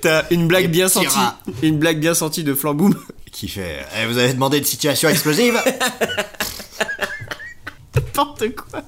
Speaker 2: t'as une blague
Speaker 1: Les
Speaker 2: bien
Speaker 1: petits
Speaker 2: sentie,
Speaker 1: rats.
Speaker 2: une blague bien sentie de Flamboum.
Speaker 1: Qui fait. eh, vous avez demandé une situation
Speaker 2: [laughs]
Speaker 1: explosive
Speaker 2: N'importe quoi.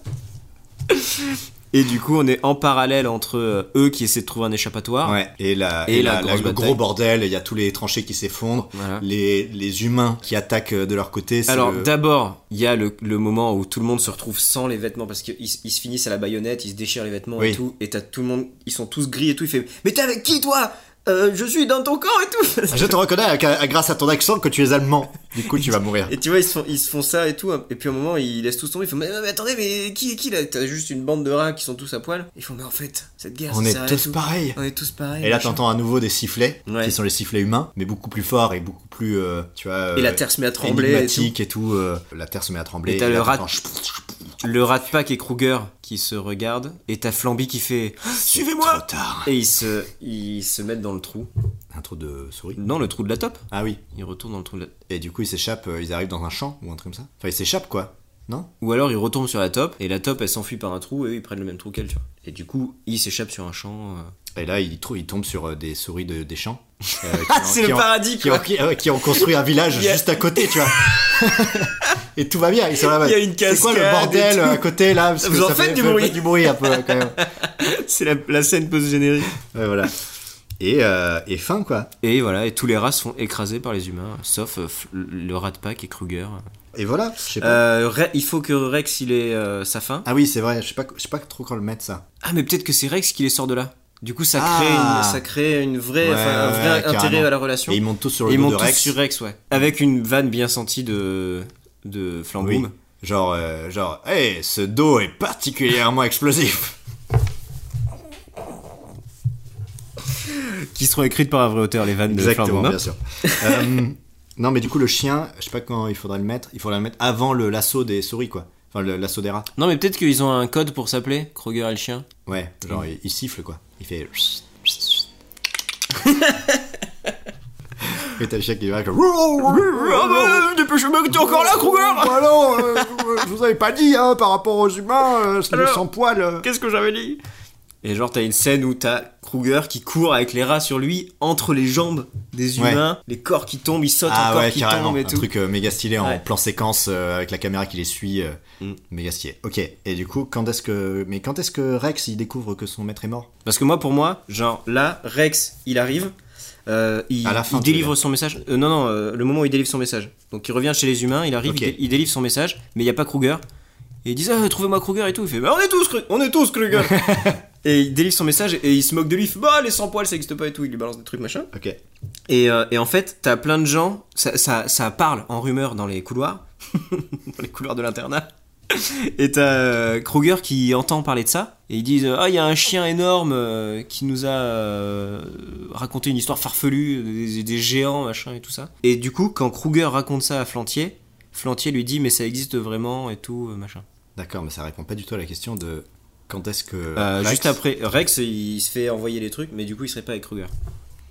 Speaker 2: Et du coup, on est en parallèle entre euh, eux qui essaient de trouver un échappatoire.
Speaker 1: Ouais. Et, la,
Speaker 2: Ah. Et la grosse
Speaker 1: le
Speaker 2: bataille.
Speaker 1: gros bordel, il y a tous les tranchées qui s'effondrent,
Speaker 2: Voilà.
Speaker 1: les, les humains qui attaquent euh, de leur côté. c'est
Speaker 2: Alors
Speaker 1: le-
Speaker 2: d'abord, il y a le, le moment où tout le monde se retrouve sans les vêtements parce qu'ils s- ils se finissent à la baïonnette, ils se déchirent les vêtements
Speaker 1: Oui.
Speaker 2: et tout. Et t'as tout le monde, ils sont tous gris et tout. Il fait Mais t'es avec qui toi Euh, Je suis dans ton camp et tout. [laughs]
Speaker 1: Je te reconnais à- à- grâce à ton accent que tu es allemand. Du coup, tu vas mourir.
Speaker 2: Et tu vois, ils se, font, ils se font ça et tout. hein. Et puis à un moment, ils laissent tous tomber. Ils font Mais, mais attendez, mais qui est qui là T'as juste une bande de rats qui sont tous à poil. Ils font Mais en fait, cette guerre,
Speaker 1: On
Speaker 2: ça
Speaker 1: est
Speaker 2: sert à
Speaker 1: tous
Speaker 2: tout.
Speaker 1: pareils.
Speaker 2: On est tous pareils.
Speaker 1: Et là,
Speaker 2: machin.
Speaker 1: t'entends à nouveau des sifflets,
Speaker 2: Ouais.
Speaker 1: qui sont les sifflets humains, mais beaucoup plus forts et beaucoup plus, euh, tu vois, euh,
Speaker 2: Et la terre se met à trembler. Et tout.
Speaker 1: énigmatique et tout. euh, la terre se met à trembler.
Speaker 2: Et t'as le
Speaker 1: là,
Speaker 2: rat-
Speaker 1: t'entends chou- chou-
Speaker 2: le Rat Pack et Kruger qui se regardent, et t'as Flamby qui fait Ah, Suivez-moi
Speaker 1: Trop tard.
Speaker 2: Et ils se, ils se mettent dans le trou.
Speaker 1: Un trou de souris.
Speaker 2: Non, le trou de la top.
Speaker 1: Ah oui.
Speaker 2: Ils retournent dans le trou de la
Speaker 1: Et du coup, ils s'échappent, euh, ils arrivent dans un champ ou un truc comme ça. Enfin, ils s'échappent quoi. Non
Speaker 2: Ou alors ils retombent sur la top, et la top elle s'enfuit par un trou, et eux ils prennent le même trou qu'elle, tu vois. Et du coup, ils s'échappent sur un champ. euh.
Speaker 1: Et là, ils, trou- ils tombent sur euh, des souris de, des champs. euh, qui
Speaker 2: [laughs] Ah,
Speaker 1: ont-
Speaker 2: c'est
Speaker 1: qui
Speaker 2: le
Speaker 1: ont-
Speaker 2: paradis
Speaker 1: qui ont,
Speaker 2: quoi
Speaker 1: qui- euh, qui ont construit un village
Speaker 2: Il y a-
Speaker 1: juste à côté,
Speaker 2: [laughs]
Speaker 1: tu vois. et tout va bien, ils sont là.
Speaker 2: Il y a une
Speaker 1: C'est quoi le
Speaker 2: cascade et
Speaker 1: bordel euh,
Speaker 2: tout.
Speaker 1: à côté là parce
Speaker 2: Vous
Speaker 1: que
Speaker 2: en
Speaker 1: ça
Speaker 2: faites
Speaker 1: fait-
Speaker 2: du
Speaker 1: fait
Speaker 2: bruit.
Speaker 1: du bruit un peu quand
Speaker 2: [laughs]
Speaker 1: même.
Speaker 2: C'est la, la scène post-générique.
Speaker 1: Ouais, voilà. Et, euh, et fin quoi.
Speaker 2: Et voilà, et tous les rats se font écraser par les humains, sauf euh, f- le Rat Pack et Kruger.
Speaker 1: Et voilà. Je sais pas.
Speaker 2: Euh, Re- il faut que Rex il ait euh, sa fin.
Speaker 1: Ah oui, c'est vrai. Je sais pas, je sais pas trop quand le mettre ça.
Speaker 2: Ah, mais peut-être que c'est Rex qui les sort de là. Du coup, ça
Speaker 1: Ah.
Speaker 2: crée, une, ça crée une vraie,
Speaker 1: Ouais,
Speaker 2: enfin, un
Speaker 1: ouais,
Speaker 2: vrai
Speaker 1: carrément.
Speaker 2: intérêt à la relation.
Speaker 1: Et ils montent tous sur le
Speaker 2: Et ils
Speaker 1: dos de
Speaker 2: montent tous
Speaker 1: Rex.
Speaker 2: sur Rex, ouais. Avec une vanne bien sentie de, de Flamboum.
Speaker 1: Oui. Genre, euh, genre, hey, ce dos est particulièrement [laughs] explosif.
Speaker 2: Qui seront écrites par un vrai auteur, les vannes
Speaker 1: Exactement,
Speaker 2: de
Speaker 1: bien sûr. Euh, non, mais du coup, le chien, je sais pas quand il faudrait le mettre. Il faudrait le mettre avant le lasso des souris, quoi. Enfin, le lasso des rats.
Speaker 2: Non, mais peut-être qu'ils ont un code pour s'appeler Kroger et le chien.
Speaker 1: Ouais, genre il, il siffle quoi. Il [laughs] fait. Et t'as le chien qui va comme. [laughs]
Speaker 2: Ah bah, Dépêche-moi que t'es encore là, Kruger
Speaker 1: non, euh, je vous avais pas dit hein, par rapport aux humains, c'est
Speaker 2: le Alors
Speaker 1: poil. euh.
Speaker 2: Qu'est-ce que j'avais dit Et genre, t'as une scène où t'as Kruger qui court avec les rats sur lui, entre les jambes des
Speaker 1: Ouais.
Speaker 2: humains, les corps qui tombent, il saute
Speaker 1: Ah
Speaker 2: encore
Speaker 1: ouais,
Speaker 2: qui
Speaker 1: carrément,
Speaker 2: tombe
Speaker 1: un
Speaker 2: et tout.
Speaker 1: truc euh, méga stylé en
Speaker 2: Ouais.
Speaker 1: plan séquence euh, avec la caméra qui les suit, euh,
Speaker 2: Mm.
Speaker 1: méga stylé. Ok, et du coup, quand est-ce que, mais quand est-ce que Rex il découvre que son maître est mort
Speaker 2: Parce que moi, pour moi, genre là, Rex, il arrive, euh, il,
Speaker 1: À la fin,
Speaker 2: il
Speaker 1: tu veux
Speaker 2: délivre son message. Euh, non, non, euh, le moment où il délivre son message. Donc il revient chez les humains, il arrive,
Speaker 1: Ok.
Speaker 2: il, dé- il délivre son message, mais il n'y a pas Kruger. Et ils disent ah, trouvez-moi Kruger et tout. Il fait bah, on est tous Kru- on est
Speaker 1: [laughs]
Speaker 2: tous Kruger. et il délivre son message et il se moque de lui. Il fait bah les sans poils ça existe pas et tout. Il lui balance des trucs machin.
Speaker 1: Ok,
Speaker 2: Et, euh, et en fait, t'as plein de gens, ça, ça, ça parle en rumeur dans les couloirs, [laughs] dans les couloirs de l'internat. Et t'as euh, Kruger qui entend parler de ça, et ils disent euh, Ah, il y a un chien énorme euh, qui nous a euh, raconté une histoire farfelue, des, des géants, machin et tout ça. Et du coup, quand Kruger raconte ça à Flantier, Flantier lui dit Mais ça existe vraiment et tout, euh, machin.
Speaker 1: d'accord, mais ça répond pas du tout à la question de quand est-ce que.
Speaker 2: Euh,
Speaker 1: Rex-
Speaker 2: Juste après, Rex il se fait envoyer les trucs, mais du coup il serait pas avec Kruger.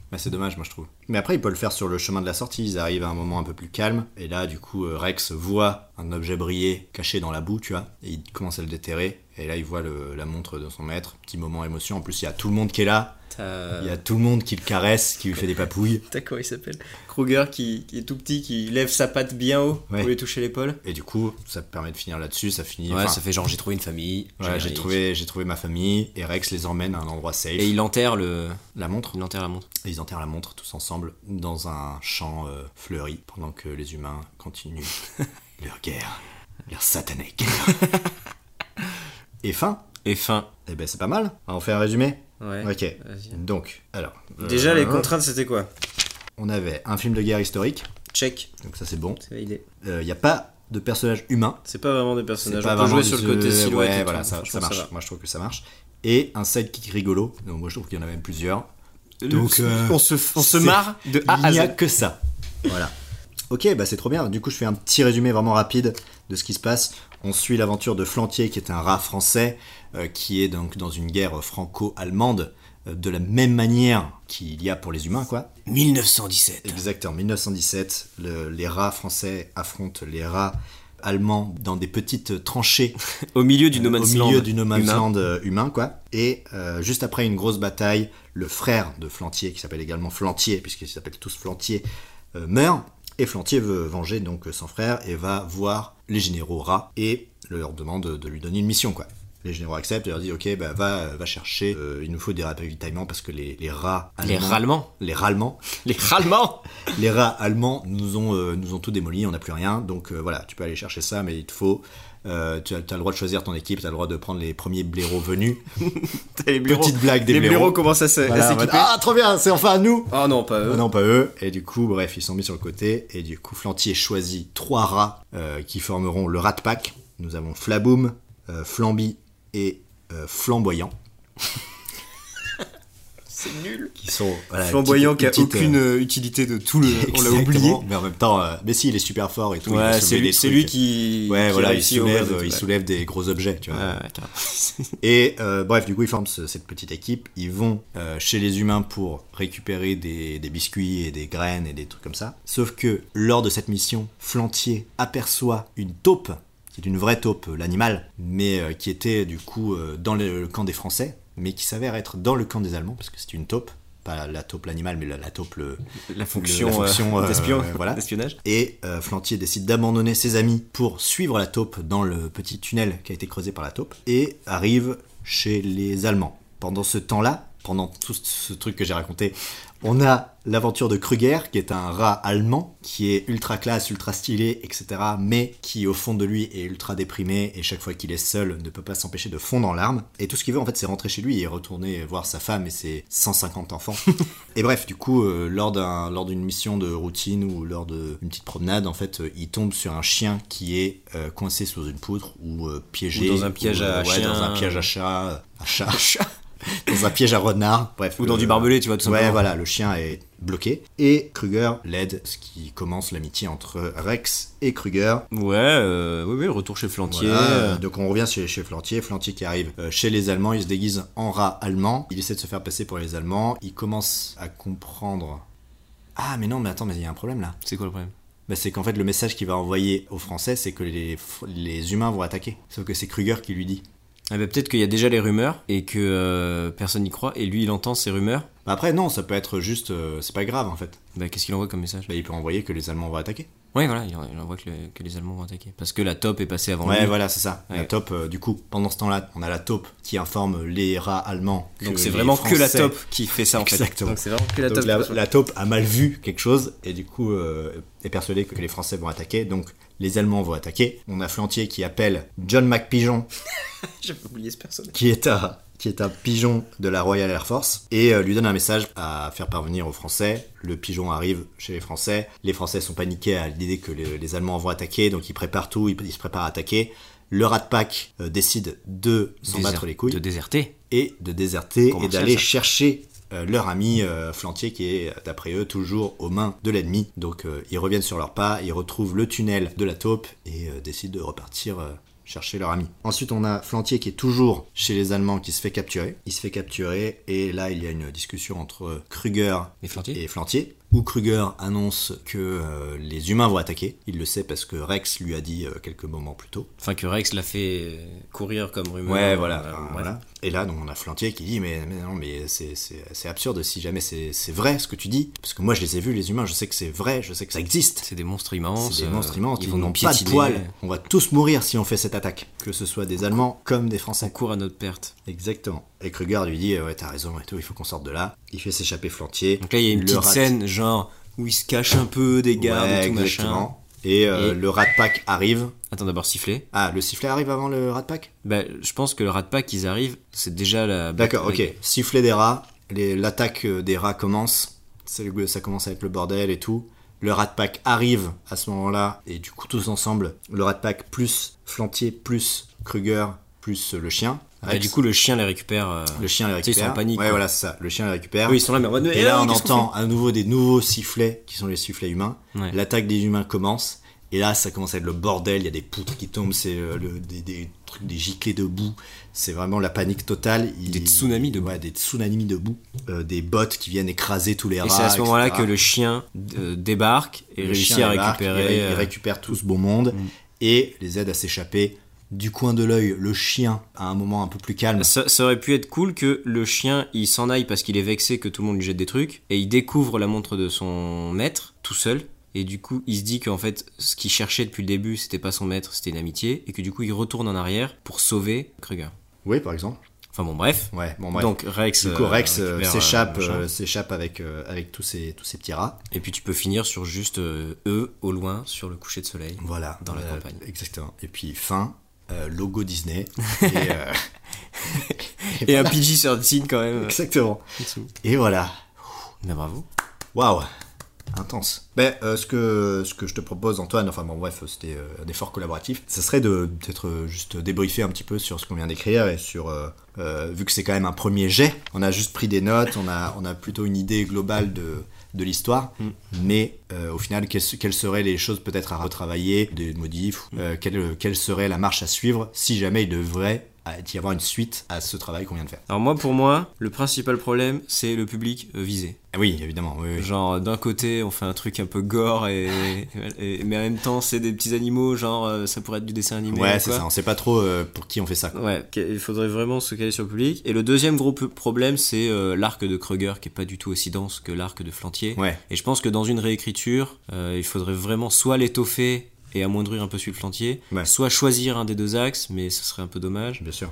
Speaker 1: Bah, c'est dommage, moi je trouve. Mais après, ils peuvent le faire sur le chemin de la sortie. Ils arrivent à un moment un peu plus calme. Et là, du coup, euh, Rex voit un objet briller caché dans la boue, tu vois. Et il commence à le déterrer. Et là, il voit le- la montre de son maître. Petit moment émotion. En plus, il y a tout le monde qui est là.
Speaker 2: T'as-
Speaker 1: Il y a tout le monde qui le caresse, qui lui fait des papouilles.
Speaker 2: [laughs] T'as comment il s'appelle Kruger qui, qui est tout petit, qui lève sa patte bien haut
Speaker 1: Ouais.
Speaker 2: pour lui toucher l'épaule.
Speaker 1: Et du coup, ça permet de finir là-dessus. Ça finit.
Speaker 2: Ouais,
Speaker 1: enfin,
Speaker 2: ça fait genre j'ai trouvé une famille.
Speaker 1: ouais, j'ai trouvé, j'ai trouvé ma famille. Et Rex les emmène à un endroit safe.
Speaker 2: Et il enterre le.
Speaker 1: La montre.
Speaker 2: Il enterre la montre.
Speaker 1: Et ils enterrent la montre tous ensemble dans un champ euh, fleuri pendant que les humains continuent
Speaker 2: [laughs]
Speaker 1: leur guerre, leur satanée guerre. Et fin
Speaker 2: Et fin.
Speaker 1: Eh ben c'est pas mal. On fait un résumé
Speaker 2: Ouais.
Speaker 1: Ok.
Speaker 2: Vas-y.
Speaker 1: Donc, alors.
Speaker 2: Déjà,
Speaker 1: euh,
Speaker 2: les contraintes, c'était quoi
Speaker 1: On avait un film de guerre historique,
Speaker 2: Check.
Speaker 1: donc ça c'est bon.
Speaker 2: C'est validé.
Speaker 1: Il n'y a pas de personnage humain.
Speaker 2: C'est pas vraiment des
Speaker 1: C'est
Speaker 2: personnages.
Speaker 1: pas
Speaker 2: On peut jouer
Speaker 1: vraiment
Speaker 2: sur le
Speaker 1: du-
Speaker 2: côté silhouette.
Speaker 1: Ouais,
Speaker 2: et
Speaker 1: voilà,
Speaker 2: tout.
Speaker 1: ça, ça
Speaker 2: Franchement,
Speaker 1: marche.
Speaker 2: va.
Speaker 1: Moi je trouve que ça marche. Et un sidekick rigolo. Donc moi je trouve qu'il y en a même plusieurs. Donc, euh,
Speaker 2: on se, on se
Speaker 1: c'est-
Speaker 2: marre de A à
Speaker 1: Il n'y a
Speaker 2: Z.
Speaker 1: que ça. Voilà. Ok, bah c'est trop bien. Du coup, je fais un petit résumé vraiment rapide de ce qui se passe. On suit l'aventure de Flantier, qui est un rat français, euh, qui est donc dans une guerre franco-allemande, euh, de la même manière qu'il y a pour les humains, quoi.
Speaker 2: 1917.
Speaker 1: Exact, en 1917, le- les rats français affrontent les rats allemands dans des petites tranchées
Speaker 2: Au milieu du No Man's
Speaker 1: Euh, au
Speaker 2: Land.
Speaker 1: milieu du No Man's
Speaker 2: humain.
Speaker 1: Land euh, humain, quoi. Et euh, juste après une grosse bataille, le frère de Flantier, qui s'appelle également Flantier, puisqu'ils s'appellent tous Flantier, euh, meurt. Et Flantier veut venger donc euh, son frère et va voir les généraux rats et leur demande de lui donner une mission, quoi. Les généraux acceptent et leur dit ok bah va va chercher euh, il nous faut des ravitaillements parce que les, les rats
Speaker 2: Les
Speaker 1: allemands-
Speaker 2: râlements.
Speaker 1: les râlements
Speaker 2: Les râlements
Speaker 1: les rats allemands nous ont, euh, nous ont tout démoli, on n'a plus rien. Donc euh, voilà, tu peux aller chercher ça, mais il te faut. euh, tu as, t'as le droit de choisir ton équipe, tu as le droit de prendre les premiers blaireaux venus.
Speaker 2: Les bureaux.
Speaker 1: Petite blague des
Speaker 2: les
Speaker 1: blaireaux.
Speaker 2: bureaux commencent à se-
Speaker 1: Voilà,
Speaker 2: à
Speaker 1: en mode,
Speaker 2: s'équiper.
Speaker 1: ah, trop bien, c'est enfin à nous
Speaker 2: Oh non, pas eux.
Speaker 1: Ah Non, pas eux. Et du coup, bref, ils sont mis sur le côté. Et du coup, Flantier choisit trois rats euh, qui formeront le Rat Pack. Nous avons Flaboum, euh, Flamby et euh, Flamboyant.
Speaker 2: C'est nul.
Speaker 1: qui sont voilà,
Speaker 2: Flamboyant qui
Speaker 1: petite-
Speaker 2: a
Speaker 1: petite,
Speaker 2: aucune
Speaker 1: euh,
Speaker 2: euh, utilité de tout le. On [laughs] l'a
Speaker 1: exactement,
Speaker 2: oublié.
Speaker 1: Mais en même temps, euh, mais si, il est super fort et tout. il peut soulever
Speaker 2: Ouais, c'est
Speaker 1: des
Speaker 2: lui, c'est
Speaker 1: trucs. euh.
Speaker 2: lui qui.
Speaker 1: Ouais,
Speaker 2: qui
Speaker 1: voilà, il
Speaker 2: réussit au
Speaker 1: soulève,
Speaker 2: résultat.
Speaker 1: il soulève des gros objets, tu vois.
Speaker 2: Ouais, ouais, carrément.
Speaker 1: Et euh, bref, du coup, ils forment ce- cette petite équipe. Ils vont euh, chez les humains pour récupérer des, des biscuits et des graines et des trucs comme ça. Sauf que lors de cette mission, Flantier aperçoit une taupe, qui est une vraie taupe, euh, l'animal, mais euh, qui était du coup euh, dans le, le camp des Français, mais qui s'avère être dans le camp des Allemands, parce que c'est une taupe. Pas la taupe l'animal, mais la, la taupe le,
Speaker 2: La fonction,
Speaker 1: la fonction,
Speaker 2: euh,
Speaker 1: euh,
Speaker 2: d'espion-
Speaker 1: voilà.
Speaker 2: d'espionnage.
Speaker 1: et euh, Flantier décide d'abandonner ses amis pour suivre la taupe dans le petit tunnel qui a été creusé par la taupe et arrive chez les Allemands. Pendant ce temps-là, pendant tout ce- ce truc que j'ai raconté, on a l'aventure de Kruger, qui est un rat allemand, qui est ultra classe, ultra stylé, etc., mais qui au fond de lui est ultra déprimé et chaque fois qu'il est seul ne peut pas s'empêcher de fondre en larmes. Et tout ce qu'il veut en fait c'est rentrer chez lui et retourner voir sa femme et ses 150 enfants. Et bref, du coup, euh, lors d'un lors d'une mission de routine ou lors d'une petite promenade, en fait, euh, il tombe sur un chien qui est euh, coincé sous une poutre ou euh, piégé euh,
Speaker 2: Ou dans un piège à
Speaker 1: ouais, dans
Speaker 2: chien.
Speaker 1: un piège à chat, euh, à chat, [laughs] dans un piège à renard, bref,
Speaker 2: Ou dans
Speaker 1: euh,
Speaker 2: du barbelé, tu vois, tout simplement.
Speaker 1: Ouais, voilà, le chien est bloqué et Kruger l'aide, ce qui commence l'amitié entre Rex et Kruger.
Speaker 2: Ouais, euh, oui, oui, retour chez Flantier.
Speaker 1: Voilà,
Speaker 2: euh,
Speaker 1: Donc on revient chez, chez Flantier. Flantier qui arrive euh, chez les Allemands, il se déguise en rat allemand. Il essaie de se faire passer pour les Allemands. Il commence à comprendre. Ah mais non mais attends mais il y a un problème là.
Speaker 2: C'est quoi le problème
Speaker 1: Bah, c'est qu'en fait le message qu'il va envoyer aux Français c'est que les, f- les humains vont attaquer. Sauf que c'est Kruger qui lui dit.
Speaker 2: Ah bah, Peut-être qu'il y a déjà les rumeurs et que euh, personne n'y croit et lui il entend ces rumeurs.
Speaker 1: Bah, après non ça peut être juste euh, c'est pas grave en fait.
Speaker 2: Bah, Qu'est-ce qu'il envoie comme message
Speaker 1: Bah, il peut envoyer que les Allemands vont attaquer.
Speaker 2: Ouais, voilà, il en- il envoie que, le- que les Allemands vont attaquer. Parce que la top est passée avant
Speaker 1: Ouais
Speaker 2: lui.
Speaker 1: voilà c'est ça. La
Speaker 2: Ouais.
Speaker 1: taupe euh, du coup pendant ce temps là on a la taupe qui informe les rats allemands. que
Speaker 2: Donc c'est
Speaker 1: les
Speaker 2: vraiment que la
Speaker 1: Français-
Speaker 2: top qui fait ça en fait.
Speaker 1: Exactement.
Speaker 2: Donc c'est vraiment que la
Speaker 1: Donc
Speaker 2: top.
Speaker 1: la,
Speaker 2: [laughs]
Speaker 1: la taupe a mal vu quelque chose et du coup euh, est persuadée que les Français vont attaquer, donc les Allemands vont attaquer. On a Flantier qui appelle John McPigeon,
Speaker 2: J'avais oublié ce personnage.
Speaker 1: qui est un, qui est un pigeon de la Royal Air Force, et euh, lui donne un message à faire parvenir aux Français. Le pigeon arrive chez les Français. Les Français sont paniqués à l'idée que le- les Allemands vont attaquer, donc ils préparent tout, ils, ils se préparent à attaquer. Le rat de Pack euh, décide de s'en battre les couilles
Speaker 2: De déserter.
Speaker 1: et de déserter et
Speaker 2: Commercial,
Speaker 1: d'aller
Speaker 2: ça.
Speaker 1: chercher euh, leur ami euh, Flantier qui est, d'après eux, toujours aux mains de l'ennemi. Donc euh, ils reviennent sur leurs pas, ils retrouvent le tunnel de la taupe et euh, décident de repartir. euh, chercher leur ami. Ensuite, on a Flantier qui est toujours chez les Allemands qui se fait capturer. Il se fait capturer et là, il y a une discussion entre euh, Kruger
Speaker 2: Les Flantiers
Speaker 1: et Flantier, où Kruger annonce que euh, les humains vont attaquer. Il le sait parce que Rex lui a dit euh, quelques moments plus tôt.
Speaker 2: Enfin que Rex l'a fait euh, courir comme rumeur.
Speaker 1: Ouais,
Speaker 2: Euh,
Speaker 1: voilà.
Speaker 2: bref.
Speaker 1: enfin, voilà. Et là, donc, on a Flantier qui dit Mais, mais non, mais c'est- c'est c'est absurde si jamais c'est c'est vrai ce que tu dis. Parce que moi, je les ai vus, les humains, je sais que c'est vrai, je sais que ça existe.
Speaker 2: C'est des monstres immenses.
Speaker 1: C'est des
Speaker 2: euh,
Speaker 1: monstres immenses, ils,
Speaker 2: vont
Speaker 1: n'ont
Speaker 2: nous
Speaker 1: pas de
Speaker 2: piétiner,
Speaker 1: poils. On va tous mourir si on fait cette attaque. Que ce soit des Allemands comme des Français.
Speaker 2: On court à notre perte.
Speaker 1: Exactement. Et Kruger lui dit euh, Ouais, t'as raison et tout, il faut qu'on sorte de là. Il fait s'échapper Flantier.
Speaker 2: Donc là, il y a une
Speaker 1: Le
Speaker 2: petite
Speaker 1: rat-
Speaker 2: scène, genre, où il se cache un peu des gardes
Speaker 1: Ouais,
Speaker 2: et tout machin.
Speaker 1: exactement. Et, euh,
Speaker 2: Et-
Speaker 1: le Rat Pack arrive.
Speaker 2: Attends, d'abord siffler.
Speaker 1: Ah, le sifflet arrive avant le Rat Pack
Speaker 2: Bah, je pense que le rat de pack, ils arrivent, c'est déjà la.
Speaker 1: D'accord, ok. Sifflet des rats, les- l'attaque euh, des rats commence, C'est le- ça commence à être le bordel et tout. Le Rat Pack arrive à ce moment-là, et du coup, tous ensemble, le Rat Pack plus Flantier, plus Kruger, plus euh, le chien.
Speaker 2: Bah,
Speaker 1: Rex.
Speaker 2: du coup, le chien les récupère. euh,
Speaker 1: le chien les
Speaker 2: tu sais, ils
Speaker 1: récupère.
Speaker 2: sont en panique,
Speaker 1: Ouais,
Speaker 2: quoi.
Speaker 1: voilà, c'est ça. Le chien les récupère.
Speaker 2: Oui, ils sont là, mais en mode.
Speaker 1: Et
Speaker 2: eh,
Speaker 1: là, on
Speaker 2: qu'est-ce qu'on
Speaker 1: entend à nouveau des nouveaux sifflets qui sont les sifflets humains.
Speaker 2: Ouais.
Speaker 1: L'attaque des humains commence. Et là, ça commence à être le bordel. Il y a des poutres qui tombent, c'est euh, le- des, des trucs, des giclées de boue. C'est vraiment la panique totale. Il-
Speaker 2: Des tsunamis de boue.
Speaker 1: Ouais, des tsunamis de boue. Euh, des bottes qui viennent écraser tous les rats.
Speaker 2: Et c'est à ce moment-là
Speaker 1: etc.
Speaker 2: que le chien euh, débarque et
Speaker 1: Le
Speaker 2: réussit
Speaker 1: chien
Speaker 2: à
Speaker 1: débarque, Il,
Speaker 2: récupérer.
Speaker 1: ré- il
Speaker 2: euh, Mm.
Speaker 1: récupère tout ce bon monde et les aide à s'échapper. Du coin de l'œil, le chien, à un moment un peu plus calme,
Speaker 2: Ça, ça aurait pu être cool que le chien il s'en aille parce qu'il est vexé que tout le monde lui jette des trucs et il découvre la montre de son maître tout seul et du coup il se dit qu'en fait ce qu'il cherchait depuis le début c'était pas son maître c'était une amitié et que du coup il retourne en arrière pour sauver Kruger.
Speaker 1: oui, par exemple.
Speaker 2: Enfin bon bref.
Speaker 1: Ouais, bon, bref.
Speaker 2: Donc Rex,
Speaker 1: Du coup,
Speaker 2: euh,
Speaker 1: Rex euh,
Speaker 2: récupère,
Speaker 1: s'échappe,
Speaker 2: euh, machin.
Speaker 1: euh, s'échappe avec, euh, avec tous, ces, tous ces petits rats.
Speaker 2: et puis tu peux finir sur juste euh, eux au loin sur le coucher de soleil.
Speaker 1: Voilà.
Speaker 2: Dans la
Speaker 1: Euh,
Speaker 2: campagne.
Speaker 1: Exactement. Et puis, fin, euh, logo
Speaker 2: [laughs]
Speaker 1: Disney. Et, euh, [laughs]
Speaker 2: Et un PG sur le signe quand même.
Speaker 1: exactement. Et voilà.
Speaker 2: Mais bravo.
Speaker 1: Waouh. intense. Ben, euh, ce, que, ce que je te propose, Antoine, enfin bon, bref, c'était euh, un effort collaboratif, ce serait de peut-être euh, juste débriefer un petit peu sur ce qu'on vient d'écrire et sur. euh, euh, vu que c'est quand même un premier jet, on a juste pris des notes, on a, on a plutôt une idée globale de, de l'histoire,
Speaker 2: Mm.
Speaker 1: mais euh, au final, quelles, quelles seraient les choses peut-être à retravailler, des modifs, euh, quelle, quelle serait la marche à suivre si jamais il devrait euh, y avoir une suite à ce travail qu'on vient de faire
Speaker 2: Alors moi, pour moi, le principal problème, c'est le public euh, visé.
Speaker 1: Ah Oui, évidemment, oui, oui.
Speaker 2: Genre, d'un côté, on fait un truc un peu gore, et, et- mais en même temps, c'est des petits animaux, genre, euh, ça pourrait être du dessin animé.
Speaker 1: Ouais,
Speaker 2: ou
Speaker 1: c'est
Speaker 2: quoi.
Speaker 1: ça, on sait pas trop euh, pour qui on fait ça. quoi.
Speaker 2: Ouais, qu- il faudrait vraiment se caler sur le public. Et le deuxième gros p- problème, c'est euh, l'arc de Kruger, qui est pas du tout aussi dense que l'arc de Flantier.
Speaker 1: Ouais,
Speaker 2: Et je pense que dans une réécriture, euh, il faudrait vraiment soit l'étoffer et amoindrir un peu celui de Flantier,
Speaker 1: Ouais.
Speaker 2: soit choisir un des deux axes, mais ce serait un peu dommage.
Speaker 1: bien sûr.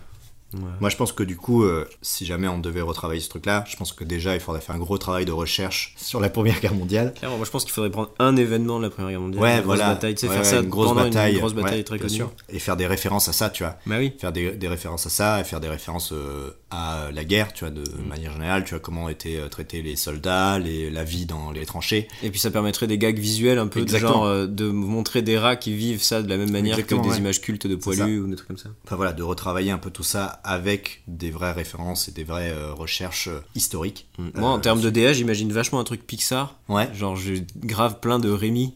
Speaker 2: Ouais.
Speaker 1: Moi, je pense que du coup, euh, si jamais on devait retravailler ce truc-là, je pense que déjà, il faudrait faire un gros travail de recherche [laughs] sur la Première Guerre mondiale.
Speaker 2: Clairement, moi je pense qu'il faudrait prendre un événement de la Première Guerre mondiale,
Speaker 1: Ouais,
Speaker 2: une grosse
Speaker 1: voilà.
Speaker 2: bataille, tu sais,
Speaker 1: Ouais,
Speaker 2: faire
Speaker 1: ouais,
Speaker 2: ça
Speaker 1: une grosse
Speaker 2: pendant
Speaker 1: bataille,
Speaker 2: une grosse bataille
Speaker 1: ouais,
Speaker 2: très
Speaker 1: bien
Speaker 2: connue.
Speaker 1: sûr. Et faire des références à ça, tu vois.
Speaker 2: Bah oui.
Speaker 1: Faire des, des références à ça, et faire des références euh, à la guerre, tu vois, de
Speaker 2: Mm.
Speaker 1: manière générale, tu vois, comment étaient euh, traités les soldats, les, la vie dans les tranchées.
Speaker 2: Et puis ça permettrait des gags visuels un peu du
Speaker 1: Exactement.
Speaker 2: genre euh, de montrer des rats qui vivent ça de la même manière
Speaker 1: Exactement,
Speaker 2: que des
Speaker 1: ouais.
Speaker 2: images cultes de
Speaker 1: ça.
Speaker 2: poilus ou des trucs comme ça.
Speaker 1: Enfin voilà, de retravailler un peu tout ça avec des vraies références et des vraies euh, recherches euh, historiques.
Speaker 2: Moi en
Speaker 1: Euh,
Speaker 2: termes de DA, j'imagine vachement un truc Pixar.
Speaker 1: Ouais.
Speaker 2: Genre je grave plein
Speaker 1: [laughs]
Speaker 2: de Rémi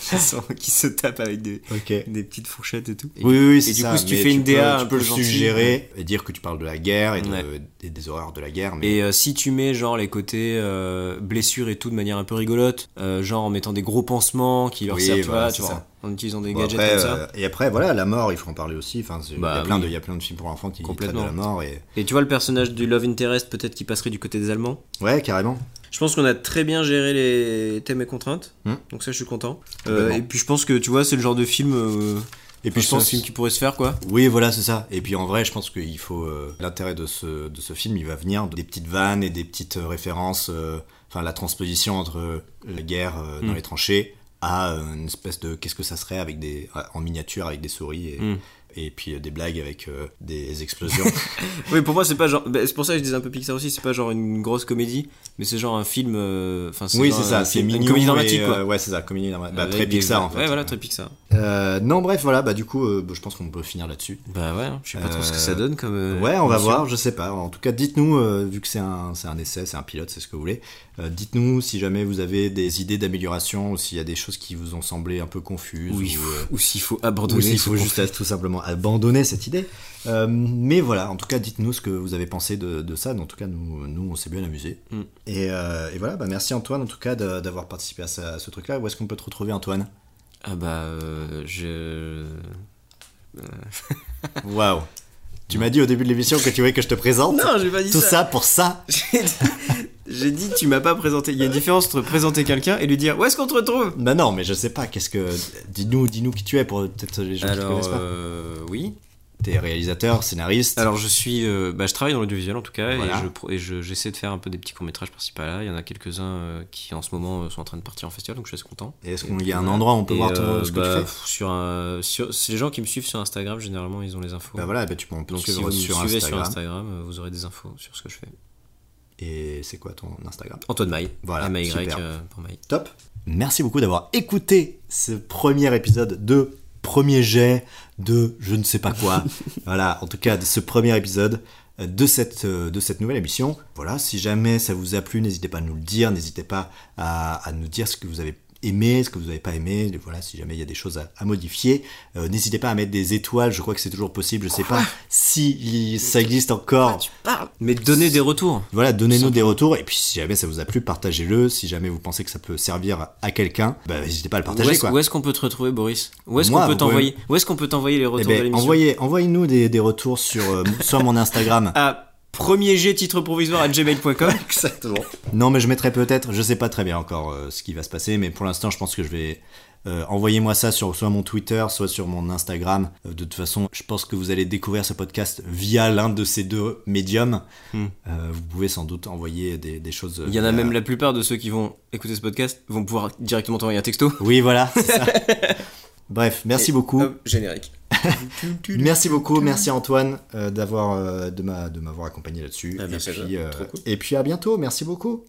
Speaker 2: qui sont- qui se tapent avec des,
Speaker 1: Ok.
Speaker 2: des petites fourchettes et tout. Et
Speaker 1: Oui, oui, c'est
Speaker 2: du
Speaker 1: ça,
Speaker 2: coup, si tu
Speaker 1: mais
Speaker 2: fais une
Speaker 1: peux-
Speaker 2: DA
Speaker 1: tu
Speaker 2: un
Speaker 1: peux
Speaker 2: peu
Speaker 1: le
Speaker 2: gentille,
Speaker 1: suggérer et dire que tu parles de la guerre et, de-
Speaker 2: Ouais.
Speaker 1: et des horreurs de la guerre, mais
Speaker 2: Et euh, si tu mets genre les côtés euh, blessures et tout de manière un peu rigolote, euh, genre en mettant des gros pansements qui leur
Speaker 1: Oui,
Speaker 2: servent, tu
Speaker 1: voilà,
Speaker 2: vois,
Speaker 1: c'est
Speaker 2: tu vois,
Speaker 1: ça.
Speaker 2: en utilisant des
Speaker 1: Bon,
Speaker 2: gadgets
Speaker 1: après,
Speaker 2: comme ça.
Speaker 1: euh, et après, voilà, la mort, il faut en parler aussi. Enfin, c'est- il y
Speaker 2: Bah
Speaker 1: a plein
Speaker 2: oui.
Speaker 1: de, il y a plein de films pour enfants qui traitent de
Speaker 2: Complètement.
Speaker 1: la mort et
Speaker 2: Et tu vois le personnage du Love Interest peut-être qui passerait du côté des Allemands.
Speaker 1: ouais, carrément.
Speaker 2: Je pense qu'on a très bien géré les thèmes et contraintes,
Speaker 1: Hmm.
Speaker 2: donc ça je suis content.
Speaker 1: Complètement.
Speaker 2: Euh, et puis je pense que tu vois c'est le genre de film, euh,
Speaker 1: Et puis je
Speaker 2: c'est un
Speaker 1: pense,
Speaker 2: film qui pourrait se faire quoi.
Speaker 1: oui, voilà, c'est ça. Et puis en vrai, je pense qu'il faut euh, l'intérêt de ce de ce film, il va venir des petites vannes et des petites euh, références. euh, Enfin, la transposition entre euh, la guerre euh, dans
Speaker 2: Mm.
Speaker 1: les tranchées à euh, une espèce de qu'est-ce que ça serait avec des en miniature avec des souris et,
Speaker 2: Mm.
Speaker 1: et puis euh, des blagues avec euh, des
Speaker 2: [laughs]
Speaker 1: explosions.
Speaker 2: Oui pour moi c'est pas genre, bah, c'est pour ça que je disais un peu Pixar aussi, c'est pas genre une grosse comédie, mais c'est genre un film, euh, enfin c'est
Speaker 1: oui,
Speaker 2: genre
Speaker 1: c'est ça.
Speaker 2: un
Speaker 1: C'est
Speaker 2: film-
Speaker 1: mignon.
Speaker 2: une comédie dramatique
Speaker 1: et,
Speaker 2: quoi.
Speaker 1: euh, ouais, c'est ça. Comédie dramatique. Bah,
Speaker 2: Avec
Speaker 1: très
Speaker 2: des-
Speaker 1: Pixar en fait.
Speaker 2: Ouais voilà très Pixar.
Speaker 1: Euh, non, bref, voilà, bah du coup, euh, bah, je pense qu'on peut finir là-dessus.
Speaker 2: Bah ouais, je sais pas trop ce que
Speaker 1: Euh,
Speaker 2: ça donne comme. euh,
Speaker 1: ouais, on va
Speaker 2: émission.
Speaker 1: voir, je sais pas. En tout cas, dites-nous, euh, vu que c'est un, c'est un essai, c'est un pilote, c'est ce que vous voulez, euh, dites-nous si jamais vous avez des idées d'amélioration ou s'il y a des choses qui vous ont semblé un peu confuses.
Speaker 2: Oui,
Speaker 1: ou, euh,
Speaker 2: ou s'il faut
Speaker 1: ou
Speaker 2: abandonner.
Speaker 1: s'il
Speaker 2: ce
Speaker 1: faut juste
Speaker 2: conflit.
Speaker 1: tout simplement abandonner cette idée. Euh, mais voilà, en tout cas, dites-nous ce que vous avez pensé de, de ça. En tout cas, nous, nous on s'est bien amusés.
Speaker 2: Mm.
Speaker 1: Et, euh, et voilà, bah, merci Antoine, en tout cas, de- d'avoir participé à, ça- à ce truc-là. Où est-ce qu'on peut te retrouver, Antoine
Speaker 2: Ah bah, euh, je.
Speaker 1: Waouh Tu m'as dit au début de l'émission que tu voulais que je te présente
Speaker 2: j'ai pas dit
Speaker 1: Tout ça pour ça
Speaker 2: J'ai dit- J'ai dit, tu m'as pas présenté. Il y a une différence entre présenter quelqu'un et lui dire où est-ce qu'on te retrouve
Speaker 1: Bah non, mais je sais pas, qu'est-ce que... Dis-nous dis qui tu es pour peut-être les gens qui te
Speaker 2: Alors,
Speaker 1: connaissent pas.
Speaker 2: euh, oui.
Speaker 1: T'es réalisateur, scénariste,
Speaker 2: Alors, je suis. euh, bah, je travaille dans l'audiovisuel en tout cas
Speaker 1: Voilà.
Speaker 2: et je pro- et je- j'essaie de faire un peu des petits courts-métrages par-ci par-là. Il y en a quelques-uns euh, qui en ce moment euh, sont en train de partir en festival donc je suis assez content.
Speaker 1: et est-ce qu'il y a un endroit où on peut
Speaker 2: Et,
Speaker 1: voir ton-
Speaker 2: euh,
Speaker 1: ce que
Speaker 2: bah,
Speaker 1: tu fais
Speaker 2: pff, sur, un- sur- c'est Les gens qui me suivent sur Instagram, généralement, ils ont les infos.
Speaker 1: Bah voilà, bah tu peux on peut te
Speaker 2: donc, si
Speaker 1: suivre
Speaker 2: vous me
Speaker 1: sur
Speaker 2: suivez
Speaker 1: Instagram.
Speaker 2: sur Instagram, euh, vous aurez des infos sur ce que je fais.
Speaker 1: Et c'est quoi ton Instagram
Speaker 2: Antoine Maille.
Speaker 1: Voilà,
Speaker 2: m
Speaker 1: super.
Speaker 2: pour Maille.
Speaker 1: Top Merci beaucoup d'avoir écouté ce premier épisode de Premier Jet de je ne sais pas quoi. voilà, en tout cas de ce premier épisode euh, de cette, euh, de cette nouvelle émission. Voilà, si jamais ça vous a plu, n'hésitez pas à nous le dire, n'hésitez pas à, à nous dire ce que vous avez aimé, ce que vous n'avez pas aimé, voilà, si jamais il y a des choses à, à modifier, Euh, n'hésitez pas à mettre des étoiles, je crois que c'est toujours possible, je sais pas si il- ça existe encore,
Speaker 2: Mais donnez des retours.
Speaker 1: voilà, donnez-nous des retours. Et puis, si jamais ça vous a plu, partagez-le. Si jamais vous pensez que ça peut servir à quelqu'un, bah, n'hésitez pas à le
Speaker 2: où
Speaker 1: partager.
Speaker 2: est-ce
Speaker 1: Quoi.
Speaker 2: où est-ce qu'on peut te retrouver, Boris Où est-ce
Speaker 1: Moi,
Speaker 2: qu'on peut
Speaker 1: vous
Speaker 2: t'envoyer Où est-ce qu'on peut t'envoyer les
Speaker 1: Eh
Speaker 2: retours de
Speaker 1: ben,
Speaker 2: l'émission
Speaker 1: envoyez, envoyez-nous des, des retours sur euh, [laughs] soit mon Instagram.
Speaker 2: À premier G titre provisoire à gmail.com.
Speaker 1: Exactement. Non, mais je mettrai peut-être, je sais pas très bien encore euh, ce qui va se passer, mais pour l'instant, je pense que je vais. euh, Envoyez-moi ça sur soit mon Twitter, soit sur mon Instagram. Euh, de toute façon, je pense que vous allez découvrir ce podcast via l'un de ces deux médiums.
Speaker 2: Hmm.
Speaker 1: Euh, vous pouvez sans doute envoyer des, des choses. euh,
Speaker 2: Il y en a
Speaker 1: via-
Speaker 2: même la plupart de ceux qui vont écouter ce podcast vont pouvoir directement t'envoyer un texto.
Speaker 1: Oui, voilà. c'est
Speaker 2: [laughs]
Speaker 1: ça. Bref, merci beaucoup.
Speaker 2: Hop, générique.
Speaker 1: Merci beaucoup, merci Antoine euh, d'avoir euh, de ma- de m'avoir accompagné là-dessus.
Speaker 2: Ah,
Speaker 1: et,
Speaker 2: merci à toi,
Speaker 1: puis, euh,
Speaker 2: trop cool.
Speaker 1: et puis à bientôt, merci beaucoup.